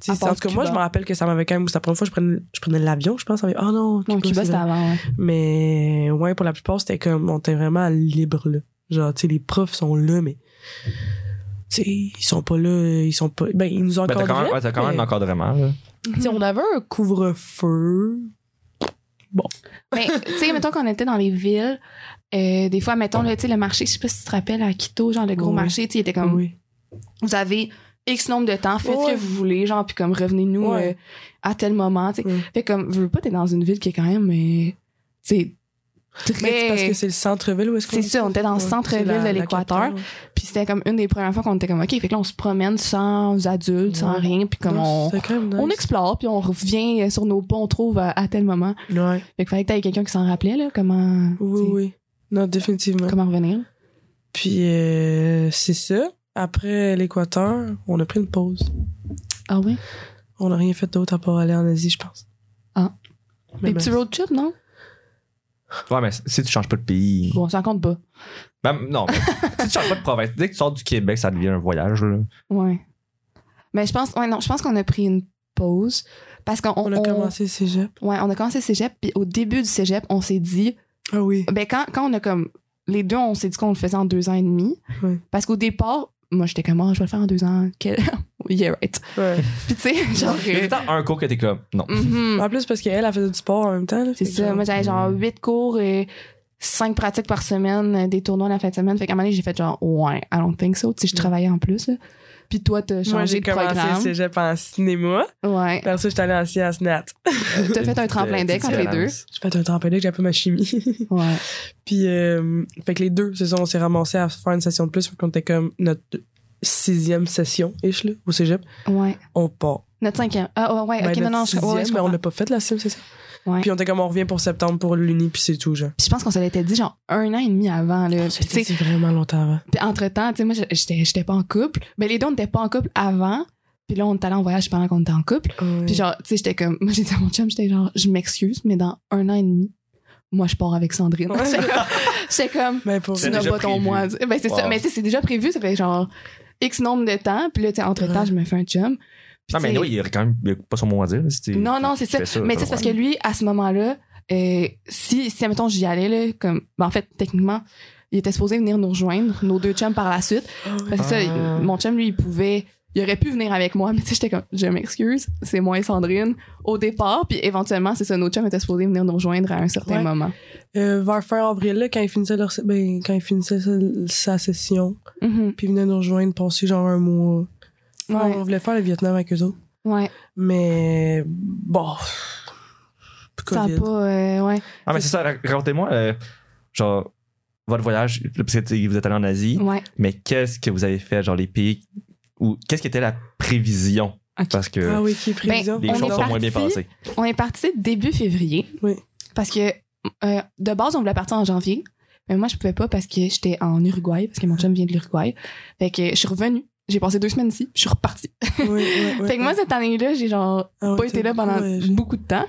Speaker 2: sais,
Speaker 3: À
Speaker 2: c'est-
Speaker 3: part
Speaker 2: en tout cas, moi,
Speaker 3: Cuba.
Speaker 2: je me rappelle que ça m'avait quand même. C'était la première fois que je prenais, je prenais l'avion, je pense. Ah oh non,
Speaker 3: Non, Cuba,
Speaker 2: c'est
Speaker 3: c'était
Speaker 2: vrai.
Speaker 3: avant, ouais.
Speaker 2: Mais ouais, pour la plupart, c'était comme on était vraiment libre là. Genre, tu sais, les profs sont là, mais tu sais, ils sont pas là, ils sont pas. Ben, ils nous
Speaker 1: Ben, t'as
Speaker 2: encadraient.
Speaker 1: quand même, ouais, t'as quand même
Speaker 2: mais-
Speaker 1: l'encadrement. là.
Speaker 2: Tu sais, on avait un couvre-feu.
Speaker 3: Mais, tu sais, mettons qu'on était dans les villes, euh, des fois, mettons, là, tu sais, le marché, je sais pas si tu te rappelles, à Quito, genre le gros
Speaker 2: Oui.
Speaker 3: marché, tu sais, il était comme,
Speaker 2: Ah Oui.
Speaker 3: vous avez X nombre de temps, faites
Speaker 2: Ouais.
Speaker 3: ce que vous voulez, genre, puis comme revenez-nous
Speaker 2: Ouais.
Speaker 3: euh, à tel moment, tu sais.
Speaker 2: Ouais.
Speaker 3: Fait comme, veux veux pas, t'es dans une ville qui est quand même, euh, tu sais,
Speaker 2: Mais c'est parce
Speaker 3: très...
Speaker 2: que c'est le centre-ville ou est-ce qu'on
Speaker 3: C'est ça, on était dans le
Speaker 2: Ouais,
Speaker 3: centre-ville
Speaker 2: c'est la-
Speaker 3: de
Speaker 2: la
Speaker 3: l'Équateur,
Speaker 2: capitale.
Speaker 3: puis c'était comme une des premières fois qu'on était comme, OK, fait que là, on se promène sans adultes, sans
Speaker 2: Ouais.
Speaker 3: rien, puis comme
Speaker 2: Non,
Speaker 3: on...
Speaker 2: c'était quand même nice.
Speaker 3: On explore, puis on revient euh, sur nos pas, on trouve à, à tel moment.
Speaker 2: Ouais.
Speaker 3: Fait que fallait que t'aies quelqu'un qui s'en rappelait, là, comment...
Speaker 2: Oui,
Speaker 3: tu sais,
Speaker 2: oui. Non, définitivement.
Speaker 3: Comment revenir.
Speaker 2: Puis euh, c'est ça. Après l'Équateur, on a pris une pause.
Speaker 3: Ah oui?
Speaker 2: On n'a rien fait d'autre à part aller en Asie, je pense.
Speaker 3: Ah.
Speaker 2: Mais
Speaker 3: Des
Speaker 2: merci.
Speaker 3: petits road trips, non?
Speaker 1: Ouais, mais si tu changes pas de pays.
Speaker 3: Bon, ça compte pas.
Speaker 1: Ben, non, mais si tu changes pas de province, dès que tu sors du Québec, ça devient un voyage. Là.
Speaker 3: Ouais. Mais je pense, ouais, non, je pense qu'on a pris une pause parce qu'on
Speaker 2: On a
Speaker 3: on-
Speaker 2: commencé le cégep.
Speaker 3: Ouais, on a commencé le cégep, puis au début du cégep, on s'est dit,
Speaker 2: Ah oui.
Speaker 3: ben quand, quand on a comme les deux, on s'est dit qu'on le faisait en deux ans et demi,
Speaker 2: Ouais.
Speaker 3: parce qu'au départ, moi j'étais comme, Ah, je vais le faire en deux ans, quel- [laughs] yeah right.
Speaker 2: Ouais.
Speaker 3: Puis tu sais, genre,
Speaker 1: Il y a tout le temps un cours que t'es comme. Non.
Speaker 3: mhm.
Speaker 2: En plus, parce qu'elle, elle faisait du sport en même temps. là.
Speaker 3: c'est
Speaker 2: Fait que
Speaker 3: ça,
Speaker 2: genre- hmm.
Speaker 3: moi j'avais genre huit cours et cinq pratiques par semaine, euh, des tournois la fin de semaine, fait qu'à un moment donné, j'ai fait genre, ouais, I don't think so, tu sais, je travaillais en plus, là. puis toi t'as
Speaker 2: Hmm. Moi,
Speaker 3: changé
Speaker 2: j'ai
Speaker 3: de
Speaker 2: commencé Ben, le
Speaker 3: programme,
Speaker 2: cégep en cinéma.
Speaker 3: ouais.
Speaker 2: Après ça, j'étais allée en sciences nat.
Speaker 3: T'as fait un tremplin deck
Speaker 1: euh,
Speaker 3: entre les deux.
Speaker 2: J'ai fait un tremplin que j'ai appelé ma chimie. [laughs]
Speaker 3: Ouais.
Speaker 2: Puis, euh, fait que les deux, c'est ça, on s'est ramassés à faire une session de plus. Fait qu'on était comme notre sixième session, ish, là, au cégep.
Speaker 3: Ouais.
Speaker 2: On part.
Speaker 3: Notre cinquième. Ah ouais, ouais,
Speaker 2: Ben,
Speaker 3: ok, non,
Speaker 2: notre
Speaker 3: non, je,
Speaker 2: sixième,
Speaker 3: ouais, ouais, je
Speaker 2: mais on
Speaker 3: comprends.
Speaker 2: l'a pas fait, la sixième session.
Speaker 3: Ouais.
Speaker 2: Puis on était comme, on revient pour septembre pour l'Uni, puis c'est tout, genre.
Speaker 3: Puis je pense qu'on se l'était dit genre un an et demi avant.
Speaker 2: Ah,
Speaker 3: Là. Puis tu sais,
Speaker 2: C'était vraiment longtemps avant.
Speaker 3: Puis entre-temps, tu sais, moi, je- j'étais j'étais pas en couple. Mais les deux, on n'était pas en couple avant. Puis là, on est allé en voyage pendant qu'on était en couple. Puis genre, tu sais, j'étais comme... [laughs] Moi, j'ai dit à mon chum, j'étais genre, je m'excuse, mais dans un an et demi, moi, je pars avec Sandrine.
Speaker 2: Ouais.
Speaker 3: J'étais comme- [laughs] J'étais comme,
Speaker 2: Mais Ben, pour
Speaker 3: tu
Speaker 1: C'est
Speaker 3: n'as
Speaker 1: déjà
Speaker 3: pas ton
Speaker 1: prévu.
Speaker 3: mois. Ben, c'est ça.
Speaker 1: Wow.
Speaker 3: Mais tu sais, c'est déjà prévu. Ça fait genre X nombre de temps. Puis là, tu sais, entre-temps,
Speaker 2: Ouais.
Speaker 3: je me fais un chum. Puis
Speaker 1: Non, mais
Speaker 3: tu sais-
Speaker 1: non, il y a quand même il y a pas son mot à dire. là, si tu-
Speaker 3: non, non, c'est
Speaker 1: tu
Speaker 3: ça.
Speaker 1: fais
Speaker 3: Mais tu sais, c'est parce que
Speaker 1: ouais.
Speaker 3: lui, à ce moment-là, euh, si, si, mettons, j'y allais, là, comme, ben, en fait, techniquement, il était supposé venir nous rejoindre, nos deux chums par la suite. Parce que ça,
Speaker 1: Ah.
Speaker 3: il- mon chum, lui, il pouvait. Il aurait pu venir avec moi, [laughs] mais tu sais, j'étais comme, je m'excuse, c'est moi et Sandrine au départ, puis éventuellement, c'est ça, nos chums étaient supposés venir nous rejoindre à un certain
Speaker 2: Ouais.
Speaker 3: moment.
Speaker 2: Euh, vers fin avril, là, quand ils finissaient leur, ben, quand ils finissaient sa, sa session,
Speaker 3: Mhm.
Speaker 2: puis ils venaient nous rejoindre, passer genre un mois.
Speaker 3: Ouais.
Speaker 2: On voulait faire le Vietnam avec eux autres.
Speaker 3: Ouais,
Speaker 2: Mais bon.
Speaker 3: ça a
Speaker 2: COVID.
Speaker 3: pas, euh, ouais,
Speaker 1: Ah, mais c'est ça, racontez-moi, euh, genre, votre voyage, parce que tu sais, vous êtes allé en Asie,
Speaker 3: ouais.
Speaker 1: mais qu'est-ce que vous avez fait, genre les pays, ou qu'est-ce qui était la prévision?
Speaker 3: Ok.
Speaker 1: Parce que
Speaker 2: Ah oui, qui est prévision.
Speaker 1: Euh, les
Speaker 3: ben, on
Speaker 1: choses
Speaker 3: est
Speaker 1: sont moins bien
Speaker 3: parti.
Speaker 1: passées.
Speaker 3: On est parti début février.
Speaker 2: Oui.
Speaker 3: Parce que euh, de base, on voulait partir en janvier. Mais moi, je pouvais pas parce que j'étais en Uruguay, parce que mon chum vient de l'Uruguay. Fait que je suis revenue. J'ai passé deux semaines ici, puis je suis repartie.
Speaker 2: Oui, oui, oui,
Speaker 3: fait que moi,
Speaker 2: oui.
Speaker 3: cette année-là, j'ai genre
Speaker 2: Ah ouais,
Speaker 3: pas été
Speaker 2: t'as
Speaker 3: là pendant
Speaker 2: voyagé.
Speaker 3: beaucoup de temps.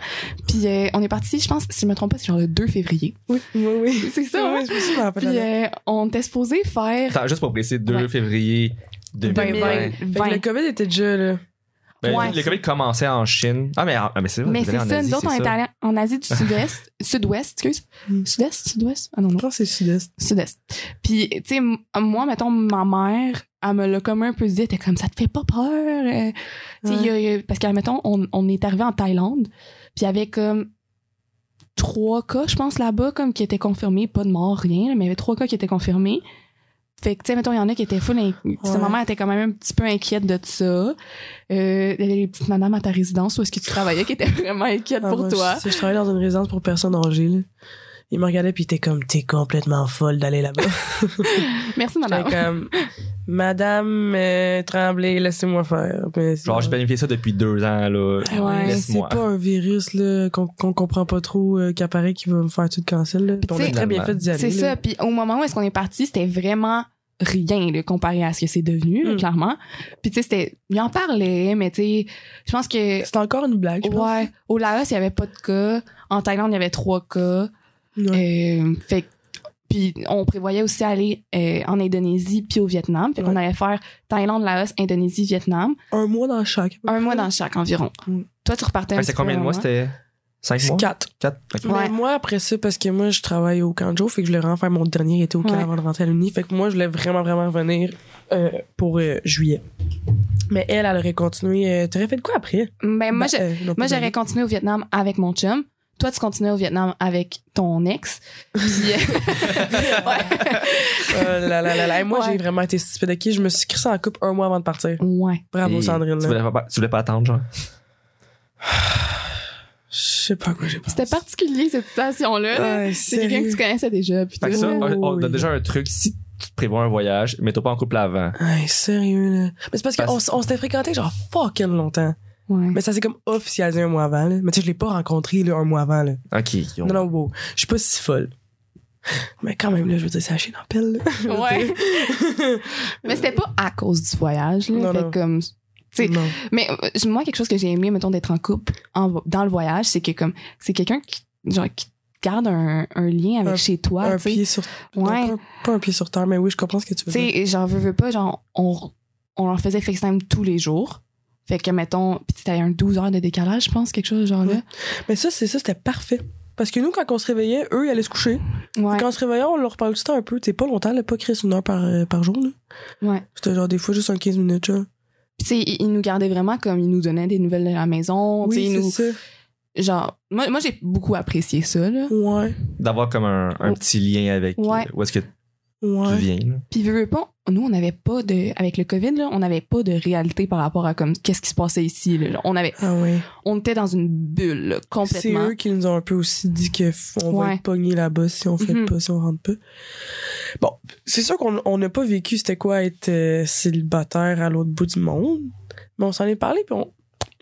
Speaker 3: Puis euh, on est parti, je pense, si je me trompe pas, c'est genre le
Speaker 2: [laughs]
Speaker 3: 2 février.
Speaker 2: Oui, oui, oui.
Speaker 3: C'est ça,
Speaker 2: Oui,
Speaker 3: ouais.
Speaker 2: je me souviens pas de
Speaker 3: Puis
Speaker 2: la date.
Speaker 3: euh, on était supposé faire
Speaker 1: Attends, juste pour préciser, 2
Speaker 3: Ouais.
Speaker 1: février 2020.
Speaker 3: 2020.
Speaker 2: Fait que le COVID était déjà là.
Speaker 1: Ben,
Speaker 3: Ouais.
Speaker 1: le COVID commençait en Chine. Ah, mais, ah, mais c'est vrai.
Speaker 3: Mais
Speaker 1: vous allez
Speaker 3: c'est
Speaker 1: en
Speaker 3: ça,
Speaker 1: Asie,
Speaker 3: nous autres, on
Speaker 1: c'est
Speaker 3: est
Speaker 1: ça.
Speaker 3: allés en Asie du Sud-Est,
Speaker 1: [laughs]
Speaker 3: Sud-Ouest, excuse.
Speaker 2: Mm.
Speaker 3: Sud-Est, Sud-Ouest? Ah non, non.
Speaker 2: Je pense que c'est sud-est.
Speaker 3: Sud-Est. Puis, tu sais, m- moi, mettons, ma mère, elle me l'a comme un peu dit, elle était comme, ça te fait pas peur? euh, tu sais, il y a- il y a- parce que, mettons, on, on est arrivé en Thaïlande, puis il y avait comme trois cas, je pense, là-bas, comme qui étaient confirmés, pas de mort, rien, là, mais il y avait trois cas qui étaient confirmés. Fait que, tu sais, mettons, il y en a qui étaient full. inqui- tu sais,
Speaker 2: Ouais.
Speaker 3: Ma mère était quand même un petit peu inquiète de ça. Euh, Il y avait les petites madames à ta résidence où est-ce que tu travaillais qui étaient [laughs] vraiment inquiètes
Speaker 2: Ah,
Speaker 3: pour
Speaker 2: moi,
Speaker 3: toi.
Speaker 2: Je, si je travaillais dans une résidence pour personnes âgées. Là. Il me regardait puis il était comme t'es complètement folle d'aller
Speaker 3: [laughs]
Speaker 2: là-bas. J'étais
Speaker 3: Merci,
Speaker 2: comme
Speaker 3: madame.
Speaker 2: Madame euh, Tremblay, laissez-moi faire. Mais c'est-
Speaker 1: Genre, j'ai planifié ça depuis deux ans, là.
Speaker 2: Ah ouais,
Speaker 3: Ouais.
Speaker 2: c'est
Speaker 1: Laisse-moi.
Speaker 2: pas un virus là qu'on qu'on comprend pas trop euh, qui apparaît qui va me faire tout de cancel. Là. Puis on
Speaker 3: tu
Speaker 2: a
Speaker 3: sais,
Speaker 2: très bien fait d'y aller.
Speaker 3: C'est
Speaker 2: là.
Speaker 3: ça. Puis au moment où est-ce qu'on est parti, c'était vraiment rien là, comparé à ce que c'est devenu, là,
Speaker 2: Mm.
Speaker 3: clairement. Puis tu sais, c'était, il en parlait, mais tu sais, je pense que
Speaker 2: C'est encore une blague. je pense. hein.
Speaker 3: ouais, au Laos il y avait pas de cas, en Thaïlande il y avait trois cas.
Speaker 2: Ouais.
Speaker 3: Euh, fait que- puis on prévoyait aussi aller euh, en Indonésie puis au Vietnam. Fait qu'on
Speaker 2: Ouais.
Speaker 3: allait faire Thaïlande, Laos, Indonésie, Vietnam,
Speaker 2: Un mois dans chaque.
Speaker 3: un mois dans chaque environ.
Speaker 2: Mm.
Speaker 3: Toi tu repartais. un
Speaker 1: Ah, c'est
Speaker 3: petit peu
Speaker 1: combien de mois?
Speaker 3: avant. hein?
Speaker 1: C'était 5 mois?
Speaker 2: Quatre.
Speaker 1: 4? Ok.
Speaker 3: Ouais.
Speaker 2: Mais moi, après ça, parce que moi, je travaille au Canjo, fait que je voulais vraiment faire mon dernier été au Canada
Speaker 3: Ouais.
Speaker 2: avant de rentrer à l'Uni. Fait que moi, je voulais vraiment, vraiment venir euh, pour euh, juillet. Mais elle, elle aurait continué. Euh, T'aurais fait de quoi après?
Speaker 3: Ben,
Speaker 2: Ben,
Speaker 3: moi j'ai-
Speaker 2: euh, non, pas
Speaker 3: Moi,
Speaker 2: de-
Speaker 3: j'aurais continué au Vietnam avec mon chum. Toi, tu continuais au Vietnam avec ton ex. Puis, euh,
Speaker 2: [laughs]
Speaker 3: ouais.
Speaker 2: Oh là là là là. Et Moi,
Speaker 3: [laughs] Ouais.
Speaker 2: j'ai vraiment été stupide. Ok, je me suis crissée en couple un mois avant de partir.
Speaker 3: [laughs] ouais.
Speaker 2: Bravo,
Speaker 1: Et
Speaker 2: Sandrine.
Speaker 1: Tu
Speaker 2: là.
Speaker 1: voulais, pas, tu voulais pas attendre, genre?
Speaker 2: Je sais pas à quoi j'ai pensé.
Speaker 3: C'était particulier, cette situation-là. là.
Speaker 2: Ouais,
Speaker 3: C'est quelqu'un que tu connaissais déjà. Puis
Speaker 1: Fait que
Speaker 3: tout.
Speaker 1: ça,
Speaker 2: Oui.
Speaker 1: on, on a déjà un truc. Si tu prévois un voyage, mets-toi pas en couple avant.
Speaker 2: Ouais, sérieux, là. Mais c'est parce qu'on
Speaker 1: Parce-
Speaker 2: s- on s'était fréquenté genre fucking longtemps.
Speaker 3: Ouais.
Speaker 2: [laughs] Mais ça s'est comme officialisé un mois avant, là. Mais tu sais, je l'ai pas rencontré, là, un mois avant, là.
Speaker 1: Ok. on-
Speaker 2: Non, non, wow. Je suis pas si folle. Mais quand même, là, je veux dire, c'est la Chine en pelle, là. [laughs]
Speaker 3: Ouais. Mais c'était pas à cause du voyage. Là.
Speaker 2: Non,
Speaker 3: Fait
Speaker 2: non.
Speaker 3: comme- T'sais,
Speaker 2: Non.
Speaker 3: Mais euh, moi, quelque chose que j'ai aimé, mettons, d'être en couple en vo- dans le voyage, c'est que comme c'est quelqu'un qui, genre, qui garde un, un lien avec
Speaker 2: Un-
Speaker 3: chez toi.
Speaker 2: un
Speaker 3: tu sais.
Speaker 2: pied sur... non,
Speaker 3: Ouais.
Speaker 2: pas, un- pas un pied sur terre, mais oui, je comprends ce que tu veux
Speaker 3: Tu
Speaker 2: dire.
Speaker 3: sais, genre, veux, veux pas, genre, on, on leur faisait FaceTime tous les jours. Fait que, mettons, pis t'as un 12 heures de décalage, je pense, quelque chose, genre là.
Speaker 2: Mais ça, c'est ça, c'était parfait. Parce que nous, quand on se réveillait, eux, ils allaient se coucher.
Speaker 3: Ouais.
Speaker 2: Et Quand on se réveillait, on leur parlait tout le temps un peu. C'est pas longtemps, là, pas Chris, une heure par, euh, par jour, là.
Speaker 3: Ouais.
Speaker 2: C'était genre des fois juste un 15 minutes, genre.
Speaker 3: Pis, tu sais, ils, ils nous gardaient vraiment comme ils nous donnaient des nouvelles de la maison. tu sais,
Speaker 2: Oui,
Speaker 3: ils
Speaker 2: c'est
Speaker 3: nous.
Speaker 2: ça.
Speaker 3: Genre, moi, moi j'ai beaucoup apprécié ça, là.
Speaker 2: Ouais,
Speaker 1: D'avoir comme un, un
Speaker 3: Oh.
Speaker 1: petit lien avec
Speaker 3: Ouais.
Speaker 1: euh, où est-ce que tu
Speaker 2: ouais.
Speaker 1: viens, là.
Speaker 3: Puis, veux, veux pas, nous, on n'avait pas de. Avec le COVID, là, on n'avait pas de réalité par rapport à comme qu'est-ce qui se passait ici, là. On avait.
Speaker 2: Ah ouais.
Speaker 3: On était dans une bulle, là,
Speaker 2: C'est
Speaker 3: complètement.
Speaker 2: eux qui nous ont un peu aussi dit que f- on
Speaker 3: Ouais.
Speaker 2: va être pognés là-bas si on fait
Speaker 3: Mhm.
Speaker 2: pas, si on rentre pas. Bon, c'est sûr qu'on on n'a pas vécu c'était quoi être euh, célibataire à l'autre bout du monde, mais on s'en est parlé puis on,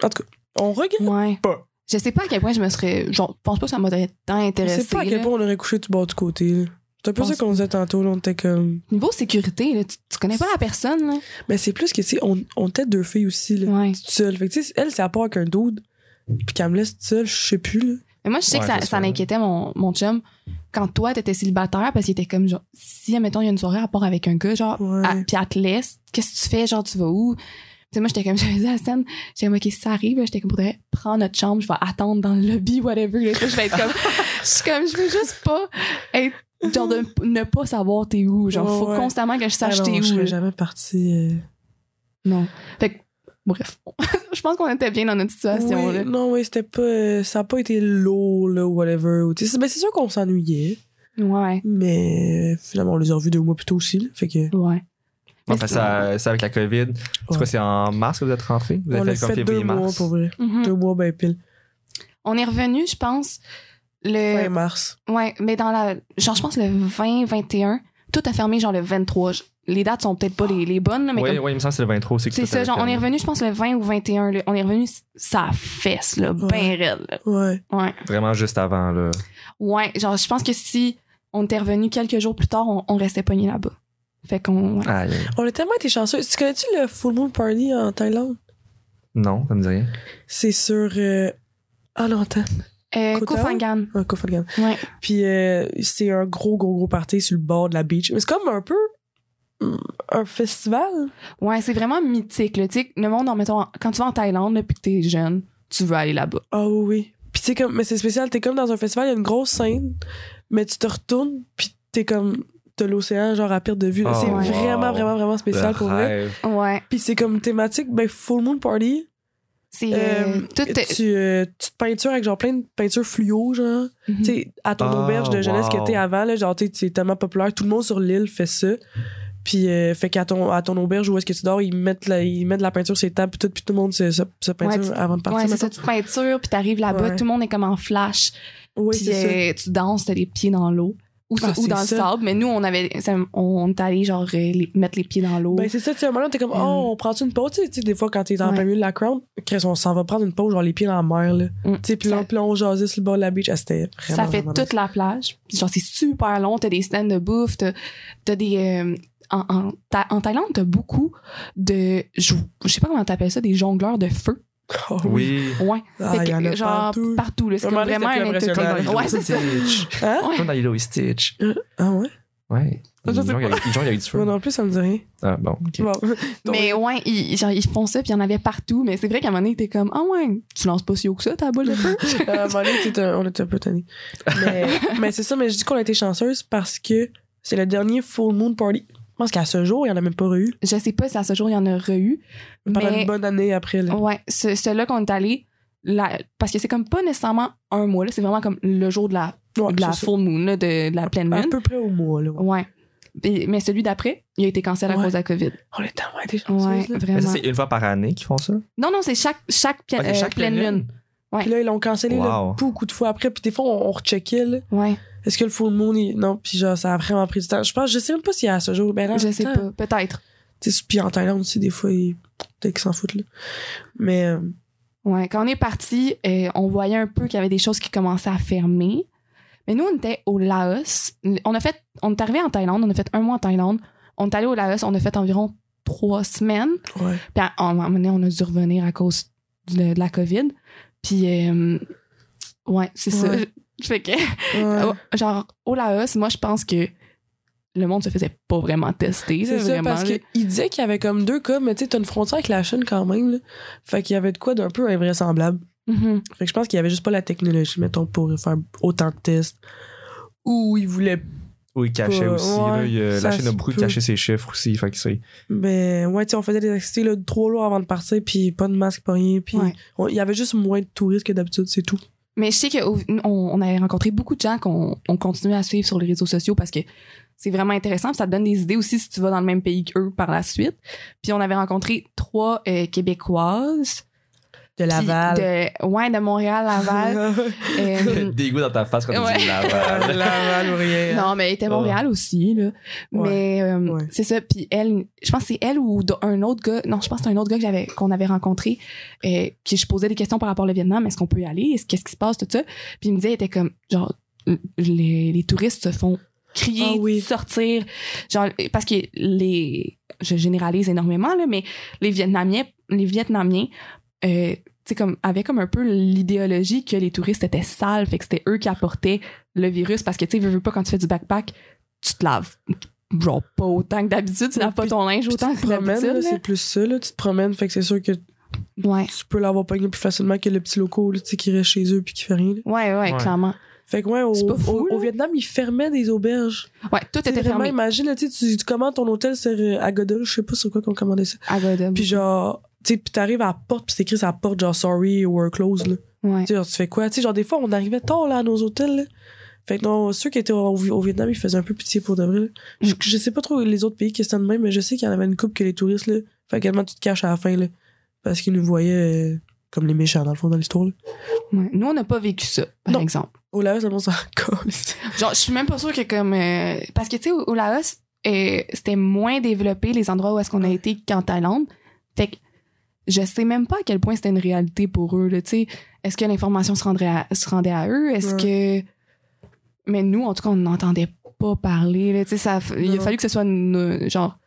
Speaker 2: en tout cas, on regrette.
Speaker 3: Ouais.
Speaker 2: pas.
Speaker 3: Je sais pas à quel point je me serais. Genre, je pense pas que ça m'aurait tant
Speaker 2: Je
Speaker 3: intéressé.
Speaker 2: sais pas à quel point on aurait couché du bord du côté. là. C'est un peu
Speaker 3: Je
Speaker 2: ça
Speaker 3: pense
Speaker 2: qu'on disait tantôt. Là, on était comme.
Speaker 3: Niveau sécurité, là, tu, tu connais pas la personne. Là.
Speaker 2: Mais c'est plus que, tu sais, on, on était deux filles aussi, là.
Speaker 3: Ouais.
Speaker 2: Toute seule. Fait que, tu sais, elle, c'est à part avec un dude. Puis qu'elle me laisse toute seule, je sais plus, là.
Speaker 3: Mais moi, je sais
Speaker 1: Ouais,
Speaker 3: que ça,
Speaker 1: c'est
Speaker 3: ça
Speaker 1: ça.
Speaker 3: l'inquiétait, mon, mon chum, quand toi, t'étais célibataire, parce qu'il était comme, genre, si, admettons, il y a une soirée à part avec un gars, genre,
Speaker 2: Ouais.
Speaker 3: à- puis elle te laisse, qu'est-ce que tu fais, genre, tu vas où? Tu sais, moi, j'étais comme, [laughs] j'avais dit à la scène, j'étais comme, OK, si ça arrive, là, j'étais comme, faudrait prendre notre chambre, je vais attendre dans le lobby, whatever, là, Tu sais, je vais
Speaker 2: [laughs]
Speaker 3: être comme, je suis comme, je veux juste pas être, genre, de ne pas savoir t'es où, genre,
Speaker 2: Ouais,
Speaker 3: faut
Speaker 2: ouais.
Speaker 3: constamment que je sache
Speaker 2: Ah non,
Speaker 3: t'es
Speaker 2: je
Speaker 3: où.
Speaker 2: serais
Speaker 3: là.
Speaker 2: jamais partie. euh,
Speaker 3: Non. Fait que, bref, [laughs] je pense qu'on était bien dans notre situation,
Speaker 2: oui,
Speaker 3: là.
Speaker 2: non, oui, c'était pas. euh, ça a pas été lourd, là, ou whatever. ou tu sais, c'est- ben, c'est sûr qu'on s'ennuyait,
Speaker 3: Ouais,
Speaker 2: mais euh, finalement, on les a revus deux mois plus tôt aussi, là, fait que.
Speaker 3: ouais.
Speaker 1: Ouais, parce que ça- c'est avec la COVID. C'est quoi, c'est en mars que vous êtes rentré? Vous
Speaker 2: on
Speaker 1: avez
Speaker 2: l'a
Speaker 1: fait comme
Speaker 2: fait deux mois,
Speaker 1: février-mars.
Speaker 2: pour vrai.
Speaker 3: Mhm.
Speaker 2: Deux mois, ben pile.
Speaker 3: On est revenu, je pense,
Speaker 2: Fin
Speaker 3: le.
Speaker 2: mars.
Speaker 3: Ouais, mais dans la. Genre, je pense le 20, 21. Tout a fermé, genre le 23. Je- Les dates sont peut-être pas les, les bonnes, là, mais
Speaker 1: Oui,
Speaker 3: comme-
Speaker 1: oui, il me semble que c'est le 23 aussi. que
Speaker 3: C'est
Speaker 1: tout
Speaker 3: ça,
Speaker 1: avait
Speaker 3: genre, on est
Speaker 1: fermé.
Speaker 3: revenu, je pense, le 20 ou 21. là. On est revenu, ça fesse, là,
Speaker 2: Ouais.
Speaker 3: ben raide, là.
Speaker 2: Ouais.
Speaker 3: Ouais.
Speaker 1: Vraiment juste avant, là.
Speaker 3: Ouais, genre, je pense que si on était revenu quelques jours plus tard, on, on restait pogné là-bas. Fait qu'on. ouais.
Speaker 1: Aïe.
Speaker 2: On a tellement été chanceux. Tu connais-tu le Full Moon Party en Thaïlande?
Speaker 1: Non, ça me dit rien.
Speaker 2: C'est sur. euh, Ah, non, attends.
Speaker 3: Euh,
Speaker 2: Koh
Speaker 3: Koh
Speaker 2: Tao?
Speaker 3: Phangan.
Speaker 2: Ah, Koh Phangan.
Speaker 3: Ouais.
Speaker 2: Puis euh, c'est un gros, gros, gros party sur le bord de la beach. Mais c'est comme un peu. mm, Un festival.
Speaker 3: Ouais, c'est vraiment mythique, là. Tu sais, le monde, en mettons, en- quand tu vas en Thaïlande, depuis que t'es jeune, tu veux aller là-bas.
Speaker 2: Ah oui, oui. Puis c'est comme, mais c'est spécial, t'es comme dans un festival, il y a une grosse scène, mais tu te retournes, puis t'es comme, t'as l'océan, genre à perte de vue. là.
Speaker 1: Oh,
Speaker 2: c'est
Speaker 3: wow.
Speaker 2: vraiment, vraiment, vraiment spécial
Speaker 1: Le
Speaker 2: pour vrai.
Speaker 1: rêve.
Speaker 3: Ouais.
Speaker 2: Puis c'est comme thématique, ben full moon party.
Speaker 3: C'est.
Speaker 2: Euh,
Speaker 3: euh, tout. est-
Speaker 2: tu, euh, tu te peintures avec genre plein de peintures fluo, genre.
Speaker 3: Mhm.
Speaker 2: Tu sais, à ton
Speaker 1: Ah,
Speaker 2: auberge de jeunesse
Speaker 1: wow.
Speaker 2: que t'es avant, là, genre, t'es t'es tellement populaire, tout le monde sur l'île fait ça. Puis, euh, fait qu'à ton, à ton auberge où est-ce que tu dors, ils mettent, la, ils mettent de la peinture sur les tables, puis tout, puis tout le monde se, se, se peinture
Speaker 3: Ouais, tu-
Speaker 2: avant de partir.
Speaker 3: ouais, c'est
Speaker 2: mettons.
Speaker 3: ça, tu peintures, puis t'arrives là-bas,
Speaker 2: Ouais.
Speaker 3: tout le monde est comme en flash,
Speaker 2: Oui,
Speaker 3: puis
Speaker 2: c'est ça.
Speaker 3: euh, tu danses, t'as les pieds dans l'eau. Ou,
Speaker 2: Ah,
Speaker 3: ou
Speaker 2: c'est
Speaker 3: dans le
Speaker 2: ça.
Speaker 3: sable, mais nous, on avait, ça- on, on est allé genre euh, les- mettre les pieds dans l'eau.
Speaker 2: Ben, c'est ça, tu sais, à un moment, donné, t'es comme, oh, on prend-tu une pause? Tu sais, tu sais, des fois, quand t'es en
Speaker 3: Ouais.
Speaker 2: plein milieu de la crowd, Chris, on s'en va prendre une pause, genre les pieds dans la mer, là.
Speaker 3: Mm.
Speaker 2: Tu sais, puis là,
Speaker 3: Ça-
Speaker 2: puis là, on jasait sur le bord de la beach. Ah, c'était vraiment.
Speaker 3: ça fait
Speaker 2: vraiment
Speaker 3: toute la plage. Puis genre, c'est super long, t'as des stands de bouffe, t'as t'as des. euh, en, en, Tha- en Thaïlande, t'as beaucoup de. jou- Je sais pas comment t'appelles ça, des jongleurs de feu.
Speaker 2: nice. Oh,
Speaker 1: [laughs] Oui.
Speaker 3: Ouais.
Speaker 2: Ah,
Speaker 3: Fait
Speaker 2: il y
Speaker 3: que,
Speaker 2: en a
Speaker 3: genre,
Speaker 2: partout.
Speaker 3: là. C'est
Speaker 2: Un
Speaker 3: comme
Speaker 2: moment donné,
Speaker 3: vraiment
Speaker 2: c'était
Speaker 3: un
Speaker 2: plus
Speaker 3: entertainment.
Speaker 2: impressionnant.
Speaker 3: Ouais,
Speaker 2: [laughs]
Speaker 3: c'est ça.
Speaker 2: Hein?
Speaker 3: Ouais.
Speaker 1: Comme dans Lilo et Stitch.
Speaker 2: Ah ouais?
Speaker 1: Ouais.
Speaker 2: Je
Speaker 1: Ils
Speaker 2: sais
Speaker 1: ont il y a- ils ont- il y a eu du feu.
Speaker 2: Moi non plus, ça me dit rien.
Speaker 1: Ah, bon, ok.
Speaker 2: Bon. [laughs]
Speaker 3: Mais ouais, ils, genre, ils font ça, puis il y en avait partout. Mais c'est vrai qu'à un moment donné, t'es comme, ah ouais, tu lances pas si haut que ça, ta boule de feu.
Speaker 2: à un moment donné, t'es un- on était un peu tannés.
Speaker 3: [laughs]
Speaker 2: Mais, mais c'est ça, mais je dis qu'on a été chanceuse parce que c'est le dernier full moon party. Je pense qu'à ce jour, il y en a même pas eu.
Speaker 3: Je sais pas si à ce jour, il y en a re-eu.
Speaker 2: Pendant
Speaker 3: Mais-
Speaker 2: une bonne année après, là.
Speaker 3: Ouais, ce- ceux-là qu'on est allés, là, parce que c'est comme pas nécessairement un mois, là, c'est vraiment comme le jour de la,
Speaker 2: Ouais,
Speaker 3: de la
Speaker 2: c'est ça.
Speaker 3: full moon, là, de, de la pleine
Speaker 2: à
Speaker 3: lune.
Speaker 2: peu près au mois, là. ouais.
Speaker 3: Ouais. Et- mais celui d'après, il a été cancel à
Speaker 2: Ouais. Ah,
Speaker 3: cause de la COVID.
Speaker 2: On a tellement été chanceuses, là.
Speaker 3: Ouais,
Speaker 1: Mais ça,
Speaker 3: vraiment.
Speaker 1: Ben, c'est une fois par année qu'ils font ça?
Speaker 3: Non, non, c'est chaque, chaque, pla-
Speaker 1: Ok,
Speaker 3: euh,
Speaker 1: chaque
Speaker 3: pleine
Speaker 1: pleine
Speaker 3: lune.
Speaker 1: lune.
Speaker 2: Puis là, ils l'ont cancellé là,
Speaker 1: Wow.
Speaker 2: beaucoup de fois après. Puis des fois, on, on recheckait, là.
Speaker 3: Ouais,
Speaker 2: Est-ce que le full moon, il- non, puis genre, ça a vraiment pris du temps. Je pense, je sais même pas s'il y a à ce jour. Ben là, en
Speaker 3: je
Speaker 2: même
Speaker 3: sais
Speaker 2: temps,
Speaker 3: pas. Peut-être.
Speaker 2: tu sais, Puis en Thaïlande aussi, des fois, ils- peut-être qu'ils s'en foutent, là. Mais, euh,
Speaker 3: Ouais, quand on est parti, euh, on voyait un peu qu'il y avait des choses qui commençaient à fermer. Mais nous, on était au Laos. On a fait, on est arrivé en Thaïlande, on a fait un mois en Thaïlande. On est allé au Laos, on a fait environ trois semaines.
Speaker 2: ouais.
Speaker 3: Puis à un moment donné, on a dû revenir à cause de, de la COVID. Puis, euh, ouais, c'est ça.
Speaker 2: Ouais.
Speaker 3: Je- [laughs] Fait que, Ah oh,
Speaker 2: Ouais.
Speaker 3: genre, au Laos, moi, je pense que le monde se faisait pas vraiment tester.
Speaker 2: C'est
Speaker 3: là,
Speaker 2: ça,
Speaker 3: vraiment,
Speaker 2: parce
Speaker 3: là.
Speaker 2: qu'il disait qu'il y avait comme deux cas, mais tu sais, t'as une frontière avec la Chine quand même, là. Fait qu'il y avait de quoi d'un peu invraisemblable.
Speaker 3: Mhm.
Speaker 2: Fait que je pense qu'il y avait juste pas la technologie, mettons, pour faire autant de tests. Ou ils voulaient.
Speaker 1: Oui, ils cachaient
Speaker 2: Pas-
Speaker 1: aussi.
Speaker 2: ouais,
Speaker 1: là, il y a-
Speaker 2: ça
Speaker 1: la chaîne a
Speaker 2: se
Speaker 1: beaucoup
Speaker 2: peut.
Speaker 1: caché ses chiffres aussi. Fait que c'est.
Speaker 2: Ben, ouais, tu sais, on faisait des activités, là, trois jours avant de partir, puis pas de masque, pas rien, puis.
Speaker 3: Ouais.
Speaker 2: on- Il y avait juste moins de touristes que d'habitude, c'est tout.
Speaker 3: Mais je sais qu'on on avait rencontré beaucoup de gens qu'on on continue à suivre sur les réseaux sociaux parce que c'est vraiment intéressant. puis Ça te donne des idées aussi si tu vas dans le même pays qu'eux par la suite. Puis on avait rencontré trois euh, Québécoises.
Speaker 2: De Laval.
Speaker 3: De, ouais, de
Speaker 2: [laughs]
Speaker 3: Montréal, Laval.
Speaker 1: [laughs]
Speaker 3: Euh,
Speaker 1: Des goûts dans ta face quand tu dis
Speaker 2: De [laughs]
Speaker 1: Laval.
Speaker 2: Laval, ou rien.
Speaker 1: euh,
Speaker 3: non, mais elle était à Montréal aussi, là.
Speaker 2: Ouais.
Speaker 3: Mais euh,
Speaker 2: Ouais.
Speaker 3: c'est ça. Puis elle, je pense que c'est elle ou d- un autre gars. Non, je pense que c'est un autre gars que j'avais- qu'on avait rencontré. Euh, puis je posais des questions par rapport au Vietnam. Est-ce qu'on peut y aller? Est-ce- Qu'est-ce qui se passe? Tout ça. Puis il me disait, il était comme, genre, les, les touristes se font crier,
Speaker 2: Ah oui.
Speaker 3: sortir. Genre, parce que les. Je généralise énormément, là, mais les Vietnamiens, les Vietnamiens, euh, tu sais, comme, avaient comme un peu l'idéologie que les touristes étaient sales, fait que c'était eux qui apportaient le virus parce que, tu sais, veux, veux pas quand tu fais du backpack, tu te laves. Genre, pas autant que d'habitude, tu laves pas ton linge
Speaker 2: Puis
Speaker 3: autant
Speaker 2: tu
Speaker 3: que
Speaker 2: te promènes, là,
Speaker 3: d'habitude.
Speaker 2: c'est plus ça, là. Tu te promènes, fait que c'est sûr que tu
Speaker 3: là. Ouais.
Speaker 2: peux l'avoir pogné plus facilement que le petit loco, là, tu sais, qui reste chez eux puis qui fait rien, là.
Speaker 3: ouais, ouais,
Speaker 1: Ouais.
Speaker 3: clairement.
Speaker 2: Fait que, ouais, au,
Speaker 3: C'est pas fou,
Speaker 2: au-
Speaker 3: là.
Speaker 2: au Vietnam, ils fermaient des auberges.
Speaker 3: Ouais, tout
Speaker 2: C'était
Speaker 3: était
Speaker 2: vraiment,
Speaker 3: fermé.
Speaker 2: imagine, là, tu, sais, tu tu commandes ton hôtel sur euh, Agodol, je sais pas sur quoi qu'on commandait ça.
Speaker 3: à Gotham.
Speaker 2: Puis genre, tu sais, puis t'arrives à la porte, puis c'est écrit sur la porte, genre, sorry, we're closed, là.
Speaker 3: Ouais.
Speaker 2: Tu sais, genre, tu fais quoi? Tu sais, genre, des fois, on arrivait tard, là, à nos hôtels, là. Fait que non, ceux qui étaient au, au Vietnam, ils faisaient un peu pitié pour de vrai, là. Je,
Speaker 3: Mm.
Speaker 2: je sais pas trop les autres pays qui étaient de même, mais je sais qu'il y en avait une couple que les touristes, là. Fait également, tu te caches à la fin, là. Parce qu'ils nous voyaient euh, comme les méchants, dans le fond, dans l'histoire, là.
Speaker 3: Ouais. Nous, on n'a pas vécu ça, par
Speaker 2: Non.
Speaker 3: exemple.
Speaker 2: Au Laos, le monde [laughs] s'en calisse.
Speaker 3: Genre, je suis même pas sûre que comme. euh, parce que, tu sais, au, au Laos, euh, c'était moins développé les endroits où est-ce qu'on a été qu'en Thaïlande. Fait que je sais même pas à quel point c'était une réalité pour eux, là, tu sais. Est-ce que l'information se, rendrait à- se rendait à eux? Est-ce que. Mais nous, en tout cas, on n'entendait pas parler, là, tu sais. ça a- Il a
Speaker 2: Non.
Speaker 3: fallu que ce soit une- genre.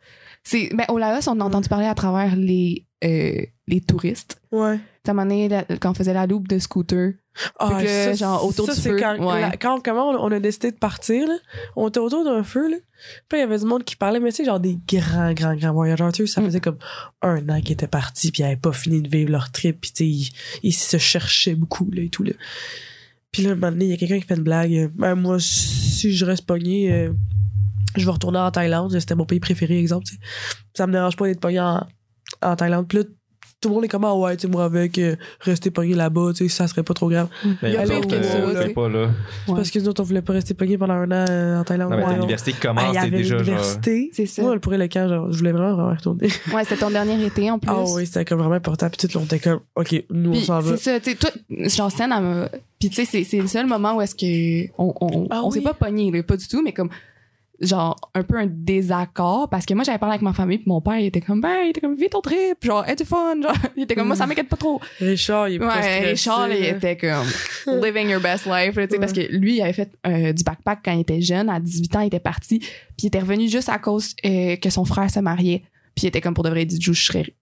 Speaker 3: c'est ben, au Laos, on a entendu parler à travers les, euh, les touristes.
Speaker 2: Ouais.
Speaker 3: Ça m'a donné, la- quand on faisait la loupe de scooter.
Speaker 2: Ah,
Speaker 3: Puis que,
Speaker 2: ça,
Speaker 3: genre, autour
Speaker 2: ça,
Speaker 3: du
Speaker 2: c'est
Speaker 3: feu,
Speaker 2: Quand,
Speaker 3: ouais.
Speaker 2: la- quand comment on, on a décidé de partir, là, on était autour d'un feu, là. Puis là, il y avait du monde qui parlait, mais tu sais, genre des grands, grands, grands voyageurs. Tu sais, ça
Speaker 3: Mm.
Speaker 2: faisait comme un an qu'ils étaient partis, puis ils n'avaient pas fini de vivre leur trip, puis tu sais, ils, ils se cherchaient beaucoup, là, et tout, là. Puis là, un moment donné, il y a quelqu'un qui fait une blague. euh, Ben, moi, si je reste pogné, euh, je vais retourner en Thaïlande. C'était mon pays préféré, exemple, tu sais. Ça me dérange pas d'être pogné en, en Thaïlande. Puis là, tout le monde est comme, ah ouais, tu sais, moi, avec euh, rester pogné là-bas, tu sais, ça serait pas trop grave.
Speaker 1: Mais
Speaker 3: Il y a
Speaker 1: eux
Speaker 2: pire
Speaker 1: autres,
Speaker 2: que ça,
Speaker 1: euh,
Speaker 2: là.
Speaker 1: c'est pas là.
Speaker 3: Ouais.
Speaker 2: Parce que nous autres, on voulait pas rester pogné pendant un an euh, en Thaïlande.
Speaker 1: Non, mais
Speaker 2: Ouais, on-
Speaker 1: l'université
Speaker 2: Ah,
Speaker 1: commence,
Speaker 2: il y
Speaker 1: t'es
Speaker 2: avait
Speaker 1: déjà genre.
Speaker 2: l'université.
Speaker 3: C'est ça.
Speaker 2: Moi, le pourri le camp, genre, je voulais vraiment, vraiment retourner.
Speaker 3: Ouais, c'était ton dernier été en plus.
Speaker 2: [laughs] Ah oui, c'était comme vraiment important. Puis tout, on était comme, OK, nous, on
Speaker 3: Puis
Speaker 2: s'en va.
Speaker 3: c'est ça, tu sais, toi, genre Stan, elle m'a- Puis tu sais, c'est- c'est le seul moment où est-ce que on, on,
Speaker 2: Ah
Speaker 3: on s'est
Speaker 2: oui.
Speaker 3: pas pogné, là, pas du tout, mais comme genre un peu un désaccord parce que moi j'avais parlé avec ma famille puis mon père il était comme ben il était comme vis ton trip genre hey, du fun genre [laughs] il était comme moi
Speaker 2: Mm.
Speaker 3: ça m'inquiète pas trop
Speaker 2: Richard, il est pas
Speaker 3: ouais
Speaker 2: stressé,
Speaker 3: Richard il
Speaker 2: là.
Speaker 3: était comme
Speaker 2: [laughs]
Speaker 3: living your best life là, tu sais, parce que lui il avait fait euh, du backpack quand il était jeune à 18 ans il était parti puis il était revenu juste à cause euh, que son frère se mariait puis il était comme pour de vrai il dit Jou, je serais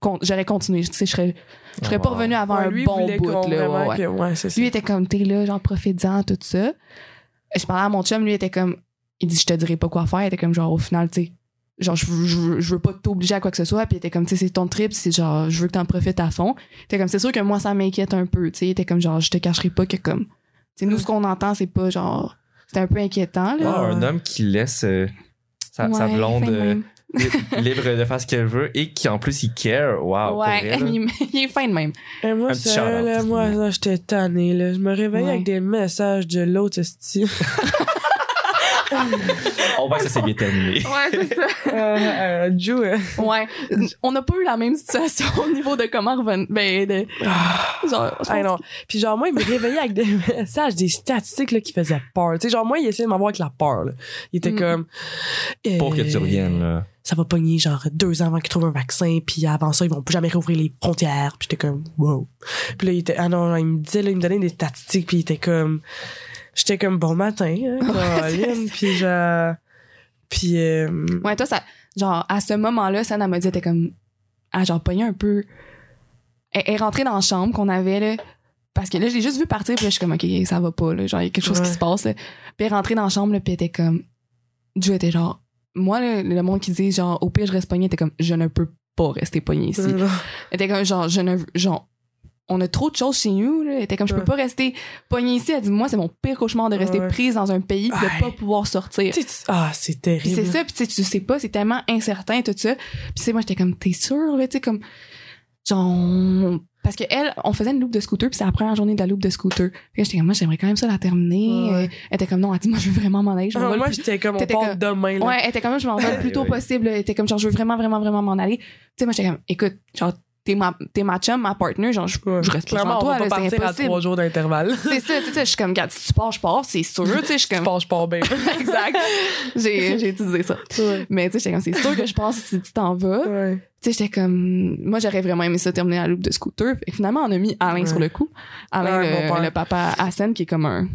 Speaker 3: con- j'aurais continué tu sais je serais je serais pas
Speaker 1: Wow.
Speaker 3: revenu avant
Speaker 2: Ouais,
Speaker 3: un
Speaker 2: lui, il
Speaker 3: bon
Speaker 2: voulait
Speaker 3: bout
Speaker 2: qu'on-
Speaker 3: là
Speaker 2: vraiment
Speaker 3: ouais, ouais.
Speaker 2: que- ouais, c'est ça.
Speaker 3: lui était comme t'es là genre profitant tout ça je parlais à mon chum lui était comme il dit je te dirai pas quoi faire il était comme genre au final tu sais genre je, veux- je, veux- je veux pas t'obliger à quoi que ce soit puis il était comme tu sais c'est ton trip c'est genre je veux que t'en profites à fond il était comme c'est sûr que moi ça m'inquiète un peu tu sais il était comme genre je te cacherai pas que comme tu sais nous ce qu'on entend c'est pas genre c'était un peu inquiétant
Speaker 1: Wow,
Speaker 3: là
Speaker 1: Ah, un homme qui laisse euh, sa, sa
Speaker 3: Ouais,
Speaker 1: blonde
Speaker 3: fin de
Speaker 1: euh, [laughs]
Speaker 3: même.
Speaker 1: libre de faire ce qu'elle veut et qui en plus il care. Wow, ah, pour
Speaker 3: ouais [laughs]
Speaker 1: vrai, là.
Speaker 3: il, il est fin de même
Speaker 2: Et moi,
Speaker 1: Un petit
Speaker 2: seule,
Speaker 1: shout-out.
Speaker 2: moi, là, j'étais tannée, là. Je me réveillais
Speaker 3: Ouais.
Speaker 2: avec des messages de l'autre style.
Speaker 1: On voit que ça s'est bien terminé.
Speaker 3: [laughs] ouais c'est ça
Speaker 2: Joe, euh,
Speaker 3: ouais on n'a pas eu la même situation [laughs] au niveau de comment revenir ben de, genre je pense
Speaker 2: Ah non. Puis genre, moi, il me réveillait avec des [laughs] messages, des statistiques là, qui faisaient peur. Tu sais, genre, moi, il essayait de m'avoir avec la peur. là. Il était
Speaker 3: Mm.
Speaker 2: comme... euh,
Speaker 1: Pour que tu reviennes. Là.
Speaker 2: Ça va pogner genre deux ans avant qu'ils trouvent un vaccin, puis avant ça, ils vont plus jamais réouvrir les frontières. Puis j'étais comme, wow. Puis là, il était... Ah non, non, il me disait, là, il me donnait des statistiques, puis il était comme... J'étais comme, bon matin,
Speaker 3: [laughs]
Speaker 2: hein, Caroline. puis genre... Puis... euh,
Speaker 3: Ouais, toi, ça, genre, à ce moment-là, Sana m'a dit, elle était comme, ah, genre, pogné un peu. Elle elle est rentrée dans la chambre qu'on avait, là. Parce que là, je l'ai juste vu partir, puis là, je suis comme, OK, ça va pas, là. Genre, il y a quelque chose
Speaker 2: Ouais.
Speaker 3: qui se passe, là. Puis elle est rentrée dans la chambre, là, puis elle était comme, Dieu était genre, moi, le, le monde qui dit, genre, au pire, je reste pogné, était comme, je ne peux pas rester pogné ici.
Speaker 2: euh,
Speaker 3: Elle était comme, genre, je ne, genre, on a trop de choses chez nous, là. Elle était comme, je peux
Speaker 2: Ouais.
Speaker 3: pas rester pogné ici. Elle dit, moi, c'est mon pire cauchemar de rester
Speaker 2: Ouais.
Speaker 3: prise dans un pays, puis de
Speaker 2: Ouais.
Speaker 3: pas pouvoir sortir.
Speaker 2: tu sais, tu- Ah, c'est
Speaker 3: Puis
Speaker 2: terrible.
Speaker 3: c'est ça, puis tu sais, tu sais pas, c'est tellement incertain tout ça. Puis tu sais, moi j'étais comme t'es sûr là, tu sais comme genre on- parce que elle, on faisait une loupe de scooter, puis c'est la première journée de la loupe de scooter. Puis là, j'étais comme moi j'aimerais quand même ça la terminer.
Speaker 2: Ouais, ouais.
Speaker 3: Euh, Elle était comme non, elle dit moi je veux vraiment m'en aller, je m'en
Speaker 2: Ah,
Speaker 3: vais le
Speaker 2: moi,
Speaker 3: plus-
Speaker 2: j'étais comme, on
Speaker 3: t'étais
Speaker 2: part
Speaker 3: comme-
Speaker 2: demain. Là.
Speaker 3: Ouais, elle était comme je m'en vais le plus
Speaker 1: Ouais,
Speaker 3: tôt
Speaker 1: ouais.
Speaker 3: possible. Elle était comme genre je veux vraiment vraiment vraiment m'en aller. Tu sais moi j'étais comme écoute, genre t'es- t'es ma, t'es ma chum, ma partner, genre, je,
Speaker 2: Ouais.
Speaker 3: je reste pas
Speaker 2: Clairement,
Speaker 3: sans toi,
Speaker 2: on va
Speaker 3: là,
Speaker 2: pas
Speaker 3: c'est
Speaker 2: partir à
Speaker 3: impossible.
Speaker 2: trois jours d'intervalle.
Speaker 3: C'est ça, tu sais, je suis comme, regarde, si tu pars, je pars, c'est sûr, tu sais, je suis
Speaker 2: Je
Speaker 3: comme,
Speaker 2: pense pas
Speaker 3: [laughs]
Speaker 2: bien.
Speaker 3: exact. J'ai, j'ai utilisé ça.
Speaker 2: Ouais.
Speaker 3: Mais tu sais, j'étais comme, c'est sûr que je pense si tu t'en vas.
Speaker 2: Ouais.
Speaker 3: Tu sais, j'étais comme, moi, j'aurais vraiment aimé ça terminer à la loupe de scooter. Et finalement, on a mis Alain
Speaker 2: Ouais.
Speaker 3: sur le coup. Alain,
Speaker 2: Ouais,
Speaker 3: le,
Speaker 2: mon père.
Speaker 3: le papa à Hassan, qui est comme un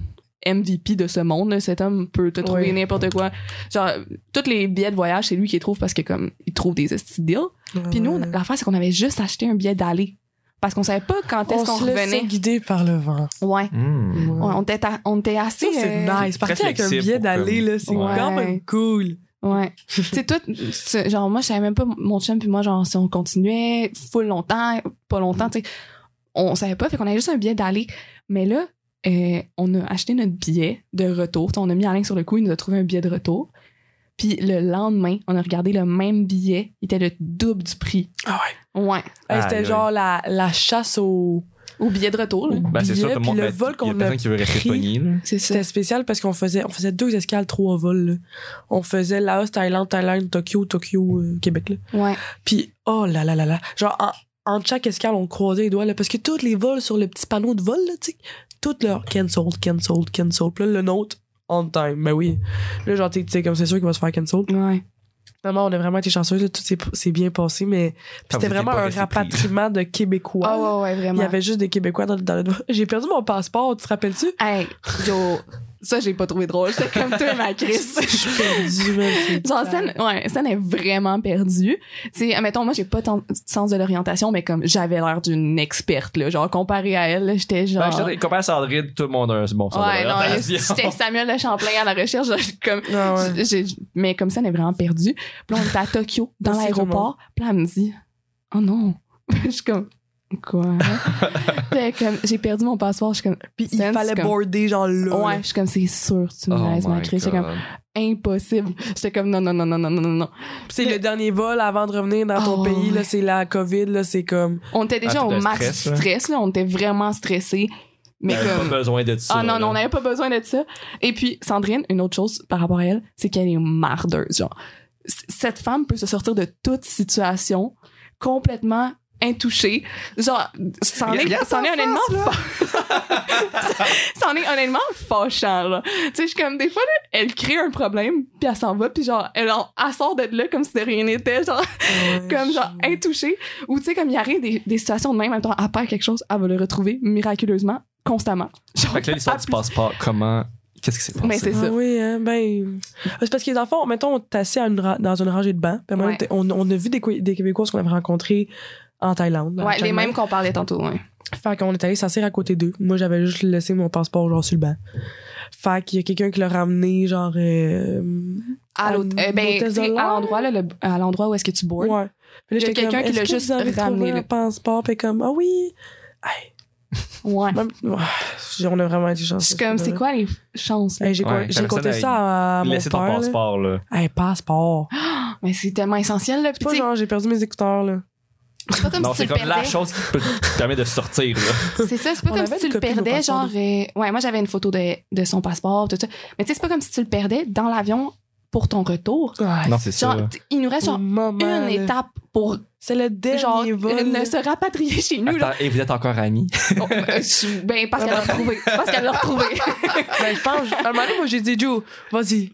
Speaker 3: MVP de ce monde. là. Cet homme peut te trouver
Speaker 2: Ouais.
Speaker 3: n'importe quoi. Genre, tous les billets de voyage, c'est lui qui les trouve parce que, comme, il trouve des hosties de deals. Puis nous, l'affaire, c'est qu'on avait juste acheté un billet d'aller. Parce qu'on savait pas quand
Speaker 2: on
Speaker 3: est-ce qu'on
Speaker 2: se laissait
Speaker 3: revenait.
Speaker 2: guider par le vent.
Speaker 3: Ouais.
Speaker 1: Hmm.
Speaker 3: On, on était, à- on était assez.
Speaker 2: Ça, c'est
Speaker 3: euh,
Speaker 2: nice. Partir avec un
Speaker 1: flexible
Speaker 2: billet
Speaker 1: pour
Speaker 2: d'aller,
Speaker 1: comme-
Speaker 2: là, c'est
Speaker 1: Ouais.
Speaker 2: quand même cool.
Speaker 3: [laughs] Ouais. tu sais, tout, ce- genre, moi, je savais même pas, mon chum puis moi, genre, si on continuait full longtemps, pas longtemps, tu sais, on savait pas, fait qu'on avait juste un billet d'aller. Mais là, euh, on a acheté notre billet de retour. Tu sais, on a mis Alain sur le coup, il nous a trouvé un billet de retour. Puis le lendemain, on a regardé le même billet, il était le double du prix.
Speaker 2: Ah ouais.
Speaker 3: Ouais.
Speaker 2: Hey,
Speaker 1: Aïe,
Speaker 2: C'était
Speaker 1: aïe.
Speaker 2: genre la, la chasse au.
Speaker 3: Au billet de retour, là.
Speaker 1: Ben, c'est
Speaker 2: billet,
Speaker 1: sûr, tout le
Speaker 2: puis
Speaker 1: monde.
Speaker 2: le
Speaker 1: ben,
Speaker 2: vol
Speaker 1: y a
Speaker 2: qu'on a
Speaker 1: personne qui veut rester
Speaker 2: pris.
Speaker 1: pogné, là.
Speaker 3: C'est ça.
Speaker 2: C'était spécial parce qu'on faisait, on faisait deux escales, trois vols. là. On faisait Laos, Thaïlande, Thaïlande, Tokyo, Tokyo, euh, Québec. Là.
Speaker 3: Ouais.
Speaker 2: Puis, oh là là là là. Genre, en, entre chaque escale, on croisait les doigts. Là, parce que tous les vols sur le petit panneau de vol, là, tu sais, toutes leurs cancelled, cancelled, cancelled. Puis là, le nôtre, on time. Ben oui. Là, genre, tu sais, comme c'est sûr qu'il va se faire cancel.
Speaker 3: Ouais.
Speaker 2: Finalement, on a vraiment été chanceux. là, tout s'est s'est bien passé. Mais
Speaker 1: Ah,
Speaker 2: puis
Speaker 1: vous
Speaker 2: c'était
Speaker 1: étiez
Speaker 2: vraiment
Speaker 1: pas
Speaker 2: un
Speaker 1: restés pris.
Speaker 2: rapatriement de Québécois.
Speaker 3: Ah ouais, ouais,
Speaker 2: Il
Speaker 3: vraiment.
Speaker 2: y avait juste des Québécois dans, dans le. J'ai perdu mon passeport, tu te rappelles-tu?
Speaker 3: Hey, yo, ça, j'ai pas trouvé [laughs] drôle. C'était comme toi, ma crise.
Speaker 2: [laughs]
Speaker 3: [laughs]
Speaker 2: Je suis perdue, man, c'est
Speaker 3: Genre,
Speaker 2: plate.
Speaker 3: Sen, ouais, Sen est vraiment perdue. Tu sais, admettons, moi, j'ai pas tant de sens de l'orientation, mais comme j'avais l'air d'une experte, là. Genre, comparé à elle, là, j'étais genre.
Speaker 1: Ben, je te dis, comparé à Sandrine, tout le monde a un bon sens.
Speaker 3: ouais,
Speaker 1: de
Speaker 3: non, elle-
Speaker 1: l'orientation.
Speaker 3: j'étais Samuel Le Champlain à la recherche, genre, comme.
Speaker 2: Ah ouais.
Speaker 3: j'ai- mais comme ça, elle est vraiment perdue. Puis là, on était à Tokyo, dans
Speaker 2: Merci tout le
Speaker 3: l'aéroport. Puis là, elle me dit, oh non. [laughs] je suis comme, quoi?
Speaker 1: [laughs]
Speaker 3: Puis elle est comme, j'ai perdu mon passeport. Je suis comme,
Speaker 2: Puis il
Speaker 3: Sense,
Speaker 2: fallait
Speaker 3: comme-
Speaker 2: border, genre là.
Speaker 3: ouais, je suis comme, c'est sûr, tu me
Speaker 1: Oh
Speaker 3: laisses ma
Speaker 1: my
Speaker 3: crise. J'étais comme,
Speaker 1: God.
Speaker 3: impossible. J'étais comme, non, non, non, non, non, non, non, non.
Speaker 2: Puis c'est le dernier vol avant de revenir dans ton
Speaker 3: Oh,
Speaker 2: pays, là,
Speaker 3: ouais.
Speaker 2: c'est la COVID, là, c'est comme.
Speaker 3: On était déjà
Speaker 1: Ah,
Speaker 3: au
Speaker 1: le
Speaker 3: max stress,
Speaker 1: stress, là.
Speaker 3: stress là. On était vraiment stressés. Mais
Speaker 1: J'avais
Speaker 3: comme.
Speaker 1: pas besoin de ça.
Speaker 3: Ah non,
Speaker 1: là.
Speaker 3: non, on n'avait pas besoin de ça. Et puis, Sandrine, une autre chose par rapport à elle, c'est qu'elle est mardeuse. Genre, C- cette femme peut se sortir de toute situation complètement intouchée. Genre, c'en
Speaker 1: Il y a- il y
Speaker 3: est,
Speaker 1: a
Speaker 3: c'en est honnêtement fâ- [laughs] c'en est honnêtement fâchant, là. Tu sais, je suis comme, des fois, là, elle crée un problème, puis elle s'en va, puis genre, elle, en, elle sort de là comme si de rien n'était. Genre, comme genre intouché ou tu sais comme il arrive des, des situations de même en même temps à perd quelque chose elle va le retrouver miraculeusement constamment Genre, [laughs]
Speaker 1: Fait que là, l'histoire du
Speaker 3: à plus-
Speaker 1: passeport, comment. Qu'est-ce qui s'est passé?
Speaker 3: Mais c'est ça.
Speaker 2: Ah oui, hein, ben. C'est parce que les enfants, mettons, on était assis à une ra- dans une rangée de bancs. puis à un moment
Speaker 3: Ouais.
Speaker 2: donné, on, on a vu des, Qué- des Québécois qu'on avait rencontrés en Thaïlande.
Speaker 3: ouais les
Speaker 2: Chiang Mai.
Speaker 3: mêmes qu'on parlait tantôt ouais.
Speaker 2: Fait qu'on est allé s'asseoir à côté d'eux. Moi, j'avais juste laissé mon passeport, genre, sur le banc. Fait qu'il y a quelqu'un qui l'a ramené, genre. euh,
Speaker 3: à
Speaker 2: À
Speaker 3: l'autre euh, ben
Speaker 2: l'hôtel de
Speaker 3: tu sais, à
Speaker 2: l'air?
Speaker 3: l'endroit là, le- à l'endroit où est-ce que tu bois
Speaker 2: Ouais. Puis là,
Speaker 3: Il y a
Speaker 2: j'étais
Speaker 3: quelqu'un
Speaker 2: comme,
Speaker 3: qui l'a
Speaker 2: Est-ce que
Speaker 3: juste
Speaker 2: vous avez trouvé
Speaker 3: ramené,
Speaker 2: un
Speaker 3: là.
Speaker 2: passeport, puis comme, ah oui.
Speaker 3: ouais
Speaker 2: Même- ouais, on a vraiment été chanceux.
Speaker 3: je suis comme c'est quoi les chances là?
Speaker 2: Hey, j'ai
Speaker 1: Ouais,
Speaker 2: quoi-
Speaker 1: la
Speaker 2: j'ai compté
Speaker 1: personne,
Speaker 2: ça à mon
Speaker 1: Laissez
Speaker 2: père.
Speaker 1: ton
Speaker 2: là.
Speaker 1: passeport, là.
Speaker 2: Hey, passeport.
Speaker 3: mais c'est tellement essentiel là
Speaker 2: C'est
Speaker 3: puis
Speaker 2: pas
Speaker 3: Ah, tu sais,
Speaker 2: genre, j'ai perdu mes écouteurs, là.
Speaker 3: c'est pas comme
Speaker 1: Non,
Speaker 3: si
Speaker 1: c'est
Speaker 3: tu le
Speaker 1: comme la
Speaker 3: perdais
Speaker 1: chose qui peut te [laughs] permet de sortir, là.
Speaker 3: c'est ça c'est pas
Speaker 2: On
Speaker 3: comme
Speaker 2: avait
Speaker 3: si tu
Speaker 2: une
Speaker 3: le
Speaker 2: copie de nos
Speaker 3: perdais genre
Speaker 2: passeports.
Speaker 3: euh, ouais moi j'avais une photo de de son passeport tout ça mais tu sais c'est pas comme si tu le perdais dans l'avion pour ton retour
Speaker 1: Ah,
Speaker 2: Ah,
Speaker 1: Non, c'est ça.
Speaker 3: genre t- il nous reste genre une étape pour
Speaker 2: C'est le dernier
Speaker 3: genre
Speaker 2: vol.
Speaker 3: ne se rapatrier chez nous là.
Speaker 1: Attends, et vous êtes encore amis?
Speaker 3: Oh, [laughs] euh, je- ben parce qu'elle l'a retrouvé parce qu'elle l'a retrouvé
Speaker 2: Ben, je pense, à un moment donné, moi, j'ai dit, Joe, vas-y.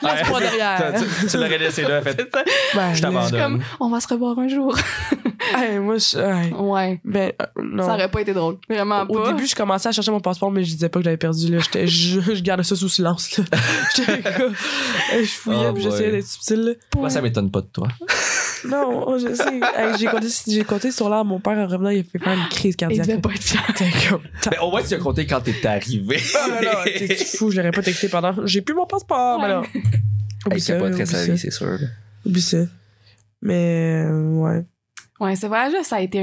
Speaker 2: Laisse-moi
Speaker 1: Ouais. [laughs]
Speaker 2: derrière.
Speaker 1: Tu- tu- Tu l'aurais laissé là, en fait.
Speaker 2: Ben,
Speaker 1: Je
Speaker 3: Je suis
Speaker 1: t'abandonne.
Speaker 3: comme [laughs] on va se revoir un jour
Speaker 2: hey, moi, je. hey.
Speaker 3: ouais
Speaker 2: Ben, euh, non.
Speaker 3: ça aurait pas été drôle vraiment
Speaker 2: Au
Speaker 3: pas
Speaker 2: début, je commençais à chercher mon passeport, mais je disais pas que j'avais perdu. Là. J'étais- Je, je gardais ça sous silence. Là. [laughs] J'étais comme- je fouillais,
Speaker 1: Oh boy.
Speaker 2: puis j'essayais d'être subtil. Là.
Speaker 1: Moi, ça m'étonne pas de toi.
Speaker 2: Non, oh, je sais. Hey, j'ai, compté, j'ai compté sur l'air. Mon père, en revenant, il a fait faire une crise
Speaker 3: il
Speaker 2: cardiaque.
Speaker 3: devait pas être fier.
Speaker 2: J'étais comme,
Speaker 3: [laughs]
Speaker 1: Mais au moins, tu as compté quand t'es arrivé.
Speaker 2: Ah, non, non, t'es
Speaker 1: [laughs]
Speaker 2: fou, je l'aurais pas texté pendant. J'ai plus mon passeport,
Speaker 3: Ouais.
Speaker 2: mais non. Oublie ça, oublie ça,
Speaker 1: c'est sûr.
Speaker 2: oublie ça. Mais, euh, ouais.
Speaker 3: ouais ce voyage là ça a été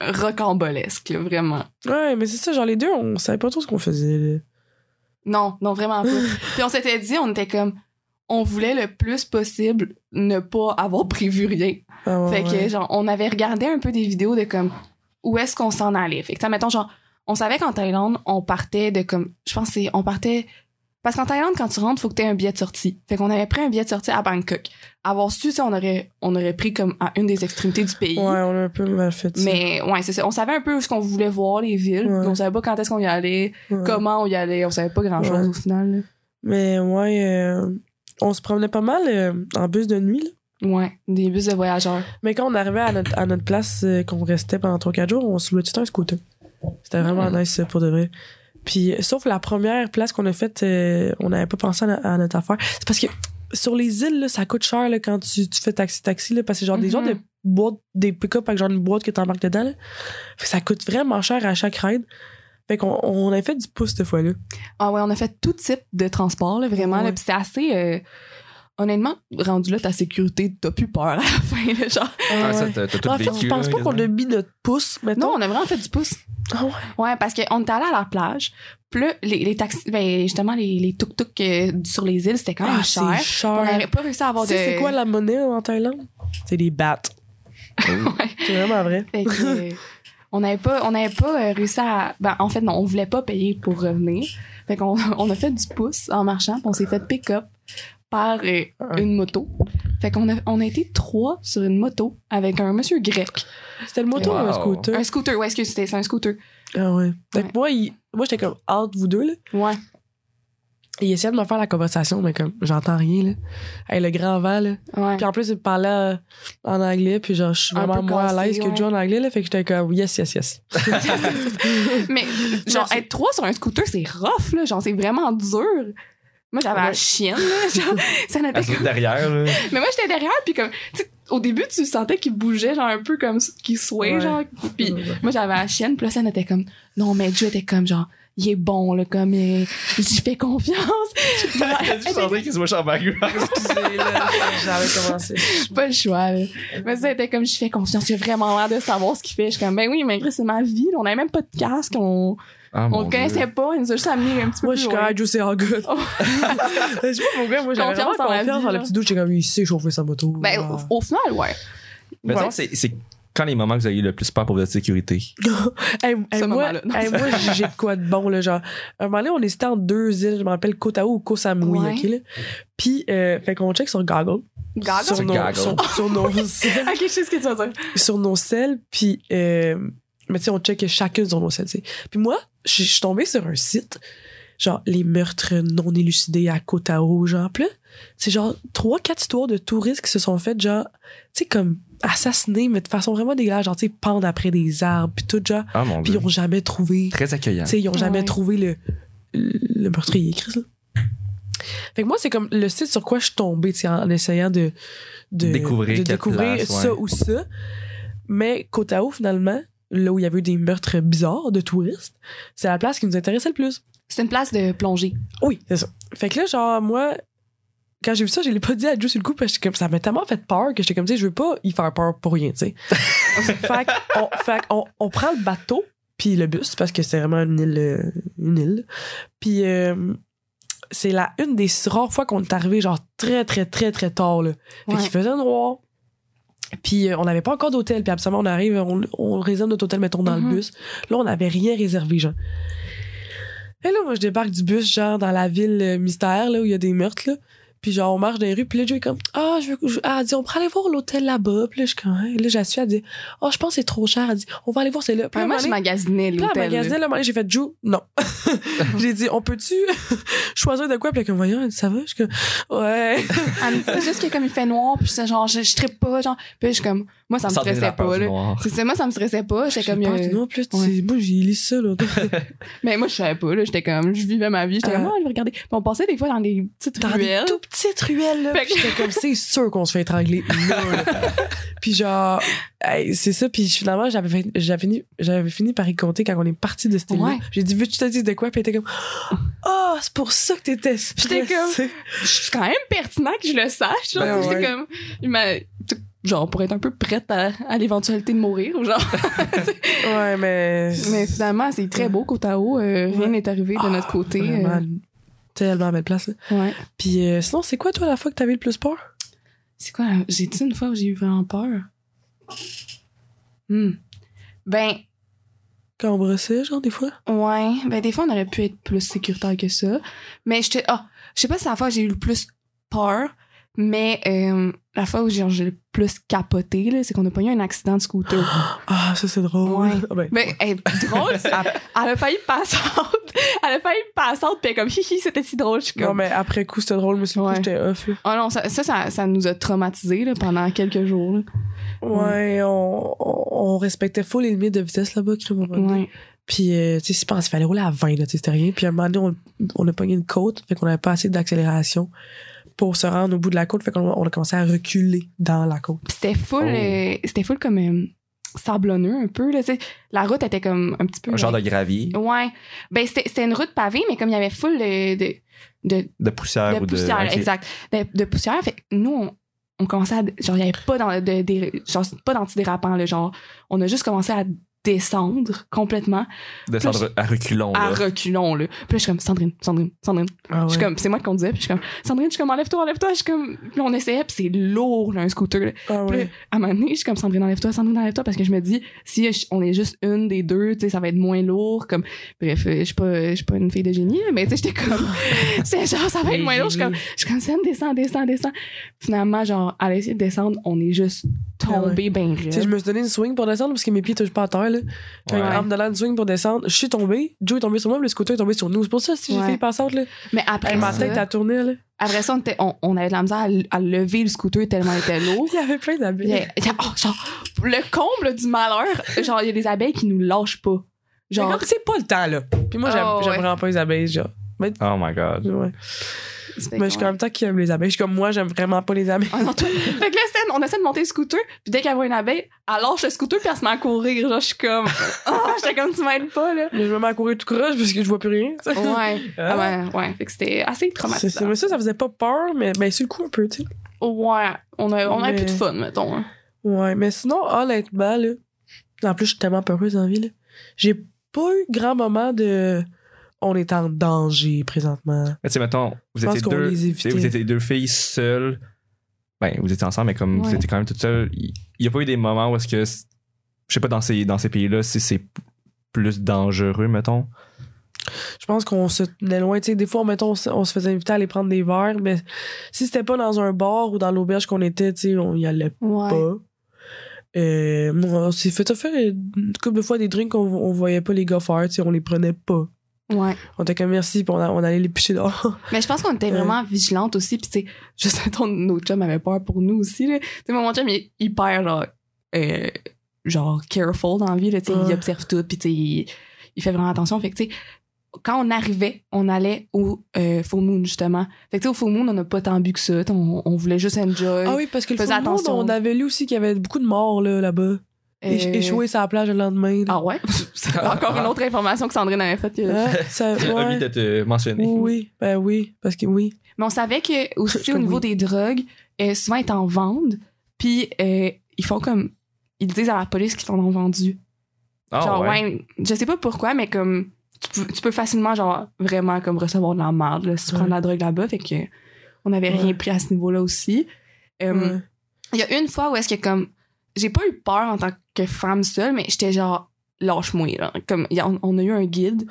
Speaker 3: un rocambolesque là, vraiment
Speaker 2: Ouais, mais c'est ça, genre les deux, on savait pas trop ce qu'on faisait. là.
Speaker 3: non non vraiment [laughs] pas puis on s'était dit on était comme on voulait le plus possible ne pas avoir prévu rien
Speaker 2: Ah, ouais,
Speaker 3: Fait que,
Speaker 2: ouais.
Speaker 3: genre, on avait regardé un peu des vidéos de comme où est-ce qu'on s'en allait. Fait que, tu sais, mettons, genre, on savait qu'en Thaïlande, on partait de comme, je pense, que c'est, on partait, parce Parce qu'en Thaïlande, quand tu rentres, faut que tu aies un billet de sortie. Fait qu'on avait pris un billet de sortie à Bangkok. Avoir su, ça, on aurait, on aurait pris comme à une des extrémités du pays.
Speaker 2: Ouais, on a un peu mal fait ça.
Speaker 3: Mais ouais, c'est ça. On savait un peu ce qu'on voulait voir, les villes.
Speaker 2: Ouais.
Speaker 3: mais On savait pas quand est-ce qu'on y allait,
Speaker 2: Ouais.
Speaker 3: comment on y allait. On savait pas grand-chose
Speaker 2: Ouais.
Speaker 3: au final.
Speaker 2: Mais ouais, euh, on se promenait pas mal euh, en bus de nuit. là.
Speaker 3: là. Ouais, des bus de voyageurs.
Speaker 2: Mais quand on arrivait à notre, à notre place, euh, qu'on restait pendant 3-4 jours, on se louait tout un scooter. C'était vraiment nice euh, pour de vrai. Puis, euh, sauf la première place qu'on a faite, euh, on n'avait pas pensé à, no- à notre affaire. C'est parce que sur les îles, là, ça coûte cher là, quand tu, tu fais taxi-taxi, là, parce que c'est genre des
Speaker 3: Mhm.
Speaker 2: genres de boîtes, des pick-up avec genre une boîte que t'embarques dedans. là. Fait que ça coûte vraiment cher à chaque ride. Fait qu'on on avait fait du pouce cette fois-là.
Speaker 3: Ah ouais, on a fait tout type de transport, là, vraiment.
Speaker 2: Ouais.
Speaker 3: Là, Puis c'est assez. euh, honnêtement, rendu là, ta sécurité, t'as plus peur à la [laughs] fin. là, genre.
Speaker 1: Ah, ça, t'as t'as tout
Speaker 2: en fait,
Speaker 1: vécu.
Speaker 2: je pense
Speaker 1: là,
Speaker 2: pas qu'on
Speaker 1: quasiment.
Speaker 2: a mis notre pouce
Speaker 3: Non,
Speaker 2: maintenant.
Speaker 3: on a vraiment fait du pouce.
Speaker 2: Ah ouais.
Speaker 3: Ouais, parce qu'on est allé à la plage. Puis là, les, les taxis, ben, justement, les, les tuk-tuk euh, sur les îles, c'était quand même
Speaker 2: Ah, c'est
Speaker 3: cher.
Speaker 2: cher.
Speaker 3: On n'avait pas réussi à avoir
Speaker 2: Tu sais,
Speaker 3: de.
Speaker 2: c'est quoi la monnaie euh, en Thaïlande? C'est des bahts. [laughs] C'est vraiment vrai.
Speaker 3: Fait [laughs] que, euh, on n'avait pas, on n'avait pas euh, réussi à. Ben, en fait, non, on voulait pas payer pour revenir. Fait qu'on [laughs] on a fait du pouce en marchant, puis on s'est fait pick-up par euh,
Speaker 2: Ouais.
Speaker 3: une moto. Fait qu'on a, on a été trois sur une moto avec un monsieur grec.
Speaker 2: C'était le moto ou un
Speaker 1: Wow.
Speaker 2: scooter?
Speaker 3: Un scooter, ouais, excuse, c'était c'est un scooter.
Speaker 2: Ah ouais. Fait que
Speaker 3: Ouais.
Speaker 2: moi, il- moi j'étais comme hâte, vous deux, là.
Speaker 3: Ouais.
Speaker 2: Il essayait de me faire la conversation, mais comme, j'entends rien, là. Hey, le grand vent, là.
Speaker 3: ouais.
Speaker 2: Puis en plus, il parlait euh, en anglais, puis genre, je suis
Speaker 3: Un
Speaker 2: vraiment
Speaker 3: peu
Speaker 2: moins à
Speaker 3: cassé,
Speaker 2: l'aise que
Speaker 3: ouais.
Speaker 2: de jouer en anglais, là. Fait que j'étais comme, yes, yes, yes.
Speaker 3: [laughs] Mais genre
Speaker 2: Merci.
Speaker 3: être trois sur un scooter, c'est rough là, genre c'est vraiment dur. Moi j'avais
Speaker 2: Ouais.
Speaker 3: la chienne là, [laughs] genre, ça n'avait
Speaker 1: Elle se met derrière, là.
Speaker 3: Mais moi j'étais derrière puis comme tu sais, au début tu sentais qu'il bougeait genre un peu comme s- qu'il souait
Speaker 2: Ouais.
Speaker 3: genre puis
Speaker 2: [laughs]
Speaker 3: moi j'avais la chienne puis là ça était comme non mais Dieu était comme genre il est bon là comme euh, j'y fais confiance.
Speaker 2: [laughs]
Speaker 1: T'as dû sentir qu'il se voit chambagu.
Speaker 2: Excusez, là, j'avais commencé.
Speaker 3: pas le choix. Là. Mais ça était comme je fais confiance, il a vraiment l'air de savoir ce qu'il fait. Je suis comme ben oui, mais gros, c'est ma vie, là. on n'avait même pas de casque, on
Speaker 2: Ah,
Speaker 1: Oh
Speaker 3: on le connaissait pas, il nous a juste amené un petit peu
Speaker 2: Moi, je
Speaker 3: plus
Speaker 2: suis
Speaker 3: loin.
Speaker 2: comme, ah, Juicy all good. [laughs] je sais pas pourquoi, moi, j'avais vraiment
Speaker 3: Confiance en la
Speaker 2: confiance
Speaker 3: vie,
Speaker 2: en le
Speaker 3: là.
Speaker 2: petit doute. J'étais comme, il sait chauffer sa moto.
Speaker 3: Ben,
Speaker 2: Ah.
Speaker 3: au, au final, ouais.
Speaker 1: Mais
Speaker 3: Ouais.
Speaker 1: disons que c'est- c'est quand les moments que vous avez eu le plus peur pour votre sécurité.
Speaker 2: Hey, hey,
Speaker 3: Ce
Speaker 2: moi,
Speaker 3: moment-là, non.
Speaker 2: hey, moi, j'ai- j'ai de quoi de bon, là, genre. À un moment donné, on hésitait entre deux îles, je me rappelle, Koh Tao ou Koh Samui,
Speaker 3: Ouais.
Speaker 2: OK, là. Puis, euh, fait qu'on check sur Goggle.
Speaker 3: Gaga.
Speaker 2: Sur
Speaker 1: Sur
Speaker 2: nos,
Speaker 1: Goggle.
Speaker 2: Sur, sur nos, selles-
Speaker 3: [laughs] Ok, je sais ce que tu vas dire.
Speaker 2: sur nos selles, puis, euh, mais tu sais, on check chacune sur nos selles, tu sais. Puis moi, je je suis tombée sur un site, genre, les meurtres non élucidés à Koh Tao, genre. Puis là, c'est genre trois, quatre histoires de touristes qui se sont faites, genre, tu sais, comme assassinés, mais de façon vraiment dégueulasse, genre, tu sais, pendre après des arbres, puis tout, genre.
Speaker 1: Ah mon
Speaker 2: Puis
Speaker 1: dieu.
Speaker 2: ils ont jamais trouvé.
Speaker 1: Très accueillant.
Speaker 2: Tu sais, ils ont jamais
Speaker 3: Ouais.
Speaker 2: trouvé le, le meurtrier, Chris. Là. Fait que moi, c'est comme le site sur quoi je suis tombée, tu sais, en essayant de, de
Speaker 1: Découvrir
Speaker 2: de
Speaker 1: quelle
Speaker 2: découvrir
Speaker 1: place,
Speaker 2: ça
Speaker 1: ouais.
Speaker 2: ou ça. Mais Kotao, finalement, là où il y avait eu des meurtres bizarres de touristes, c'est la place qui nous intéressait le plus.
Speaker 3: C'est une place de plongée.
Speaker 2: Oui, c'est ça. Fait que là, genre, moi, quand j'ai vu ça, je l'ai pas dit à Joe sur le coup parce que j'étais comme, ça m'a tellement fait peur que j'étais comme, tu sais, je veux pas y faire peur pour rien,
Speaker 3: [laughs]
Speaker 2: tu sais. fait qu'on fait qu'on- on prend le bateau puis le bus parce que c'est vraiment une île. euh, Une île. Puis euh, c'est la une des rares fois qu'on est arrivé, genre très, très, très, très tard, là. Fait
Speaker 3: Ouais.
Speaker 2: qu'il faisait noir. Puis euh, on n'avait pas encore d'hôtel. Puis absolument, on arrive, on, on réserve notre hôtel, mettons, dans
Speaker 3: Mhm.
Speaker 2: le bus. Là, on n'avait rien réservé, genre. Et là, moi, je débarque du bus, genre, dans la ville euh, mystère, là, où il y a des meurtres, là. Puis genre, on marche dans les rues. Puis là, Joe est comme, ah, je veux... je- ah, elle dit, on pourrait aller voir l'hôtel là-bas. Puis là, je suis comme, Hein? là, j'ai su, elle dit, oh, je pense que c'est trop cher. Elle dit, on va aller voir, c'est là. Puis là,
Speaker 3: Ben, moi,
Speaker 2: à un
Speaker 3: je
Speaker 2: moment donné-
Speaker 3: magasinais
Speaker 2: puis là, elle
Speaker 3: l'hôtel.
Speaker 2: magasinait,
Speaker 3: là.
Speaker 2: là, à un moment donné, j'ai fait, Joe, non. [laughs] j'ai dit, on peut-tu [laughs] choisir de quoi? Puis là, comme, voyons, elle dit, ça va? Je suis comme, ouais.
Speaker 3: Elle me disait juste que comme il fait noir, puis c'est genre, je, je trippe pas, genre. Puis je suis comme, moi, ça me
Speaker 1: Sortez de la
Speaker 3: stressait
Speaker 1: peur
Speaker 3: pas,
Speaker 1: du
Speaker 3: là.
Speaker 1: noir.
Speaker 3: C'est ça, moi, ça me stressait pas. J'étais
Speaker 2: J'ai
Speaker 3: comme,
Speaker 2: peur
Speaker 3: euh,
Speaker 2: du noir, puis là, tu
Speaker 3: ouais.
Speaker 2: sais, moi, j'ai lu ça, là.
Speaker 3: mais moi, je savais pas, là. J'étais comme, je vivais ma vie. J'étais comme,
Speaker 2: Euh.
Speaker 3: ah, je vais regarder. Puis on passait des fois dans des petites
Speaker 2: dans
Speaker 3: ruelles.
Speaker 2: des tout petites ruelles là
Speaker 3: Fait
Speaker 2: puis j'étais comme c'est sûr qu'on se fait étrangler là,
Speaker 3: [laughs]
Speaker 2: là. puis genre hey, c'est ça puis finalement j'avais fin- j'avais fini j'avais fini par y compter quand on est parti de cette île
Speaker 3: Ouais.
Speaker 2: j'ai dit veux que je te dise de quoi puis elle était comme oh c'est pour ça que t'étais
Speaker 3: J'étais
Speaker 2: stressée
Speaker 3: comme- Je suis quand même pertinent que je le sache, genre.
Speaker 2: Ben
Speaker 3: J'étais
Speaker 2: ouais.
Speaker 3: comme, il m'a- tu- genre, pour être un peu prête à, à l'éventualité de mourir,
Speaker 2: [laughs]
Speaker 3: ou genre.
Speaker 2: ouais mais
Speaker 3: Mais finalement, c'est très beau, Côte à
Speaker 2: Ouais.
Speaker 3: Rien n'est arrivé de notre
Speaker 2: Ah,
Speaker 3: côté. euh,
Speaker 2: vraiment, tellement belle place là.
Speaker 3: ouais.
Speaker 2: puis euh, sinon c'est quoi toi la fois que t'avais le plus peur
Speaker 3: C'est quoi? la- J'ai dit une fois où j'ai eu vraiment peur? Hmm. Ben,
Speaker 2: quand on brossait, genre, des fois?
Speaker 3: Ouais, ben des fois on aurait pu être plus sécuritaire que ça. Mais j'étais ah, je sais pas si c'est la fois que j'ai eu le plus peur, mais euh, la fois où genre, j'ai le plus capoté là, c'est qu'on a pas eu un accident de scooter.
Speaker 2: Ah, ça, c'est drôle.
Speaker 3: Ouais.
Speaker 2: Ah ben,
Speaker 3: ben elle est drôle, ça. elle a failli passante, [laughs] elle a failli passante puis elle est comme hihi, c'était si drôle, je suis
Speaker 2: Non,
Speaker 3: comme.
Speaker 2: mais après coup, c'était drôle, mais sur le coup,
Speaker 3: Ouais.
Speaker 2: j'étais off. là.
Speaker 3: Oh non, ça, ça, ça, ça nous a traumatisés là, pendant quelques jours. là.
Speaker 2: Ouais, on, on, on respectait full les limites de vitesse là-bas, crime. au moment donné.
Speaker 3: Ouais.
Speaker 2: Puis, euh, tu sais, je pense qu'il fallait rouler à 20, là, tu sais, c'était rien. Puis, à un moment donné, on, on a pogné une côte, fait qu'on avait pas assez d'accélération pour se rendre au bout de la côte, fait qu'on on a commencé à reculer dans la côte.
Speaker 3: Puis c'était full,
Speaker 1: Oh.
Speaker 3: euh, c'était full comme euh, sablonneux un peu là, tu sais. La route était comme un petit peu.
Speaker 1: Un genre de gravier,
Speaker 3: Ouais. Ben, c'était c'était une route pavée, mais comme il y avait full de, de, de,
Speaker 1: de poussière
Speaker 3: de
Speaker 1: Ah, ou de.
Speaker 3: poussière,
Speaker 1: ok.
Speaker 3: exact. De, de poussière, fait que nous, on, on commençait à. Genre, il n'y avait pas dans- de- des- genre, c'est pas d'antidérapant, là. Genre, on a juste commencé à descendre complètement
Speaker 1: Descendre à reculons.
Speaker 3: à
Speaker 1: là.
Speaker 3: reculons, là. Puis là, je suis comme, Sandrine, Sandrine, Sandrine.
Speaker 2: Ah
Speaker 3: Je suis comme, c'est moi qui conduisais, puis je suis comme, Sandrine, je suis comme, enlève-toi, enlève-toi. Je suis comme, puis là, on essayait, puis c'est lourd, là, un scooter, là.
Speaker 2: Ah
Speaker 3: Puis là,
Speaker 2: ouais.
Speaker 3: à un moment donné, je suis comme Sandrine, enlève-toi, Sandrine, enlève-toi, parce que je me dis, si je- on est juste une des deux, tu sais, ça va être moins lourd. Comme, bref, euh, je suis pas, je suis pas une fille de génie, là, mais tu sais,
Speaker 2: [laughs]
Speaker 3: j'étais comme, c'est genre, ça va être moins lourd. Je suis comme, je suis comme, Sam, descends, descends, descends. Finalement, genre, à l'essayer de descendre, on est juste tombé ben
Speaker 2: Ah Tu sais, je
Speaker 3: raide.
Speaker 2: me suis donné une swing pour descendre parce que mes pieds touchent pas à terre, là. Fait que,
Speaker 1: Ouais.
Speaker 2: en me donnant une swing pour descendre, je suis tombée, Joe est tombé sur moi, puis le scooter est tombé sur nous. C'est pour ça, si j'ai
Speaker 3: Ouais.
Speaker 2: fait une passante, là.
Speaker 3: Mais après,
Speaker 2: Hey, ma
Speaker 3: ça,
Speaker 2: tête a tourné, là.
Speaker 3: après ça, on, était- on, on avait de la misère à, l- à lever le scooter tellement il était
Speaker 2: [laughs]
Speaker 3: lourd.
Speaker 2: Il y avait plein
Speaker 3: Il y a-
Speaker 2: d'abeilles.
Speaker 3: il y a- oh, genre, le comble du malheur, genre, il y a des abeilles qui nous lâchent pas.
Speaker 2: Genre,
Speaker 3: Genre,
Speaker 2: c'est pas le temps, là. Puis moi, j'aime
Speaker 3: Ah,
Speaker 2: j'aime
Speaker 3: ouais.
Speaker 2: vraiment pas les abeilles, genre.
Speaker 1: Oh my god.
Speaker 2: Ouais. Mais je suis quand même temps qui aime les abeilles. Je suis comme moi, j'aime vraiment pas les abeilles.
Speaker 3: Ah non, toi- fait que là, Stan, on essaie de monter le scooter, puis dès qu'elle voit une abeille, elle lâche le scooter, puis elle se met à courir. Genre, je suis comme, [laughs] ah, j'étais comme, tu m'aides pas, là.
Speaker 2: Mais [laughs] je me mets à courir tout croche parce que je vois plus rien. tu sais.
Speaker 3: Ouais.
Speaker 2: Ah.
Speaker 3: Ah ouais, ouais. Fait que c'était
Speaker 2: C'est-
Speaker 3: assez
Speaker 2: c'est-
Speaker 3: traumatisant.
Speaker 2: mais ça, ça faisait pas peur, mais ben, sur le coup un peu, tu sais.
Speaker 3: Ouais. On a, on a
Speaker 2: Mais-
Speaker 3: plus de fun, mettons. hein.
Speaker 2: Ouais, mais sinon, honnêtement, là. En plus, je suis tellement peureuse en vie, là. J'ai pas eu grand moment de. On est en danger présentement.
Speaker 1: Mais tu sais, mettons, vous
Speaker 2: Je pense
Speaker 1: étiez
Speaker 2: qu'on
Speaker 1: deux.
Speaker 2: les
Speaker 1: tu
Speaker 2: évitait.
Speaker 1: sais, Vous étiez deux filles seules. Ben, vous étiez ensemble, mais comme vous
Speaker 3: Ouais.
Speaker 1: étiez quand même toutes seules, il n'y a pas eu des moments où est-ce que. c'est- Je sais pas dans ces, dans ces pays-là si c'est p- plus dangereux, mettons.
Speaker 2: Je pense qu'on se tenait loin. Tu sais, des fois, mettons, on se, on se faisait inviter à aller prendre des verres, mais si c'était pas dans un bar ou dans l'auberge qu'on était, tu sais, on y allait
Speaker 3: Ouais.
Speaker 2: pas. Euh, moi, on s'est fait offrir une couple de fois des drinks qu'on on voyait pas les gars faire, tu sais, on les prenait pas.
Speaker 3: Ouais.
Speaker 2: On était comme merci, puis on, a- on allait les picher
Speaker 3: [laughs]
Speaker 2: dehors.
Speaker 3: Mais je pense qu'on était vraiment vigilantes aussi, puis tu sais, juste, [laughs] mettons, nos chums avaient peur pour nous aussi, là. Tu sais, moi, mon chum, il est hyper, genre, euh, genre, careful dans la vie, là. Tu sais,
Speaker 2: Ouais.
Speaker 3: il observe tout, puis tu sais, il, il fait vraiment attention. Fait que, tu sais, quand on arrivait, on allait au euh, Full Moon, justement. Fait que, tu sais, au Full Moon, on n'a pas tant bu que ça. Tu sais, On, on voulait juste enjoy.
Speaker 2: Ah oui, parce que le
Speaker 3: Faisais
Speaker 2: full moon,
Speaker 3: attention.
Speaker 2: on avait lu aussi qu'il y avait beaucoup de morts là, là-bas. Éch-
Speaker 3: Euh,
Speaker 2: Échoué sur la plage le lendemain. là.
Speaker 3: Ah ouais? [laughs] C'est
Speaker 2: [laughs]
Speaker 3: encore une autre information que Sandrine avait faite. que-
Speaker 2: Hein?
Speaker 1: [laughs]
Speaker 2: ça,
Speaker 1: J'ai omis
Speaker 2: ouais.
Speaker 1: de te mentionner.
Speaker 2: Oui, oui, ben oui, parce que oui.
Speaker 3: Mais on savait que aussi
Speaker 2: Je-
Speaker 3: au
Speaker 2: oui.
Speaker 3: niveau des drogues, euh, souvent ils t'en vendent, puis euh, ils font comme ils disent à la police qu'ils t'en ont vendu.
Speaker 1: Ah,
Speaker 3: genre
Speaker 1: ouais.
Speaker 3: ouais. je sais pas pourquoi, mais comme tu peux, tu peux facilement genre vraiment comme recevoir de la merde là, si tu
Speaker 2: Ouais.
Speaker 3: prends de la drogue là-bas, fait que on n'avait
Speaker 2: Ouais.
Speaker 3: rien pris à ce niveau-là aussi. Euh, Il
Speaker 2: Ouais.
Speaker 3: y a une fois où est-ce que comme j'ai pas eu peur en tant que femme seule, mais j'étais genre lâche-moi là. comme y a- on, on a eu un guide.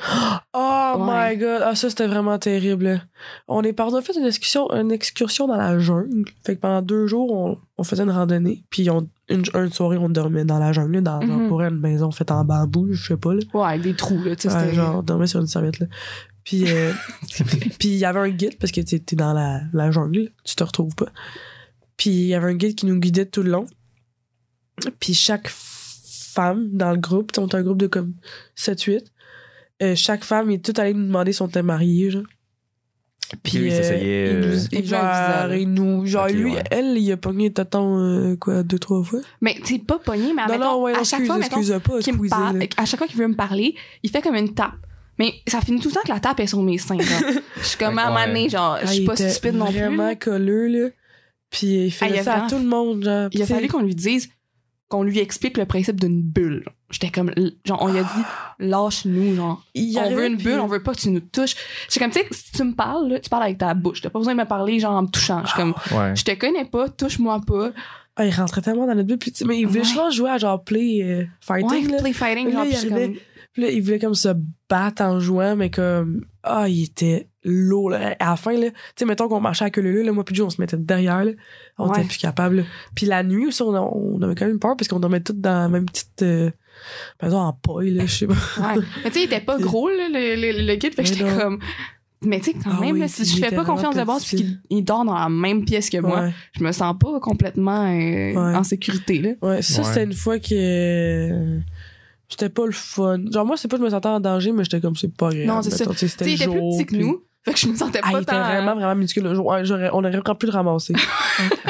Speaker 2: Oh
Speaker 3: Ouais.
Speaker 2: my god, ah, ça c'était vraiment terrible. On est parti, on a fait une excursion, une excursion dans la jungle. Fait que pendant deux jours, on, on faisait une randonnée, puis on, une, une soirée, on dormait dans la jungle, là, dans genre,
Speaker 3: Mhm.
Speaker 2: pour une maison faite en bambou, je sais pas. Là.
Speaker 3: Ouais, avec des trous là, tu sais,
Speaker 2: Ouais,
Speaker 3: c'était-
Speaker 2: genre, on dormait sur une serviette. Là. Puis
Speaker 1: [laughs]
Speaker 2: euh, puis il y avait un guide, parce que tu sais, t'es dans la, la jungle, tu te retrouves pas. Puis il y avait un guide qui nous guidait tout le long. Puis chaque f- femme dans le groupe, tu sais, on est un groupe de comme 7-8, euh, chaque femme est toute allée nous demander si on était mariés, genre.
Speaker 1: Puis lui, il s'essayait,
Speaker 2: il
Speaker 1: euh,
Speaker 2: nous-
Speaker 3: Il
Speaker 2: il
Speaker 3: jouait un
Speaker 2: genre,
Speaker 3: visage.
Speaker 2: il nous, genre
Speaker 1: Ok,
Speaker 2: lui,
Speaker 1: ouais.
Speaker 2: elle, il a pogné Taton euh, quoi, deux, trois fois.
Speaker 3: Mais t'es pas pogné, mais admettons, à chaque
Speaker 2: excuse,
Speaker 3: fois Ah, mettons,
Speaker 2: excuse pas,
Speaker 3: qui me
Speaker 2: excusez,
Speaker 3: parle-
Speaker 2: là.
Speaker 3: à chaque fois qu'il veut me parler, il fait comme une tape. Mais ça finit tout le temps que la tape est sur
Speaker 2: [laughs]
Speaker 3: mes seins. genre. Je suis comme à un
Speaker 1: Ouais.
Speaker 3: moment donné, genre, je
Speaker 2: Ah, il
Speaker 3: suis pas
Speaker 2: était
Speaker 3: stupide non plus.
Speaker 2: vraiment
Speaker 3: là.
Speaker 2: colleux, là. Puis il
Speaker 3: Ah, il
Speaker 2: faisait
Speaker 3: a
Speaker 2: ça à
Speaker 3: vraiment-
Speaker 2: tout le monde, genre.
Speaker 3: Il a
Speaker 2: Tu sais,
Speaker 3: fallu qu'on lui dise, qu'on lui explique le principe d'une bulle. J'étais comme, genre, on lui
Speaker 2: [gasps]
Speaker 3: a dit, lâche-nous, genre.
Speaker 2: il
Speaker 3: on
Speaker 2: arrivait,
Speaker 3: veut une
Speaker 2: puis-
Speaker 3: bulle, on veut pas que tu nous touches. J'étais comme, tu sais, si tu me parles, là, tu parles avec ta bouche. T'as pas besoin de me parler, genre, en me touchant. Je suis comme,
Speaker 1: Ah, Ouais.
Speaker 3: je te connais pas, touche-moi pas.
Speaker 2: Ah, il rentrait tellement dans notre but, puis tu sais, mais il voulait
Speaker 3: Ouais.
Speaker 2: je pense, jouer à genre play euh, fighting,
Speaker 3: Ouais,
Speaker 2: là.
Speaker 3: play fighting,
Speaker 2: Là,
Speaker 3: genre,
Speaker 2: il
Speaker 3: puis je suis
Speaker 2: arrivait.
Speaker 3: comme,
Speaker 2: Puis Puis là, il voulait comme se battre en jouant, mais comme, ah, il était lourd, là. À la fin, là, tu sais, mettons qu'on marchait à queue leu, là, moi, puis Joe, on se mettait derrière, là. On
Speaker 3: Ouais.
Speaker 2: était plus capable, là. Puis la nuit aussi, on, a- on avait quand même peur, parce qu'on dormait tous dans la même petite, euh, maison en paille, là, je sais pas.
Speaker 3: Ouais. Mais tu sais, il
Speaker 2: [laughs]
Speaker 3: était pas gros, là, le, le, le guide. Fait que
Speaker 2: Mais
Speaker 3: j'étais
Speaker 2: non.
Speaker 3: comme. Mais tu sais, quand
Speaker 2: Ah
Speaker 3: même,
Speaker 2: oui,
Speaker 3: là, si
Speaker 2: il
Speaker 3: je fais
Speaker 2: était
Speaker 3: pas confiance de
Speaker 2: vraiment
Speaker 3: base puis
Speaker 2: petit.
Speaker 3: qu'il il dort dans la même pièce que moi,
Speaker 2: Ouais.
Speaker 3: je me sens pas complètement euh,
Speaker 2: Ouais.
Speaker 3: en sécurité, là.
Speaker 2: Ouais, ça,
Speaker 1: Ouais.
Speaker 2: c'était une fois que. C'était pas le fun. Genre, moi, c'est pas que je me sentais en danger, mais j'étais comme, c'est pas grave.
Speaker 3: Non, c'est ça.
Speaker 2: mettons, tu sais,
Speaker 3: Tu sais,
Speaker 2: C'était
Speaker 3: il
Speaker 2: le
Speaker 3: était plus
Speaker 2: jour,
Speaker 3: petit que
Speaker 2: puis-
Speaker 3: nous. Fait que je me sentais
Speaker 2: Ah,
Speaker 3: pas
Speaker 2: il était
Speaker 3: tant- hein.
Speaker 2: vraiment, vraiment minuscule. Le jour, ouais, j'aurais- on aurait encore plus le
Speaker 3: [laughs]
Speaker 2: ramasser.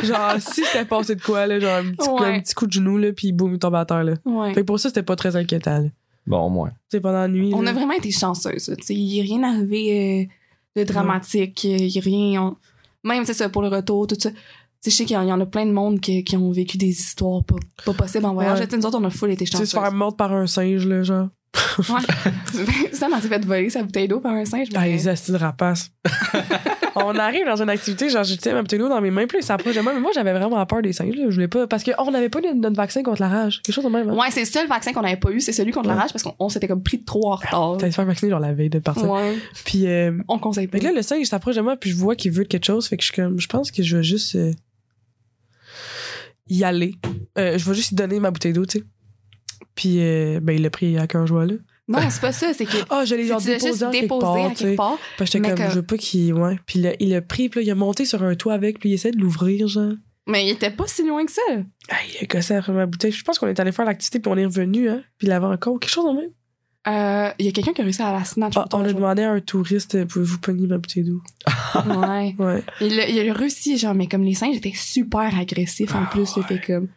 Speaker 2: genre, si c'était passé de quoi, là, genre, un petit, coup,
Speaker 3: Ouais.
Speaker 2: un petit coup de genou, là, puis boum, il tombe à terre, là.
Speaker 3: euh, Ouais.
Speaker 2: Fait que pour ça, c'était pas très inquiétant, là. Tu
Speaker 1: Bon, au moins.
Speaker 2: sais, pendant la nuit.
Speaker 3: On
Speaker 2: là,
Speaker 3: a vraiment été chanceuses. là. Tu sais, Il n'y a rien arrivé euh, de dramatique. euh, Il y a rien. on- Même, c'est ça, pour le retour, tout ça. Tu sais, je sais qu'il y en- il y en a plein de monde qui, qui ont vécu des histoires pas, pas possibles en voyage.
Speaker 2: Ouais.
Speaker 3: Tu sais, Nous autres, on a full été
Speaker 2: Tu sais, se
Speaker 3: chanceuses.
Speaker 2: faire mordre par un singe, là, genre.
Speaker 3: Ouais. [laughs] ça m'a fait voler sa bouteille d'eau par un singe.
Speaker 2: Ah,
Speaker 3: mais-
Speaker 2: les acides rapaces. [laughs] on arrive dans une activité, genre, j'étais ma petite dans mes mains, puis là, il s'approche de moi, mais moi, j'avais vraiment peur des singes, là. Je voulais pas. Parce qu'on n'avait pas notre vaccin contre la rage. Quelque chose de même, hein.
Speaker 3: Ouais, c'est le seul vaccin qu'on n'avait pas eu, c'est celui contre la rage parce qu'on on s'était comme pris trop en retard.
Speaker 2: T'allais se faire vacciner genre la veille de partir.
Speaker 3: [laughs] Ouais.
Speaker 2: Puis, euh,
Speaker 3: On conseille pas.
Speaker 2: fait que là, le singe s'approche de moi, puis je vois qu'il veut quelque chose. Fait que je suis comme, je pense que je vais juste euh, y aller. Euh, je vais juste lui donner ma bouteille d'eau, tu sais. Puis, euh, ben, il l'a pris à cœur joie, là.
Speaker 3: Non, c'est pas ça,
Speaker 2: [laughs]
Speaker 3: c'est que.
Speaker 2: Ah, je l'ai
Speaker 3: Tu
Speaker 2: genre
Speaker 3: l'as juste
Speaker 2: déposé à quelque
Speaker 3: déposé
Speaker 2: part,
Speaker 3: à
Speaker 2: tu sais.
Speaker 3: quelque part.
Speaker 2: Puis j'étais
Speaker 3: Mais
Speaker 2: comme,
Speaker 3: que-
Speaker 2: je veux pas qu'il. Ouais. Puis là, il l'a pris, puis là, il a monté sur un toit avec, puis il essaie de l'ouvrir, genre.
Speaker 3: Mais il était pas si loin que ça.
Speaker 2: Ah, il a gossé après ma bouteille. Je pense qu'on est allé faire l'activité, puis on est revenu, hein. Puis il avait encore quelque chose en même.
Speaker 3: Euh, Il y a quelqu'un qui a réussi à la snatch.
Speaker 2: Ah, on
Speaker 3: autour
Speaker 2: a
Speaker 3: de moi.
Speaker 2: demandé à un touriste, euh, pouvez-vous pogner ma bouteille d'eau?
Speaker 3: Ouais.
Speaker 2: Ouais.
Speaker 3: Il a, il a réussi, genre, mais comme les singes étaient super agressifs en plus, là, fait comme.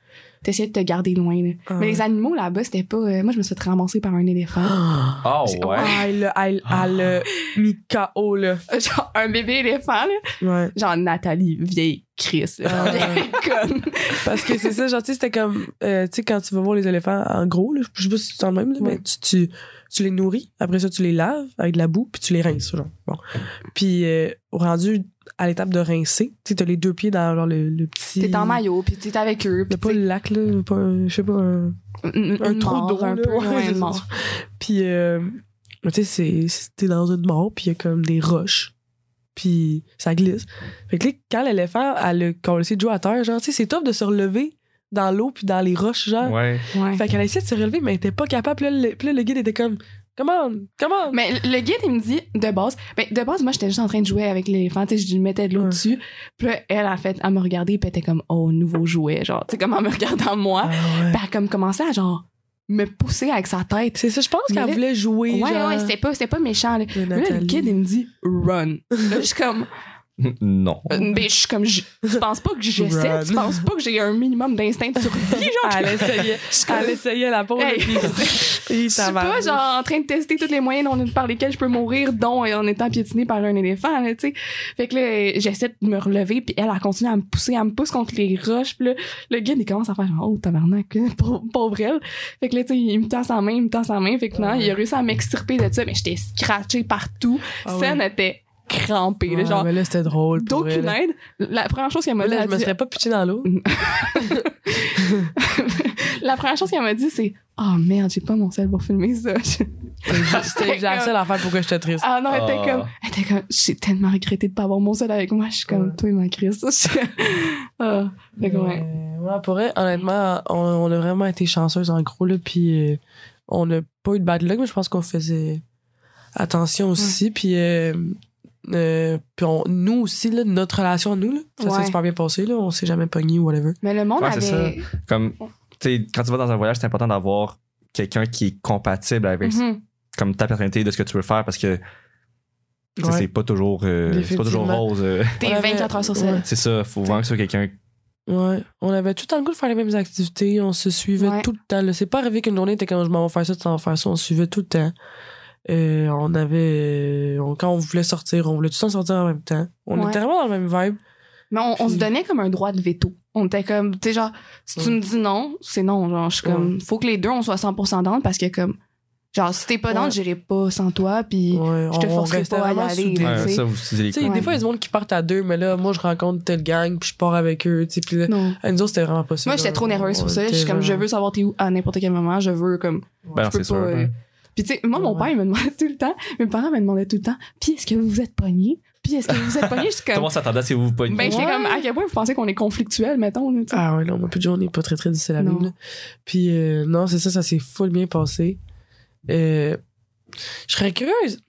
Speaker 3: T'essayais de te garder loin, là.
Speaker 2: Ah,
Speaker 3: Mais
Speaker 2: ouais.
Speaker 3: les animaux là-bas, c'était pas. euh, moi, je me suis fait ramasser par un
Speaker 2: [gasps]
Speaker 3: éléphant.
Speaker 2: Ah.
Speaker 1: Oh,
Speaker 2: Ah, elle l'a- elle- elle l'a mis KO, là.
Speaker 3: Euh, genre, un bébé éléphant, là.
Speaker 2: Ouais.
Speaker 3: Genre, Nathalie, vieille Chris, là.
Speaker 2: Ah, ouais.
Speaker 3: [laughs] Comme-
Speaker 2: Parce que c'est ça, genre, tu sais, c'était comme, euh, tu sais, quand tu vas voir les éléphants, en gros, là, je sais pas si tu sens le même, là,
Speaker 3: Ouais.
Speaker 2: mais tu, tu, tu les nourris, après ça, tu les laves avec de la boue, puis tu les rinces, genre. Bon. Puis, euh, rendu à l'étape de rincer, tu sais, t'as les deux pieds dans genre, le, le petit.
Speaker 3: T'es en maillot, puis t'es avec eux.
Speaker 2: Mais
Speaker 3: Puis
Speaker 2: pas le lac, là, pas un- je sais pas, un,
Speaker 3: un,
Speaker 2: un trou d'eau,
Speaker 3: un
Speaker 2: là.
Speaker 3: peu,
Speaker 2: Ouais,
Speaker 3: ouais,
Speaker 2: c'est
Speaker 3: une
Speaker 2: ça.
Speaker 3: mort.
Speaker 2: Puis, euh, tu sais, c'est- c'est- t'es dans une mort, puis il y a comme des roches. Puis ça glisse. Fait que là, quand l'éléphant, elle a- quand on essaie de jouer à terre, genre, tu sais, c'est top de se relever dans l'eau, puis dans les roches, genre.
Speaker 1: Ouais. [laughs]
Speaker 3: Ouais.
Speaker 2: Fait qu'elle essayait de se relever, mais elle était pas capable. Puis là, le, puis là, le guide était comme, come on, come on.
Speaker 3: Mais le guide, il me dit, de base, ben, de base, moi, j'étais juste en train de jouer avec l'éléphant, tu sais, je lui mettais de l'eau
Speaker 2: Ouais.
Speaker 3: dessus. Puis là, elle, en fait, elle me regardait, puis elle était comme, oh, nouveau jouet, genre, tu sais, comme en me regardant moi. Puis elle a comme commencé à, genre, me pousser avec sa tête.
Speaker 2: C'est ça, je pense
Speaker 3: Mais
Speaker 2: qu'elle
Speaker 3: là-
Speaker 2: voulait jouer.
Speaker 3: ouais,
Speaker 2: genre,
Speaker 3: ouais, c'était pas, c'était pas méchant, là.
Speaker 2: de
Speaker 3: Puis Là, le
Speaker 2: Nathalie.
Speaker 3: guide, il me dit, run. Là, je suis [laughs] comme,
Speaker 1: non.
Speaker 3: euh, ben, je suis comme, je- tu penses pas que j'essaie,
Speaker 2: Run.
Speaker 3: tu penses pas que j'ai un minimum d'instinct de survie, [laughs] genre,
Speaker 2: Elle essayait,
Speaker 3: je suis comme,
Speaker 2: elle essayait la pauvre.
Speaker 3: Hey,
Speaker 2: puis-
Speaker 3: [laughs]
Speaker 2: puis
Speaker 3: Je
Speaker 2: ça
Speaker 3: suis
Speaker 2: va.
Speaker 3: pas genre en train de tester tous les moyens dont- par lesquels je peux mourir, dont euh, en étant piétinée par un éléphant, là, tu sais. Fait que là, euh, j'essaie de me relever, puis elle, elle continue à me pousser, elle me pousse contre les roches, puis là, le guide, il commence à faire genre, oh, tabarnak, hein, pauvre, pauvre elle. Fait que là, tu sais, il me tend sa main, il me tend sa main, fait que non, il a réussi à m'extirper de ça, mais j'étais scratchée partout.
Speaker 2: Ah ouais.
Speaker 3: Scène était crampée, là,
Speaker 2: Ouais,
Speaker 3: genre,
Speaker 2: mais là, c'était drôle. pour
Speaker 3: d'aucune
Speaker 2: elle.
Speaker 3: aide. La première chose qu'elle
Speaker 2: Moi,
Speaker 3: m'a dit,
Speaker 2: là, je
Speaker 3: elle
Speaker 2: me
Speaker 3: dit-
Speaker 2: serais pas pitché dans
Speaker 3: [laughs]
Speaker 2: l'eau.
Speaker 3: la première chose qu'elle m'a dit, c'est, oh merde, j'ai pas mon sel pour filmer ça.
Speaker 2: C'était la seule affaire pourquoi j'étais triste.
Speaker 3: Ah non, elle
Speaker 1: Ah.
Speaker 3: était comme, elle était comme, j'ai tellement regretté de pas avoir mon seul avec moi. Je suis comme,
Speaker 2: Ouais.
Speaker 3: toi, ma Chris. [laughs] ah, fait que ouais.
Speaker 2: Euh, ouais, pour vrai, honnêtement, on, on a vraiment été chanceuses en gros, là, puis euh, on n'a pas eu de bad luck, mais je pense qu'on faisait attention aussi, puis, euh, euh, puis on- nous aussi, là, notre relation à nous, là, ça
Speaker 3: Ouais.
Speaker 2: s'est super bien passé, là, on s'est jamais pogné ou whatever.
Speaker 3: Mais le monde
Speaker 1: Ouais, c'est
Speaker 3: avait.
Speaker 1: Comme, tu sais, quand tu vas dans un voyage, c'est important d'avoir quelqu'un qui est compatible avec
Speaker 3: Mhm.
Speaker 1: comme ta personnalité de ce que tu veux faire parce que tu sais,
Speaker 2: Ouais.
Speaker 1: c'est pas toujours euh, c'est pas toujours
Speaker 2: Définitivement.
Speaker 1: rose euh. [laughs]
Speaker 2: On
Speaker 3: T'es
Speaker 2: avait-
Speaker 3: 24 heures sur 7.
Speaker 2: ouais.
Speaker 1: c'est ça faut vraiment que ce soit quelqu'un
Speaker 2: Ouais, on avait tout le temps le goût de faire les mêmes activités, on se suivait
Speaker 3: Ouais.
Speaker 2: tout le temps. là. C'est pas arrivé qu'une journée était comme je m'en vais faire ça, tu t'en vas faire ça, on se suivait tout le temps. Euh, on avait. euh, on- quand on voulait sortir, on voulait tout le temps sortir en même temps. On
Speaker 3: Ouais.
Speaker 2: était vraiment dans le même vibe.
Speaker 3: Mais on, on
Speaker 2: Puis-
Speaker 3: se donnait comme un droit de veto. On était comme, tu sais, genre, si tu
Speaker 2: Ouais.
Speaker 3: me dis non, c'est non. Genre, je suis comme, faut que les deux, on soit 100% down parce que, comme, genre, si t'es pas down,
Speaker 2: Ouais.
Speaker 3: j'irai pas sans toi. Puis,
Speaker 2: Ouais,
Speaker 3: je te
Speaker 2: on
Speaker 3: forcerai
Speaker 2: restait
Speaker 3: pas à y
Speaker 2: vraiment
Speaker 3: aller,
Speaker 2: soudés,
Speaker 3: là,
Speaker 2: tu
Speaker 1: Ouais,
Speaker 2: sais.
Speaker 1: ça vous utilisez les
Speaker 2: Tu sais,
Speaker 3: Ouais.
Speaker 2: Des fois, il y a du monde qui partent à deux, mais là, moi, je rencontre telle gang, puis je pars avec eux. tu sais, Puis là,
Speaker 3: non.
Speaker 2: à nous autres, c'était vraiment pas ça.
Speaker 3: Moi, j'étais
Speaker 2: là.
Speaker 3: trop nerveuse
Speaker 2: On
Speaker 3: pour ça. Je
Speaker 2: était
Speaker 3: suis comme, je
Speaker 2: genre-
Speaker 3: veux savoir t'es où à n'importe quel moment. Je veux, comme,
Speaker 1: ben non,
Speaker 3: je peux
Speaker 1: c'est
Speaker 3: pas.
Speaker 1: sûr
Speaker 3: euh,
Speaker 1: hein.
Speaker 3: Puis Puis tu sais, moi, mon
Speaker 2: Ouais.
Speaker 3: père, il me demandait tout le temps, mes parents me demandaient tout le temps, puis est-ce que vous vous êtes pogné? Puis est-ce que vous vous êtes pogné?
Speaker 1: [laughs]
Speaker 3: Je suis
Speaker 1: Tout le
Speaker 3: comme,
Speaker 1: monde s'attendait à ce que vous vous pognez.
Speaker 3: ben, j'étais
Speaker 2: Ouais.
Speaker 3: comme, à quel point vous pensez qu'on est conflictuel, mettons, là, tu sais.
Speaker 2: Ah ouais, non, moi, plus de journée, pas très, très difficile à
Speaker 3: Non.
Speaker 2: vivre. là. Puis euh, non, c'est ça, ça s'est full bien passé. Euh, je serais curieuse.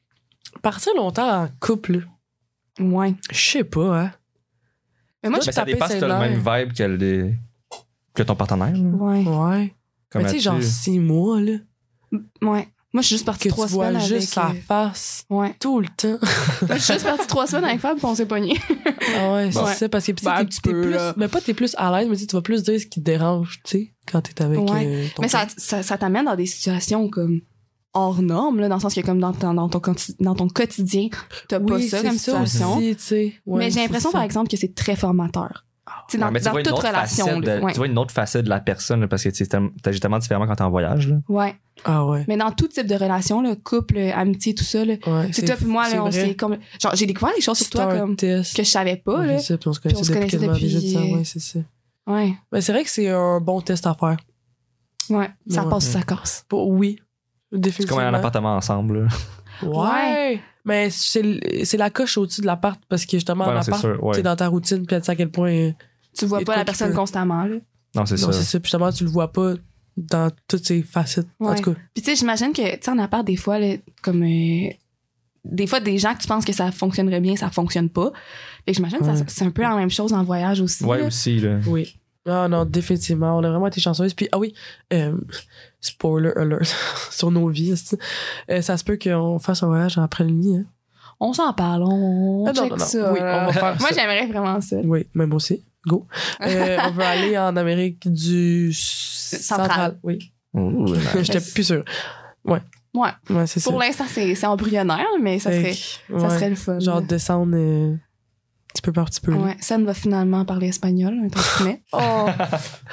Speaker 2: Partir longtemps en couple, Ah.
Speaker 3: Ouais.
Speaker 2: je sais pas, hein.
Speaker 3: Mais moi,
Speaker 2: Toi,
Speaker 3: je
Speaker 1: Ben, ça
Speaker 2: tapais
Speaker 1: dépend si t'as le
Speaker 2: cellulaire.
Speaker 1: même vibe que, les- que ton partenaire. là.
Speaker 3: Ouais.
Speaker 2: Ouais.
Speaker 1: Comme
Speaker 2: mais tu
Speaker 1: là-dessus.
Speaker 2: sais, genre six mois, là.
Speaker 3: Ouais. Moi, je suis juste
Speaker 2: Que
Speaker 3: partie
Speaker 2: tu
Speaker 3: trois
Speaker 2: vois
Speaker 3: semaines avec...
Speaker 2: juste sa
Speaker 3: euh,
Speaker 2: face
Speaker 3: Ouais.
Speaker 2: tout le temps.
Speaker 3: Je suis juste partie trois semaines avec Fab, puis on
Speaker 2: [laughs]
Speaker 3: s'est pogné.
Speaker 2: Ah ouais,
Speaker 3: Bon.
Speaker 2: c'est ça. Parce que tu sais,
Speaker 3: Ben, un
Speaker 2: t'es-
Speaker 3: petit
Speaker 2: t'es
Speaker 3: peu,
Speaker 2: plus.
Speaker 3: là.
Speaker 2: Mais pas t'es plus à l'aise, mais tu sais, tu vas plus dire ce qui te dérange, tu sais, quand t'es avec.
Speaker 3: Ouais.
Speaker 2: euh, ton
Speaker 3: Mais ça, ça, ça t'amène dans des situations comme hors normes, là, dans le sens que comme dans, ton- dans, ton, quanti- dans ton quotidien, t'as
Speaker 2: Oui,
Speaker 3: pas ça
Speaker 2: c'est
Speaker 3: comme situation.
Speaker 2: aussi, tu sais. Ouais,
Speaker 3: mais j'ai
Speaker 2: c'est
Speaker 3: l'impression,
Speaker 2: ça. Ah.
Speaker 3: par exemple, que c'est très formateur. Tu sais,
Speaker 1: Ouais,
Speaker 3: dans,
Speaker 1: mais tu
Speaker 3: dans
Speaker 1: vois une
Speaker 3: toute
Speaker 1: autre
Speaker 3: relation.
Speaker 1: facette de-
Speaker 3: là. Ouais.
Speaker 1: Tu vois une autre facette de la personne là, parce que tu agis tellement différemment quand t'es en voyage. là.
Speaker 3: Ouais.
Speaker 2: Ah ouais.
Speaker 3: Mais dans tout type de relation, là, couple, euh, amitié, tout ça, là,
Speaker 2: ouais
Speaker 3: c'est toi puis moi, là, on s'est comme. Genre, j'ai découvert des choses sur toi comme,
Speaker 2: test.
Speaker 3: que je savais pas,
Speaker 2: Ouais,
Speaker 3: là.
Speaker 2: c'est ça, puis on se
Speaker 3: Puis
Speaker 2: connaissait depuis tellement déjà de ça,
Speaker 3: euh,
Speaker 2: ouais, c'est ça.
Speaker 3: Ouais.
Speaker 2: Mais c'est vrai que c'est un bon test à faire.
Speaker 3: Ouais. Ça
Speaker 2: Ouais.
Speaker 3: passe ou ça casse.
Speaker 2: Bon, oui,
Speaker 1: C'est comme
Speaker 2: définitivement.
Speaker 1: un appartement ensemble. là.
Speaker 2: Ouais. Mais c'est l- c'est la coche au-dessus de l'appart parce que justement,
Speaker 1: Ouais,
Speaker 2: en
Speaker 1: non, c'est
Speaker 2: appart,
Speaker 1: sûr. ouais.
Speaker 2: t'es dans ta routine, puis tu sais à quel point. euh,
Speaker 3: Tu
Speaker 2: Et
Speaker 3: vois
Speaker 2: de
Speaker 3: pas
Speaker 2: quoi
Speaker 3: la
Speaker 2: tu
Speaker 3: personne
Speaker 2: peux-
Speaker 3: constamment, là.
Speaker 1: Non, c'est
Speaker 2: Non,
Speaker 1: ça.
Speaker 2: c'est ça. Puis justement, tu le vois pas dans toutes ses facettes. En
Speaker 3: Ouais.
Speaker 2: tout cas,
Speaker 3: Puis tu sais, j'imagine que, tu sais, en appart, des fois, là, comme... euh, des fois, des gens que tu penses que ça fonctionnerait bien, ça fonctionne pas. Fait que j'imagine que ça-
Speaker 2: Ouais.
Speaker 3: c'est un peu la même chose en voyage aussi.
Speaker 1: Ouais,
Speaker 3: là.
Speaker 1: aussi. Là.
Speaker 2: oui. Non, non, définitivement. On a vraiment été chanceuses. Puis, ah oui, euh, spoiler alert [laughs] sur nos vies. c'est- euh, ça se peut qu'on fasse un voyage après le nid. hein.
Speaker 3: On s'en parle, on
Speaker 2: Ah, non,
Speaker 3: check
Speaker 2: non, non.
Speaker 3: ça.
Speaker 2: Oui, on va faire
Speaker 3: Moi,
Speaker 2: ça.
Speaker 3: j'aimerais vraiment ça.
Speaker 2: Oui, mais moi aussi. Go. Euh, on
Speaker 3: [laughs]
Speaker 2: veut aller en Amérique du
Speaker 3: Central.
Speaker 2: Central. Oui. [laughs]
Speaker 1: Ouh, nice.
Speaker 2: J'étais plus sûre. Ouais.
Speaker 3: Ouais.
Speaker 2: Ouais, c'est ça.
Speaker 3: Pour l'instant, c'est c'est embryonnaire, mais ça
Speaker 2: Fait
Speaker 3: serait,
Speaker 2: que,
Speaker 3: ça
Speaker 2: ouais.
Speaker 3: serait le fun.
Speaker 2: Genre descendre euh, petit peu par petit peu. là.
Speaker 3: Ouais, Sam va finalement parler espagnol, un tantinet.
Speaker 2: [laughs] Oh.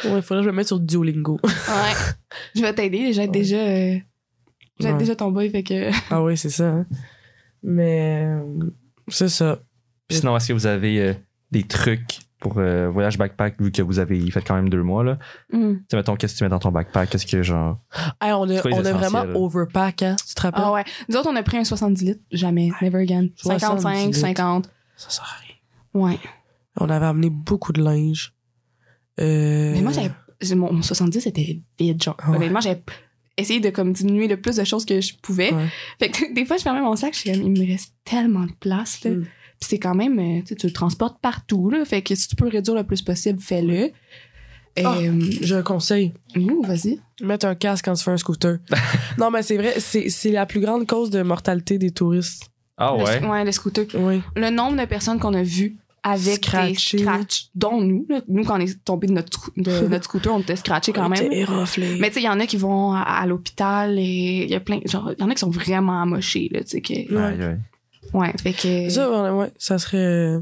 Speaker 2: ouais, faudrait que je me mette sur
Speaker 3: [laughs]
Speaker 2: Duolingo.
Speaker 3: ouais. Je vais t'aider, j'ai déjà, euh, j'ai
Speaker 2: Ouais.
Speaker 3: déjà ton boy, fait que. [laughs]
Speaker 2: ah oui, c'est ça. hein. Mais euh, c'est ça.
Speaker 1: Puis sinon, est-ce que vous avez euh, des trucs pour euh, voyage backpack vu que vous avez fait quand même deux mois? là?
Speaker 3: hmm.
Speaker 1: Tu sais, mettons, qu'est-ce que tu mets dans ton backpack? Qu'est-ce que genre.
Speaker 2: Hey, on a,
Speaker 1: C'est quoi les
Speaker 2: on a
Speaker 1: essentiels,
Speaker 2: vraiment
Speaker 1: là?
Speaker 2: overpack, hein? Tu te rappelles?
Speaker 3: Ah ouais. Nous autres, on a pris un 70 litres. Jamais. Never again. 55,
Speaker 2: 70.
Speaker 3: 50.
Speaker 2: Ça sert à rien.
Speaker 3: Ouais.
Speaker 2: On avait amené beaucoup de linge. Euh,
Speaker 3: Mais moi, j'avais. j'ai- Mon mon 70 était vide, genre.
Speaker 2: Ah ouais.
Speaker 3: Honnêtement, j'avais essayé de comme diminuer le plus de choses que je pouvais.
Speaker 2: Ouais.
Speaker 3: Fait que [laughs] des fois, je fermais mon sac, je suis comme, il me reste tellement de place, là.
Speaker 2: Mm.
Speaker 3: Puis c'est quand même, euh, tu sais, tu le transportes partout, là. Fait que si tu peux le réduire le plus possible, fais-le.
Speaker 2: Ah.
Speaker 3: Euh,
Speaker 2: Je conseille.
Speaker 3: ouh, vas-y.
Speaker 2: Mettre un casque quand tu fais
Speaker 1: [laughs]
Speaker 2: un scooter. non, mais c'est vrai, c'est c'est la plus grande cause de mortalité des touristes.
Speaker 1: Ah
Speaker 3: Le-
Speaker 1: ouais?
Speaker 3: le scooter.
Speaker 2: Oui.
Speaker 3: Le nombre de personnes qu'on a vues avec
Speaker 2: Scratchées.
Speaker 3: des scratchs, dont nous. là. Nous, quand on est tombé de notre, scoo-
Speaker 2: [laughs]
Speaker 3: de notre scooter, on était scratchés quand même.
Speaker 2: T'es éraflé.
Speaker 3: Mais tu sais, il y en a qui vont à, à l'hôpital et il y a plein. Genre, il y en a qui sont vraiment amochés, là, tu sais. Que...
Speaker 2: Ouais.
Speaker 1: Aïe, aïe.
Speaker 3: Ouais, fait que.
Speaker 2: Ça, ouais, ouais, ça serait euh,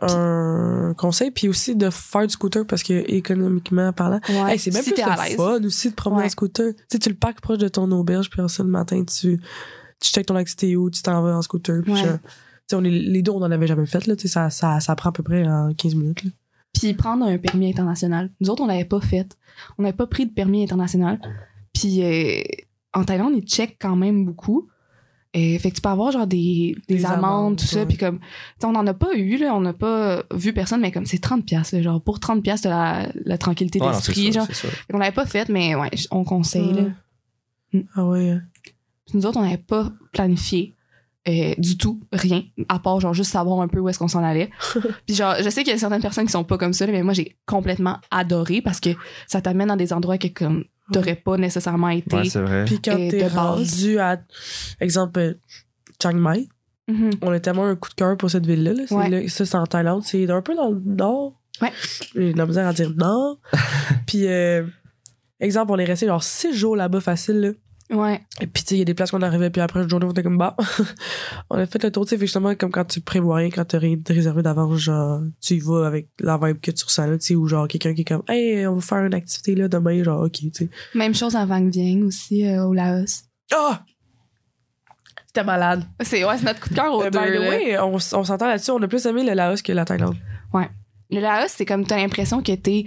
Speaker 2: un conseil. Puis aussi de faire du scooter parce que économiquement parlant,
Speaker 3: Ouais,
Speaker 2: hey, c'est même
Speaker 3: si
Speaker 2: plus
Speaker 3: t'es
Speaker 2: le
Speaker 3: à l'aise.
Speaker 2: fun aussi de promener
Speaker 3: Ouais.
Speaker 2: en scooter. Tu sais, tu le parques proche de ton auberge, puis ça, le matin, tu, tu checkes ton ou tu t'en vas en scooter. Puis
Speaker 3: Ouais.
Speaker 2: genre, tu sais, on est, les deux, on n'en avait jamais fait. Là, tu sais, ça, ça, ça prend à peu près en 15 minutes. là.
Speaker 3: Puis prendre un permis international. Nous autres, on l'avait pas fait. On n'avait pas pris de permis international. Puis euh, en Thaïlande, ils checkent quand même beaucoup. Et, fait que tu peux avoir genre des, des,
Speaker 2: Des
Speaker 3: amendes,
Speaker 2: amendes,
Speaker 3: tout ça.
Speaker 2: ouais.
Speaker 3: Puis comme, tu sais, on n'en a pas eu, là, on n'a pas vu personne, mais comme c'est 30$. piastres, là, genre, pour 30$, piastres, t'as la, la tranquillité
Speaker 1: Ouais, non, c'est
Speaker 3: d'esprit.
Speaker 1: sûr,
Speaker 3: genre.
Speaker 1: c'est sûr.
Speaker 3: On l'avait pas fait, mais ouais, on conseille. là. Mm.
Speaker 2: Ouais. Ah ouais. hein.
Speaker 3: Puis nous autres, on n'avait pas planifié euh, du tout, rien, à part genre juste savoir un peu où est-ce qu'on s'en
Speaker 2: [laughs]
Speaker 3: allait. Puis genre, je sais qu'il y a certaines personnes qui sont pas comme ça, là, mais moi j'ai complètement adoré parce que ça t'amène dans des endroits que comme t'aurais pas nécessairement été.
Speaker 1: Ouais, c'est vrai.
Speaker 2: Puis quand
Speaker 3: Et
Speaker 2: t'es
Speaker 3: de base.
Speaker 2: rendu à, exemple, euh, Chiang Mai,
Speaker 3: Mhm.
Speaker 2: on a tellement un coup de cœur pour cette ville-là. là. C'est
Speaker 3: Ouais.
Speaker 2: là- ça, c'est en Thaïlande. C'est un peu dans le nord.
Speaker 3: Ouais.
Speaker 2: J'ai de la misère à dire
Speaker 3: [laughs]
Speaker 2: nord. Puis, euh, exemple, on est resté genre six jours là-bas facile. là.
Speaker 3: Ouais,
Speaker 2: Et puis, tu sais, il y a des places qu'on arrivait. Puis après, une journée, on était comme bah. [laughs] on a fait le tour. Tu sais, fait justement, comme quand tu prévois rien, quand t'as rien de réservé d'avance, genre, tu y vas avec la vibe que tu ressens là. Tu sais, ou genre, quelqu'un qui est comme, hey, on va faire une activité là demain. Genre, ok, tu sais.
Speaker 3: même chose à Vang Vieng aussi euh, au Laos.
Speaker 2: Ah! C'était malade.
Speaker 3: C'est ouais, c'est notre coup de cœur au
Speaker 2: Euh,
Speaker 3: deux,
Speaker 2: by the
Speaker 3: là.
Speaker 2: way, on, s- on s'entend là-dessus. On a plus aimé le Laos que la Thaïlande.
Speaker 3: Le Laos, c'est comme t'as l'impression que t'es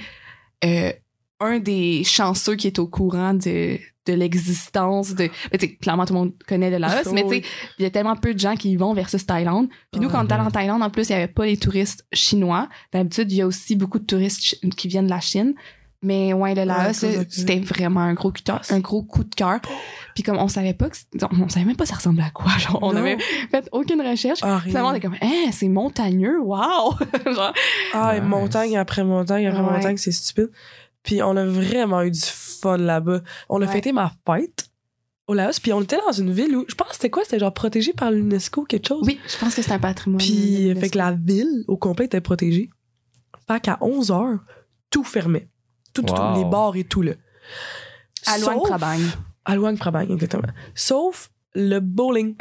Speaker 3: euh, un des chanceux qui est au courant de de l'existence de. ben, tu sais, clairement, tout le monde connaît le Laos,
Speaker 2: [laughs] Oh,
Speaker 3: mais tu
Speaker 2: oui.
Speaker 3: sais, il y a tellement peu de gens qui y vont versus Thaïlande. Puis nous,
Speaker 2: Ah,
Speaker 3: quand on est allé en Thaïlande, en plus, il n'y avait pas les touristes chinois. D'habitude, il y a aussi beaucoup de touristes chi- qui viennent de la Chine. Mais ouais, le Laos,
Speaker 2: cause de la cuisine.
Speaker 3: c'était vraiment un gros, coup de cœur- un gros coup de cœur. Puis comme on savait pas que c- on, on savait même pas ça ressemblait à quoi. Genre, on
Speaker 2: Non.
Speaker 3: avait fait aucune recherche.
Speaker 2: Ah,
Speaker 3: Finalement, on
Speaker 2: rien.
Speaker 3: est comme, Hein, c'est montagneux, wow! [laughs] Genre,
Speaker 2: Ah, et
Speaker 1: Nice.
Speaker 2: montagne après montagne après
Speaker 3: Ouais.
Speaker 2: montagne, c'est stupide. Puis on a vraiment eu du fun là-bas. On a
Speaker 3: Ouais.
Speaker 2: fêté ma fête au Laos, puis on était dans une ville où, je pense que c'était quoi? C'était genre protégé par l'UNESCO ou quelque chose.
Speaker 3: oui, je pense que c'est un patrimoine.
Speaker 2: Puis,
Speaker 3: de-
Speaker 2: fait que la ville au complet était protégée. Fait qu'à 11 h tout fermait. Tout, tout, tout,
Speaker 1: Wow.
Speaker 2: les bars et tout, là.
Speaker 3: À Loin de
Speaker 2: Sauf-
Speaker 3: Trabagne.
Speaker 2: À Loin de Trabagne, exactement. Sauf le bowling,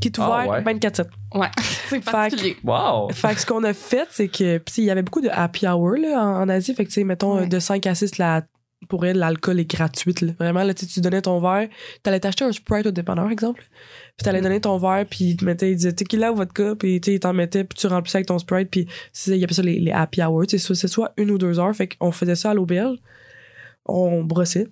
Speaker 2: qui est
Speaker 1: Ah,
Speaker 2: ouvert
Speaker 1: ouais.
Speaker 2: 24-7.
Speaker 3: Ouais. c'est
Speaker 2: que-
Speaker 3: particulier.
Speaker 2: [laughs]
Speaker 1: Wow!
Speaker 2: Fait que ce qu'on a fait, c'est que, pis il y avait beaucoup de happy hour, là, en, en Asie. Fait que, tu sais, mettons,
Speaker 3: Ouais.
Speaker 2: euh, de 5 à 6, la, pour elle, l'alcool est gratuit, là. Vraiment, là, tu sais, tu donnais ton verre, t'allais t'acheter un Sprite au dépanneur, exemple. Puis t'allais donner ton verre, puis il te mettait, il disait tequila ou vodka, puis tu sais, il t'en mettait, puis tu remplissais avec ton Sprite, puis c'est- il appelait ça les, les happy hours. tu sais, soit- C'est soit une ou deux heures. Fait qu'on faisait ça à l'auberge. On brossait.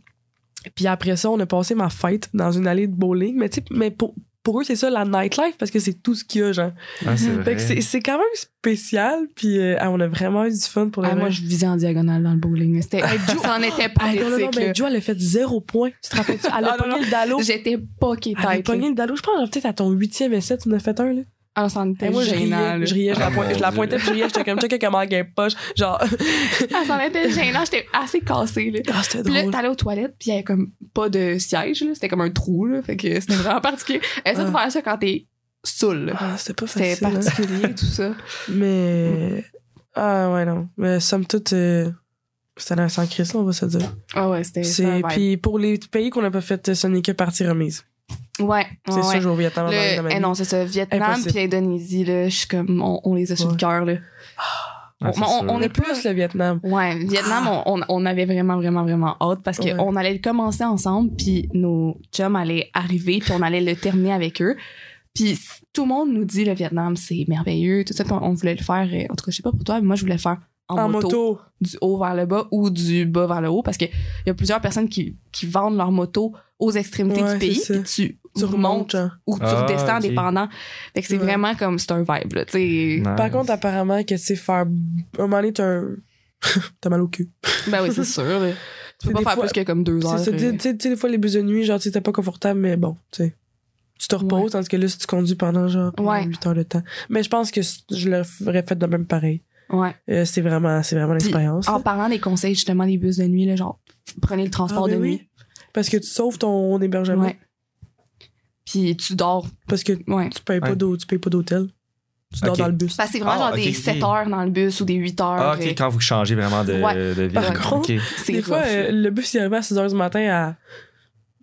Speaker 2: Puis après ça, on a passé ma fête dans une allée de bowling. Mais tu sais, mais pour, pour eux, c'est ça la nightlife parce que c'est tout ce qu'il y a, genre.
Speaker 1: Ah, c'est
Speaker 2: Fait
Speaker 1: vrai.
Speaker 2: que c'est c'est quand même spécial, puis euh, ah, on a vraiment eu du fun pour le
Speaker 3: Ah, moi, je visais en diagonale dans le bowling. C'était, ça en était
Speaker 2: ah, non, non, non,
Speaker 3: pathétique. là.
Speaker 2: mais Jo, elle a fait zéro point. Tu te rappelles-tu? Elle a
Speaker 3: Ah, non,
Speaker 2: pogné le dallo.
Speaker 3: J'étais poquée
Speaker 2: Elle a
Speaker 3: tête. là.
Speaker 2: pogné le dallo. Je pense genre, peut-être à ton huitième essai, tu en as fait un, là.
Speaker 3: Alors, ça en
Speaker 2: Et
Speaker 3: était
Speaker 2: moi, je
Speaker 3: gênant.
Speaker 2: riais, je riais, je la,
Speaker 1: Ah,
Speaker 2: pointais-
Speaker 1: mon
Speaker 2: je la
Speaker 1: Dieu.
Speaker 2: pointais, puis je riais, j'étais comme, check comment elle gagne poche. Genre,
Speaker 3: là. Ça en était gênant. J'étais assez cassée. Là.
Speaker 2: [laughs] ah, c'était
Speaker 3: Puis là,
Speaker 2: drôle.
Speaker 3: t'allais aux toilettes, puis il y avait comme pas de siège. là. C'était comme un trou. Là. Fait que c'était vraiment particulier. Essaye de
Speaker 2: Ah.
Speaker 3: faire ça quand t'es saoul. là.
Speaker 2: Ah, c'était pas
Speaker 3: C'était
Speaker 2: facile. hein.
Speaker 3: particulier, tout ça.
Speaker 2: Mais, ah, ouais, non. Mais somme toute, euh, c'était un sans Christ, on va se dire.
Speaker 3: Ah ouais, c'était c'était un
Speaker 2: C'est,
Speaker 3: vibe.
Speaker 2: puis pour les pays qu'on n'a pas fait, ce n'est que partie remise.
Speaker 3: Ouais,
Speaker 2: C'est
Speaker 3: ouais,
Speaker 2: ça,
Speaker 3: ouais.
Speaker 2: je vais au Vietnam. avant
Speaker 3: Le-
Speaker 2: de ma
Speaker 3: eh
Speaker 2: vie.
Speaker 3: non, c'est ça. Vietnam
Speaker 2: Impossible.
Speaker 3: puis Indonésie, là, je suis comme, on, on les a sur
Speaker 2: Ouais.
Speaker 3: le cœur, là.
Speaker 1: Ah, c'est
Speaker 3: on-
Speaker 1: sûr.
Speaker 3: on est-
Speaker 2: Mais plus le Vietnam.
Speaker 3: Ouais, Vietnam, on, on- on avait vraiment, vraiment, vraiment hâte parce
Speaker 2: Ouais.
Speaker 3: qu'on allait le commencer ensemble, puis nos chums allaient arriver, puis on allait le terminer avec eux. Puis s- tout le monde nous dit le Vietnam, c'est merveilleux, tout ça, puis on, on voulait le faire, euh, en tout cas, je sais pas pour toi, mais moi, je voulais le faire en,
Speaker 2: En
Speaker 3: moto,
Speaker 2: moto.
Speaker 3: du haut vers le bas ou du bas vers le haut, parce qu'il y a plusieurs personnes qui, qui vendent leur moto aux extrémités
Speaker 2: Ouais,
Speaker 3: du pays,
Speaker 2: c'est ça.
Speaker 3: puis tu,
Speaker 2: tu remontes.
Speaker 3: remontes
Speaker 2: genre.
Speaker 3: ou tu
Speaker 1: Ah,
Speaker 3: redescends
Speaker 1: ok.
Speaker 3: dépendant. Fait que c'est
Speaker 2: Ouais.
Speaker 3: vraiment comme, c'est un vibe, là, tu sais.
Speaker 1: Nice.
Speaker 2: Par contre, apparemment, que tu sais, faire. Un moment donné, t'as un- [laughs] t'as mal au cul. [laughs]
Speaker 3: Ben oui, c'est sûr, là. Tu peux
Speaker 2: C'est
Speaker 3: pas
Speaker 2: des
Speaker 3: faire
Speaker 2: fois-
Speaker 3: plus que comme deux heures.
Speaker 2: C'est ça,
Speaker 3: euh.
Speaker 2: tu sais- tu sais, tu sais, des fois, les bus de nuit, genre, tu sais, t'es pas confortable, mais bon, tu sais. Tu te reposes,
Speaker 3: Ouais.
Speaker 2: tandis que là, si tu conduis pendant genre
Speaker 3: Ouais.
Speaker 2: 8 heures de temps. Mais je pense que c- je l'aurais fait de même pareil.
Speaker 3: Ouais.
Speaker 2: Euh, c'est vraiment, c'est vraiment
Speaker 3: Puis,
Speaker 2: l'expérience.
Speaker 3: En
Speaker 2: là.
Speaker 3: parlant des conseils, justement, des bus de nuit, là, genre, prenez le transport
Speaker 2: Ah,
Speaker 3: de
Speaker 2: ben oui.
Speaker 3: nuit.
Speaker 2: Parce que tu sauves ton hébergement.
Speaker 3: Ouais. Puis tu dors.
Speaker 2: Parce que tu
Speaker 3: Ouais.
Speaker 2: payes pas
Speaker 1: Ouais.
Speaker 2: d'eau, tu payes pas d'hôtel. Tu dors
Speaker 1: Ok.
Speaker 2: dans le bus.
Speaker 3: Parce que c'est vraiment
Speaker 1: Ah,
Speaker 3: genre
Speaker 1: ok,
Speaker 3: des
Speaker 1: ok.
Speaker 3: 7 heures dans le bus ou des 8 heures.
Speaker 1: Ah, ok,
Speaker 3: euh,
Speaker 1: quand vous changez vraiment de,
Speaker 3: Ouais.
Speaker 1: de vie.
Speaker 2: Par
Speaker 1: Ok.
Speaker 2: contre,
Speaker 3: c'est
Speaker 2: Des fois,
Speaker 3: rough.
Speaker 2: euh, le bus, il arrivait à 6 h du matin à,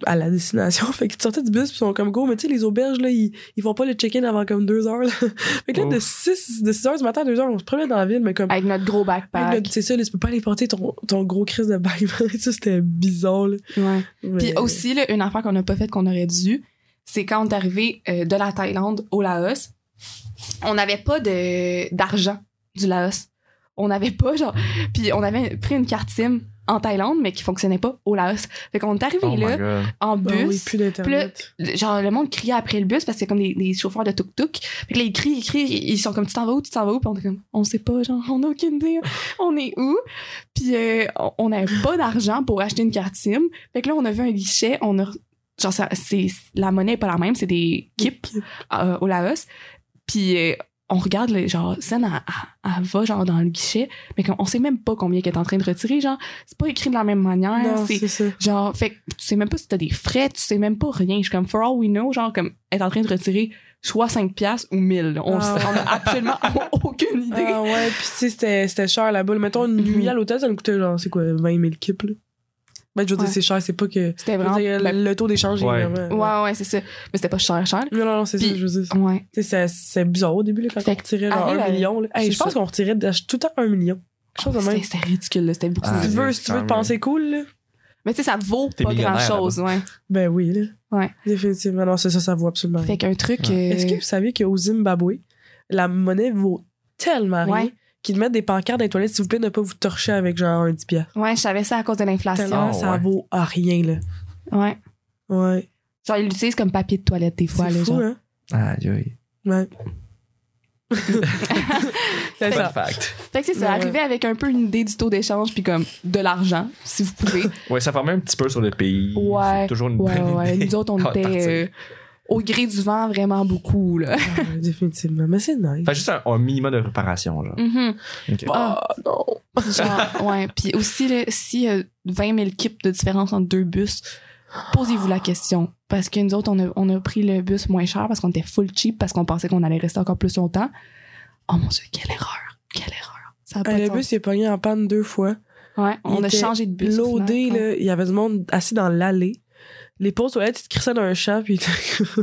Speaker 2: à la destination. [laughs] Fait qu'ils sortaient du bus, puis ils sont comme go. Mais tu sais, les auberges, là, ils, ils font pas le check-in avant comme 2 h. Fait que là, [laughs] de
Speaker 1: Ouf.
Speaker 2: 6, de 6 h du matin à 2 h, on se promenait dans la ville, mais comme.
Speaker 3: Avec notre gros backpack.
Speaker 2: Hey, là, C'est ça, là, tu peux pas aller porter ton, ton gros crise [laughs] de bail. ça, c'était bizarre. Là.
Speaker 3: Ouais.
Speaker 2: Mais-
Speaker 3: Puis aussi, là, une affaire qu'on n'a pas faite qu'on aurait dû, c'est quand on est arrivé euh, de la Thaïlande au Laos, on n'avait pas de d'argent du Laos. On n'avait pas, genre. Puis on avait pris une carte SIM en Thaïlande, mais qui fonctionnait pas au Laos. Fait qu'on est arrivé
Speaker 1: Oh my
Speaker 3: là,
Speaker 1: god.
Speaker 3: en
Speaker 2: Ah
Speaker 3: bus.
Speaker 2: oui, plus d'internet.
Speaker 3: le- genre le monde criait après le bus parce que c'est comme des, des chauffeurs de tuk-tuk. Fait que là, ils crient, ils crient, ils sont comme tu t'en vas où, tu t'en vas où, puis on est comme on sait pas, genre on a aucune idée, on est où. Puis euh, on- on n'avait pas d'argent pour acheter une carte SIM. Fait que là on a vu un guichet, on a genre ça- c'est la monnaie est pas la même, c'est des kips euh, au Laos. Puis euh, on regarde le- genre Sen elle, elle- elle va genre dans le guichet, mais comme on sait même pas combien qu'elle est en train de retirer, genre c'est pas écrit de la même manière,
Speaker 2: Non,
Speaker 3: c'est
Speaker 2: c'est
Speaker 3: [laughs]
Speaker 2: ça.
Speaker 3: Genre, fait que tu sais même pas si t'as des frais, tu sais même pas rien. Je suis comme, for all we know, genre, comme, être en train de retirer soit 5 piastres ou 1000. On, le
Speaker 2: Ah
Speaker 3: sait- [laughs] on a absolument aucune idée.
Speaker 2: Ah ouais, puis tu sais, c'était c'était cher là-bas. Mettons, une
Speaker 3: Mhm.
Speaker 2: nuit à l'hôtel, ça nous coûtait genre, c'est quoi, 20 000 kips, là. Ben, je veux dire,
Speaker 3: Ouais.
Speaker 2: c'est cher, c'est pas que.
Speaker 3: C'était
Speaker 2: je veux
Speaker 3: vraiment.
Speaker 2: dire,
Speaker 3: ben,
Speaker 2: le taux d'échange est
Speaker 1: Ouais.
Speaker 2: vraiment.
Speaker 3: ouais, ouais, c'est ça. Mais c'était pas cher, cher.
Speaker 2: Non, non, non, c'est ça,
Speaker 3: Puis-
Speaker 2: je veux dire.
Speaker 3: Ouais.
Speaker 2: Tu sais, c'est- c'est bizarre au début, là, quand
Speaker 3: Fait
Speaker 2: on retirait genre
Speaker 3: arrive
Speaker 2: un
Speaker 3: à-
Speaker 2: million. là. Hey,
Speaker 3: c'est
Speaker 2: je pense
Speaker 3: ça.
Speaker 2: qu'on retirait de- tout le temps un million. Quelque chose de même.
Speaker 3: C'était c'était ridicule, là, c'était beaucoup.
Speaker 1: Ah,
Speaker 2: Si tu
Speaker 1: c'est
Speaker 2: veux, si tu veux te
Speaker 1: quand
Speaker 2: penser cool, là,
Speaker 3: Mais tu sais, ça vaut
Speaker 1: T'es
Speaker 3: pas grand
Speaker 1: millionnaire,
Speaker 3: chose, ouais.
Speaker 2: ben oui, là.
Speaker 3: Ouais.
Speaker 2: Définitivement. Non, c'est ça, ça vaut absolument rien.
Speaker 3: Fait qu'un truc.
Speaker 1: Ouais.
Speaker 3: euh,
Speaker 2: Est-ce que vous saviez qu'au Zimbabwe, la monnaie vaut tellement rien
Speaker 3: Ouais.
Speaker 2: qu'ils mettent des pancartes dans les toilettes, s'il vous plaît, ne pas vous torcher avec genre un 10 piastres.
Speaker 3: Ouais, je savais Ah, ça à cause de l'inflation.
Speaker 2: Tellement
Speaker 1: Oh,
Speaker 2: ça
Speaker 1: ouais.
Speaker 2: vaut à rien, là.
Speaker 3: Ouais.
Speaker 2: Ouais.
Speaker 3: Genre, ils l'utilisent comme papier de toilette des fois.
Speaker 2: C'est
Speaker 3: là,
Speaker 2: fou,
Speaker 3: genre.
Speaker 2: hein?
Speaker 1: Aïe, aïe.
Speaker 2: Ouais. [laughs]
Speaker 1: Fun
Speaker 2: c'est ça.
Speaker 1: fact.
Speaker 3: Fait que c'est ça,
Speaker 2: hein. Ouais.
Speaker 3: arriver avec un peu une idée du taux d'échange puis comme de l'argent, si vous pouvez.
Speaker 1: Ouais, ça forme un petit peu sur le pays.
Speaker 3: Ouais,
Speaker 1: C'est toujours une
Speaker 3: Ouais,
Speaker 2: Ben,
Speaker 1: bonne
Speaker 3: ouais.
Speaker 1: idée.
Speaker 2: [laughs]
Speaker 3: Nous autres,
Speaker 1: Avant
Speaker 3: on
Speaker 1: de partir.
Speaker 3: était euh, au gré du vent vraiment
Speaker 2: [laughs]
Speaker 3: beaucoup, là.
Speaker 2: Ouais, Définitivement. Mais c'est nice.
Speaker 1: Fait juste un, un minimum de réparation, genre.
Speaker 3: Mhm.
Speaker 1: Ok.
Speaker 2: Ah, non.
Speaker 3: Genre, ouais. Puis aussi, là, euh, s'il y a 20 000 kips de différence entre deux bus, posez-vous la question. Parce que nous autres, on a, on a pris le bus moins cher parce qu'on était full cheap, parce qu'on pensait qu'on allait rester encore plus longtemps. Oh mon Dieu, quelle erreur! Quelle erreur! Ça a pas
Speaker 2: Ah,
Speaker 3: de
Speaker 2: le
Speaker 3: sens.
Speaker 2: bus, il est pogné en panne deux fois.
Speaker 3: Ouais, on
Speaker 2: il
Speaker 3: a
Speaker 2: était
Speaker 3: changé de bus. au
Speaker 2: Loadé,
Speaker 3: final.
Speaker 2: là, il y avait du monde assis dans l'allée. Les pauvres toilettes, ils te crissaient dans un champ, puis [laughs]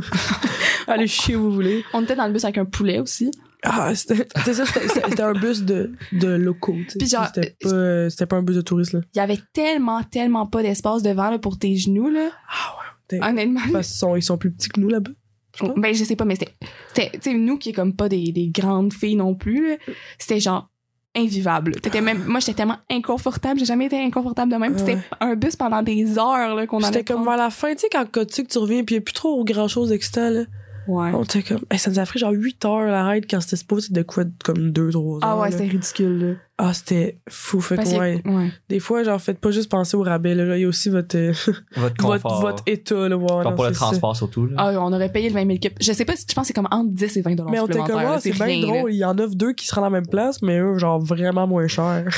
Speaker 2: allez chier où vous voulez.
Speaker 3: On était dans le bus avec un poulet aussi.
Speaker 2: Ah, c'était c'est ça, c'était- c'était c'était un bus de, de locaux, tu sais.
Speaker 3: Puis genre,
Speaker 2: C'était pas, euh, c'était pas un bus de touristes, [clears throat] là.
Speaker 3: Il y avait tellement, tellement pas d'espace devant là, pour tes genoux. Là.
Speaker 2: Ah ouais.
Speaker 3: Honnêtement,
Speaker 2: Parce qu'ils sont, ils sont plus petits que nous, là-bas. pas.
Speaker 3: Ben, je sais pas, mais c'était. c'était- Tu sais, nous qui est comme pas des, des grandes filles non plus, là, c'était genre invivable. T'étais même, moi, j'étais tellement inconfortable. J'ai jamais été inconfortable de même. Puis
Speaker 2: Ouais.
Speaker 3: C'était un bus pendant des heures là, qu'on allait.
Speaker 2: C'était comme
Speaker 3: prendre.
Speaker 2: vers la fin, tu sais, quand tu sais que tu reviens, puis il y a plus trop grand-chose d'excitant, là.
Speaker 3: Ouais.
Speaker 2: On était comme, hey, ça nous a pris genre 8 heures la ride quand c'était supposé de quoi, comme 2-3 heures.
Speaker 3: Ah ouais,
Speaker 2: là.
Speaker 3: c'était ridicule. Là.
Speaker 2: Ah, c'était fou, fait que
Speaker 3: Parce que-
Speaker 2: ouais.
Speaker 3: ouais.
Speaker 2: Des fois, genre, faites pas juste penser au rabais. Là. Il y a aussi votre, euh,
Speaker 1: Votre confort.
Speaker 2: votre, votre état. Là, ouais,
Speaker 1: Genre
Speaker 2: non,
Speaker 1: pour le
Speaker 2: c'est ça.
Speaker 1: transport, surtout. Là.
Speaker 3: Ah, on aurait payé le 20 000 kips. Je sais pas, si- je pense que c'est comme entre 10 et 20 dollars
Speaker 2: Mais on était
Speaker 3: supplémentaires.
Speaker 2: comme,
Speaker 3: là,
Speaker 2: ah, c'est bien
Speaker 3: rien, là.
Speaker 2: drôle. Il y en a deux qui se rendent à la même place, mais eux, genre, vraiment
Speaker 1: [laughs]
Speaker 2: moins cher.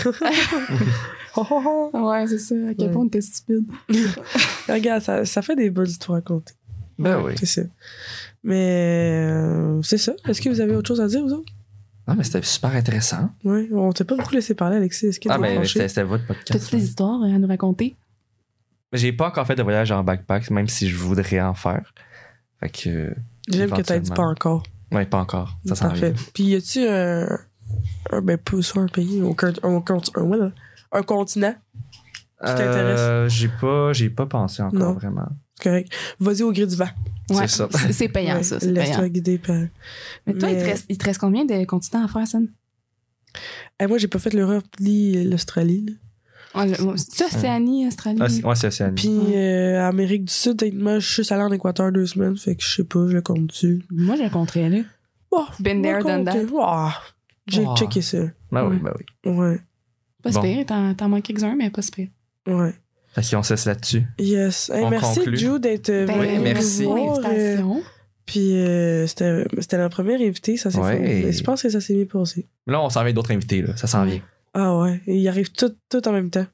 Speaker 2: Oh, oh, oh.
Speaker 3: Ouais, c'est ça. À quel
Speaker 2: Ouais.
Speaker 3: point on était stupide.
Speaker 2: Regarde, ça, ça fait des bonnes histoires à compter.
Speaker 1: Ben oui.
Speaker 2: C'est ça. Mais euh, c'est ça. Est-ce que vous avez autre chose à dire, vous autres?
Speaker 1: Non, mais c'était super intéressant.
Speaker 2: Oui, on t'a pas beaucoup laissé parler, Alexis. Est-ce que
Speaker 1: Ah,
Speaker 2: t'es
Speaker 1: mais
Speaker 2: fâché?
Speaker 1: c'était c'était votre podcast.
Speaker 3: T'as-tu des histoires euh, à nous raconter?
Speaker 1: Mais J'ai pas encore fait de voyage en backpack, même si je voudrais en faire. Fait que. euh,
Speaker 2: J'aime que t'aies dit pas
Speaker 1: éventuellement.
Speaker 2: encore.
Speaker 1: Ouais, pas encore. Ça s'en
Speaker 2: Parfait.
Speaker 1: vient.
Speaker 2: Puis y a-tu un. un ben, pas soit un pays, un, un, un, voilà, un continent? Tu t'intéresses?
Speaker 1: Euh, J'ai pas, j'ai pas pensé encore
Speaker 2: Non.
Speaker 1: vraiment.
Speaker 2: C'est correct. Vas-y au gré du vent.
Speaker 1: C'est
Speaker 3: Ouais.
Speaker 1: ça.
Speaker 3: C'est c'est payant, ça. C'est payant.
Speaker 2: Laisse-toi guider par.
Speaker 3: Mais toi, Il, te
Speaker 2: Mais-
Speaker 3: reste, il te reste combien de continents à faire, Sam?
Speaker 2: Eh, moi, j'ai pas fait l'Europe ni l'Australie. là.
Speaker 3: Ouais, le- ouais, C'est Océanie, Australie.
Speaker 1: Ah, c'est- ouais, c'est Océanie.
Speaker 2: Mm-hmm. Puis euh, Amérique du Sud, techniquement, je suis juste allée en Équateur deux semaines, fait que je sais pas, je le compte dessus.
Speaker 3: Moi, je le compterais, là.
Speaker 2: Oh,
Speaker 3: Been there, done that.
Speaker 2: j'ai
Speaker 1: Oh.
Speaker 2: checké ça.
Speaker 1: Ben oui,
Speaker 3: ouais.
Speaker 1: ben oui.
Speaker 2: Ouais,
Speaker 3: Pas si
Speaker 1: Bon.
Speaker 3: pire, t'en, t'en manques quelques-uns, mais pas si pire.
Speaker 2: ouais.
Speaker 1: Fait qu'on cesse là-dessus.
Speaker 2: Yes. Hey,
Speaker 1: On
Speaker 2: merci,
Speaker 1: conclut.
Speaker 2: Drew, d'être euh,
Speaker 3: Ben,
Speaker 2: venu nous
Speaker 1: merci.
Speaker 3: pour
Speaker 2: voir, euh,
Speaker 3: l'invitation.
Speaker 2: Puis euh, c'était c'était la première invitée, ça s'est
Speaker 1: Ouais.
Speaker 2: fait. Mais je pense que ça s'est bien passé.
Speaker 1: Là, on s'en vient avec d'autres invités, là. Ça s'en vient.
Speaker 2: Ah ouais, Et ils arrivent tout, tout en même temps.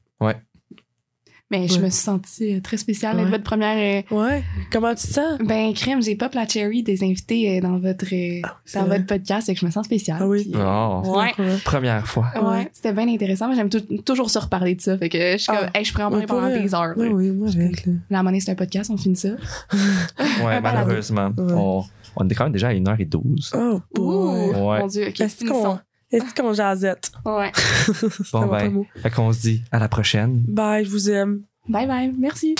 Speaker 3: Mais je
Speaker 2: Ouais.
Speaker 3: me suis sentie euh, très spéciale d'être
Speaker 2: Ouais.
Speaker 3: votre première.
Speaker 2: Ouais. Comment tu te sens?
Speaker 3: euh, ben, crème, j'ai pop la cherry des invités euh, dans votre, euh,
Speaker 2: Ah, c'est
Speaker 3: dans
Speaker 2: vrai.
Speaker 3: votre podcast, et que je me sens spéciale.
Speaker 2: Ah oui. Ah
Speaker 3: puis, euh,
Speaker 1: Non.
Speaker 3: Ouais.
Speaker 1: Oh. Première
Speaker 2: [laughs]
Speaker 1: fois.
Speaker 3: Ouais, c'était bien intéressant. Moi, J'aime tou- toujours se reparler de ça. Fait que je suis
Speaker 2: Ah.
Speaker 3: comme, hey, je pourrais en parler
Speaker 2: Ouais,
Speaker 3: pendant
Speaker 2: pour vrai.
Speaker 3: des heures.
Speaker 2: Ouais,
Speaker 3: là.
Speaker 2: oui, moi avec. Là.
Speaker 3: Là, à un moment donné, c'est un podcast, on finit ça.
Speaker 1: Ouais, malheureusement.
Speaker 2: Ouais.
Speaker 1: On, on est quand même déjà à 1h12.
Speaker 2: Oh,
Speaker 3: Ouh,
Speaker 2: boy.
Speaker 1: Ouais.
Speaker 3: mon Dieu. ok,
Speaker 2: Est-ce
Speaker 3: finissons.
Speaker 2: qu'on est qu'on jasette?
Speaker 3: Ouais.
Speaker 2: C'est
Speaker 1: Bon,
Speaker 2: vraiment pas
Speaker 1: ben.
Speaker 2: le mot.
Speaker 1: Fait qu'on se dit à la prochaine.
Speaker 2: Bye, je vous aime.
Speaker 3: Bye bye. Merci.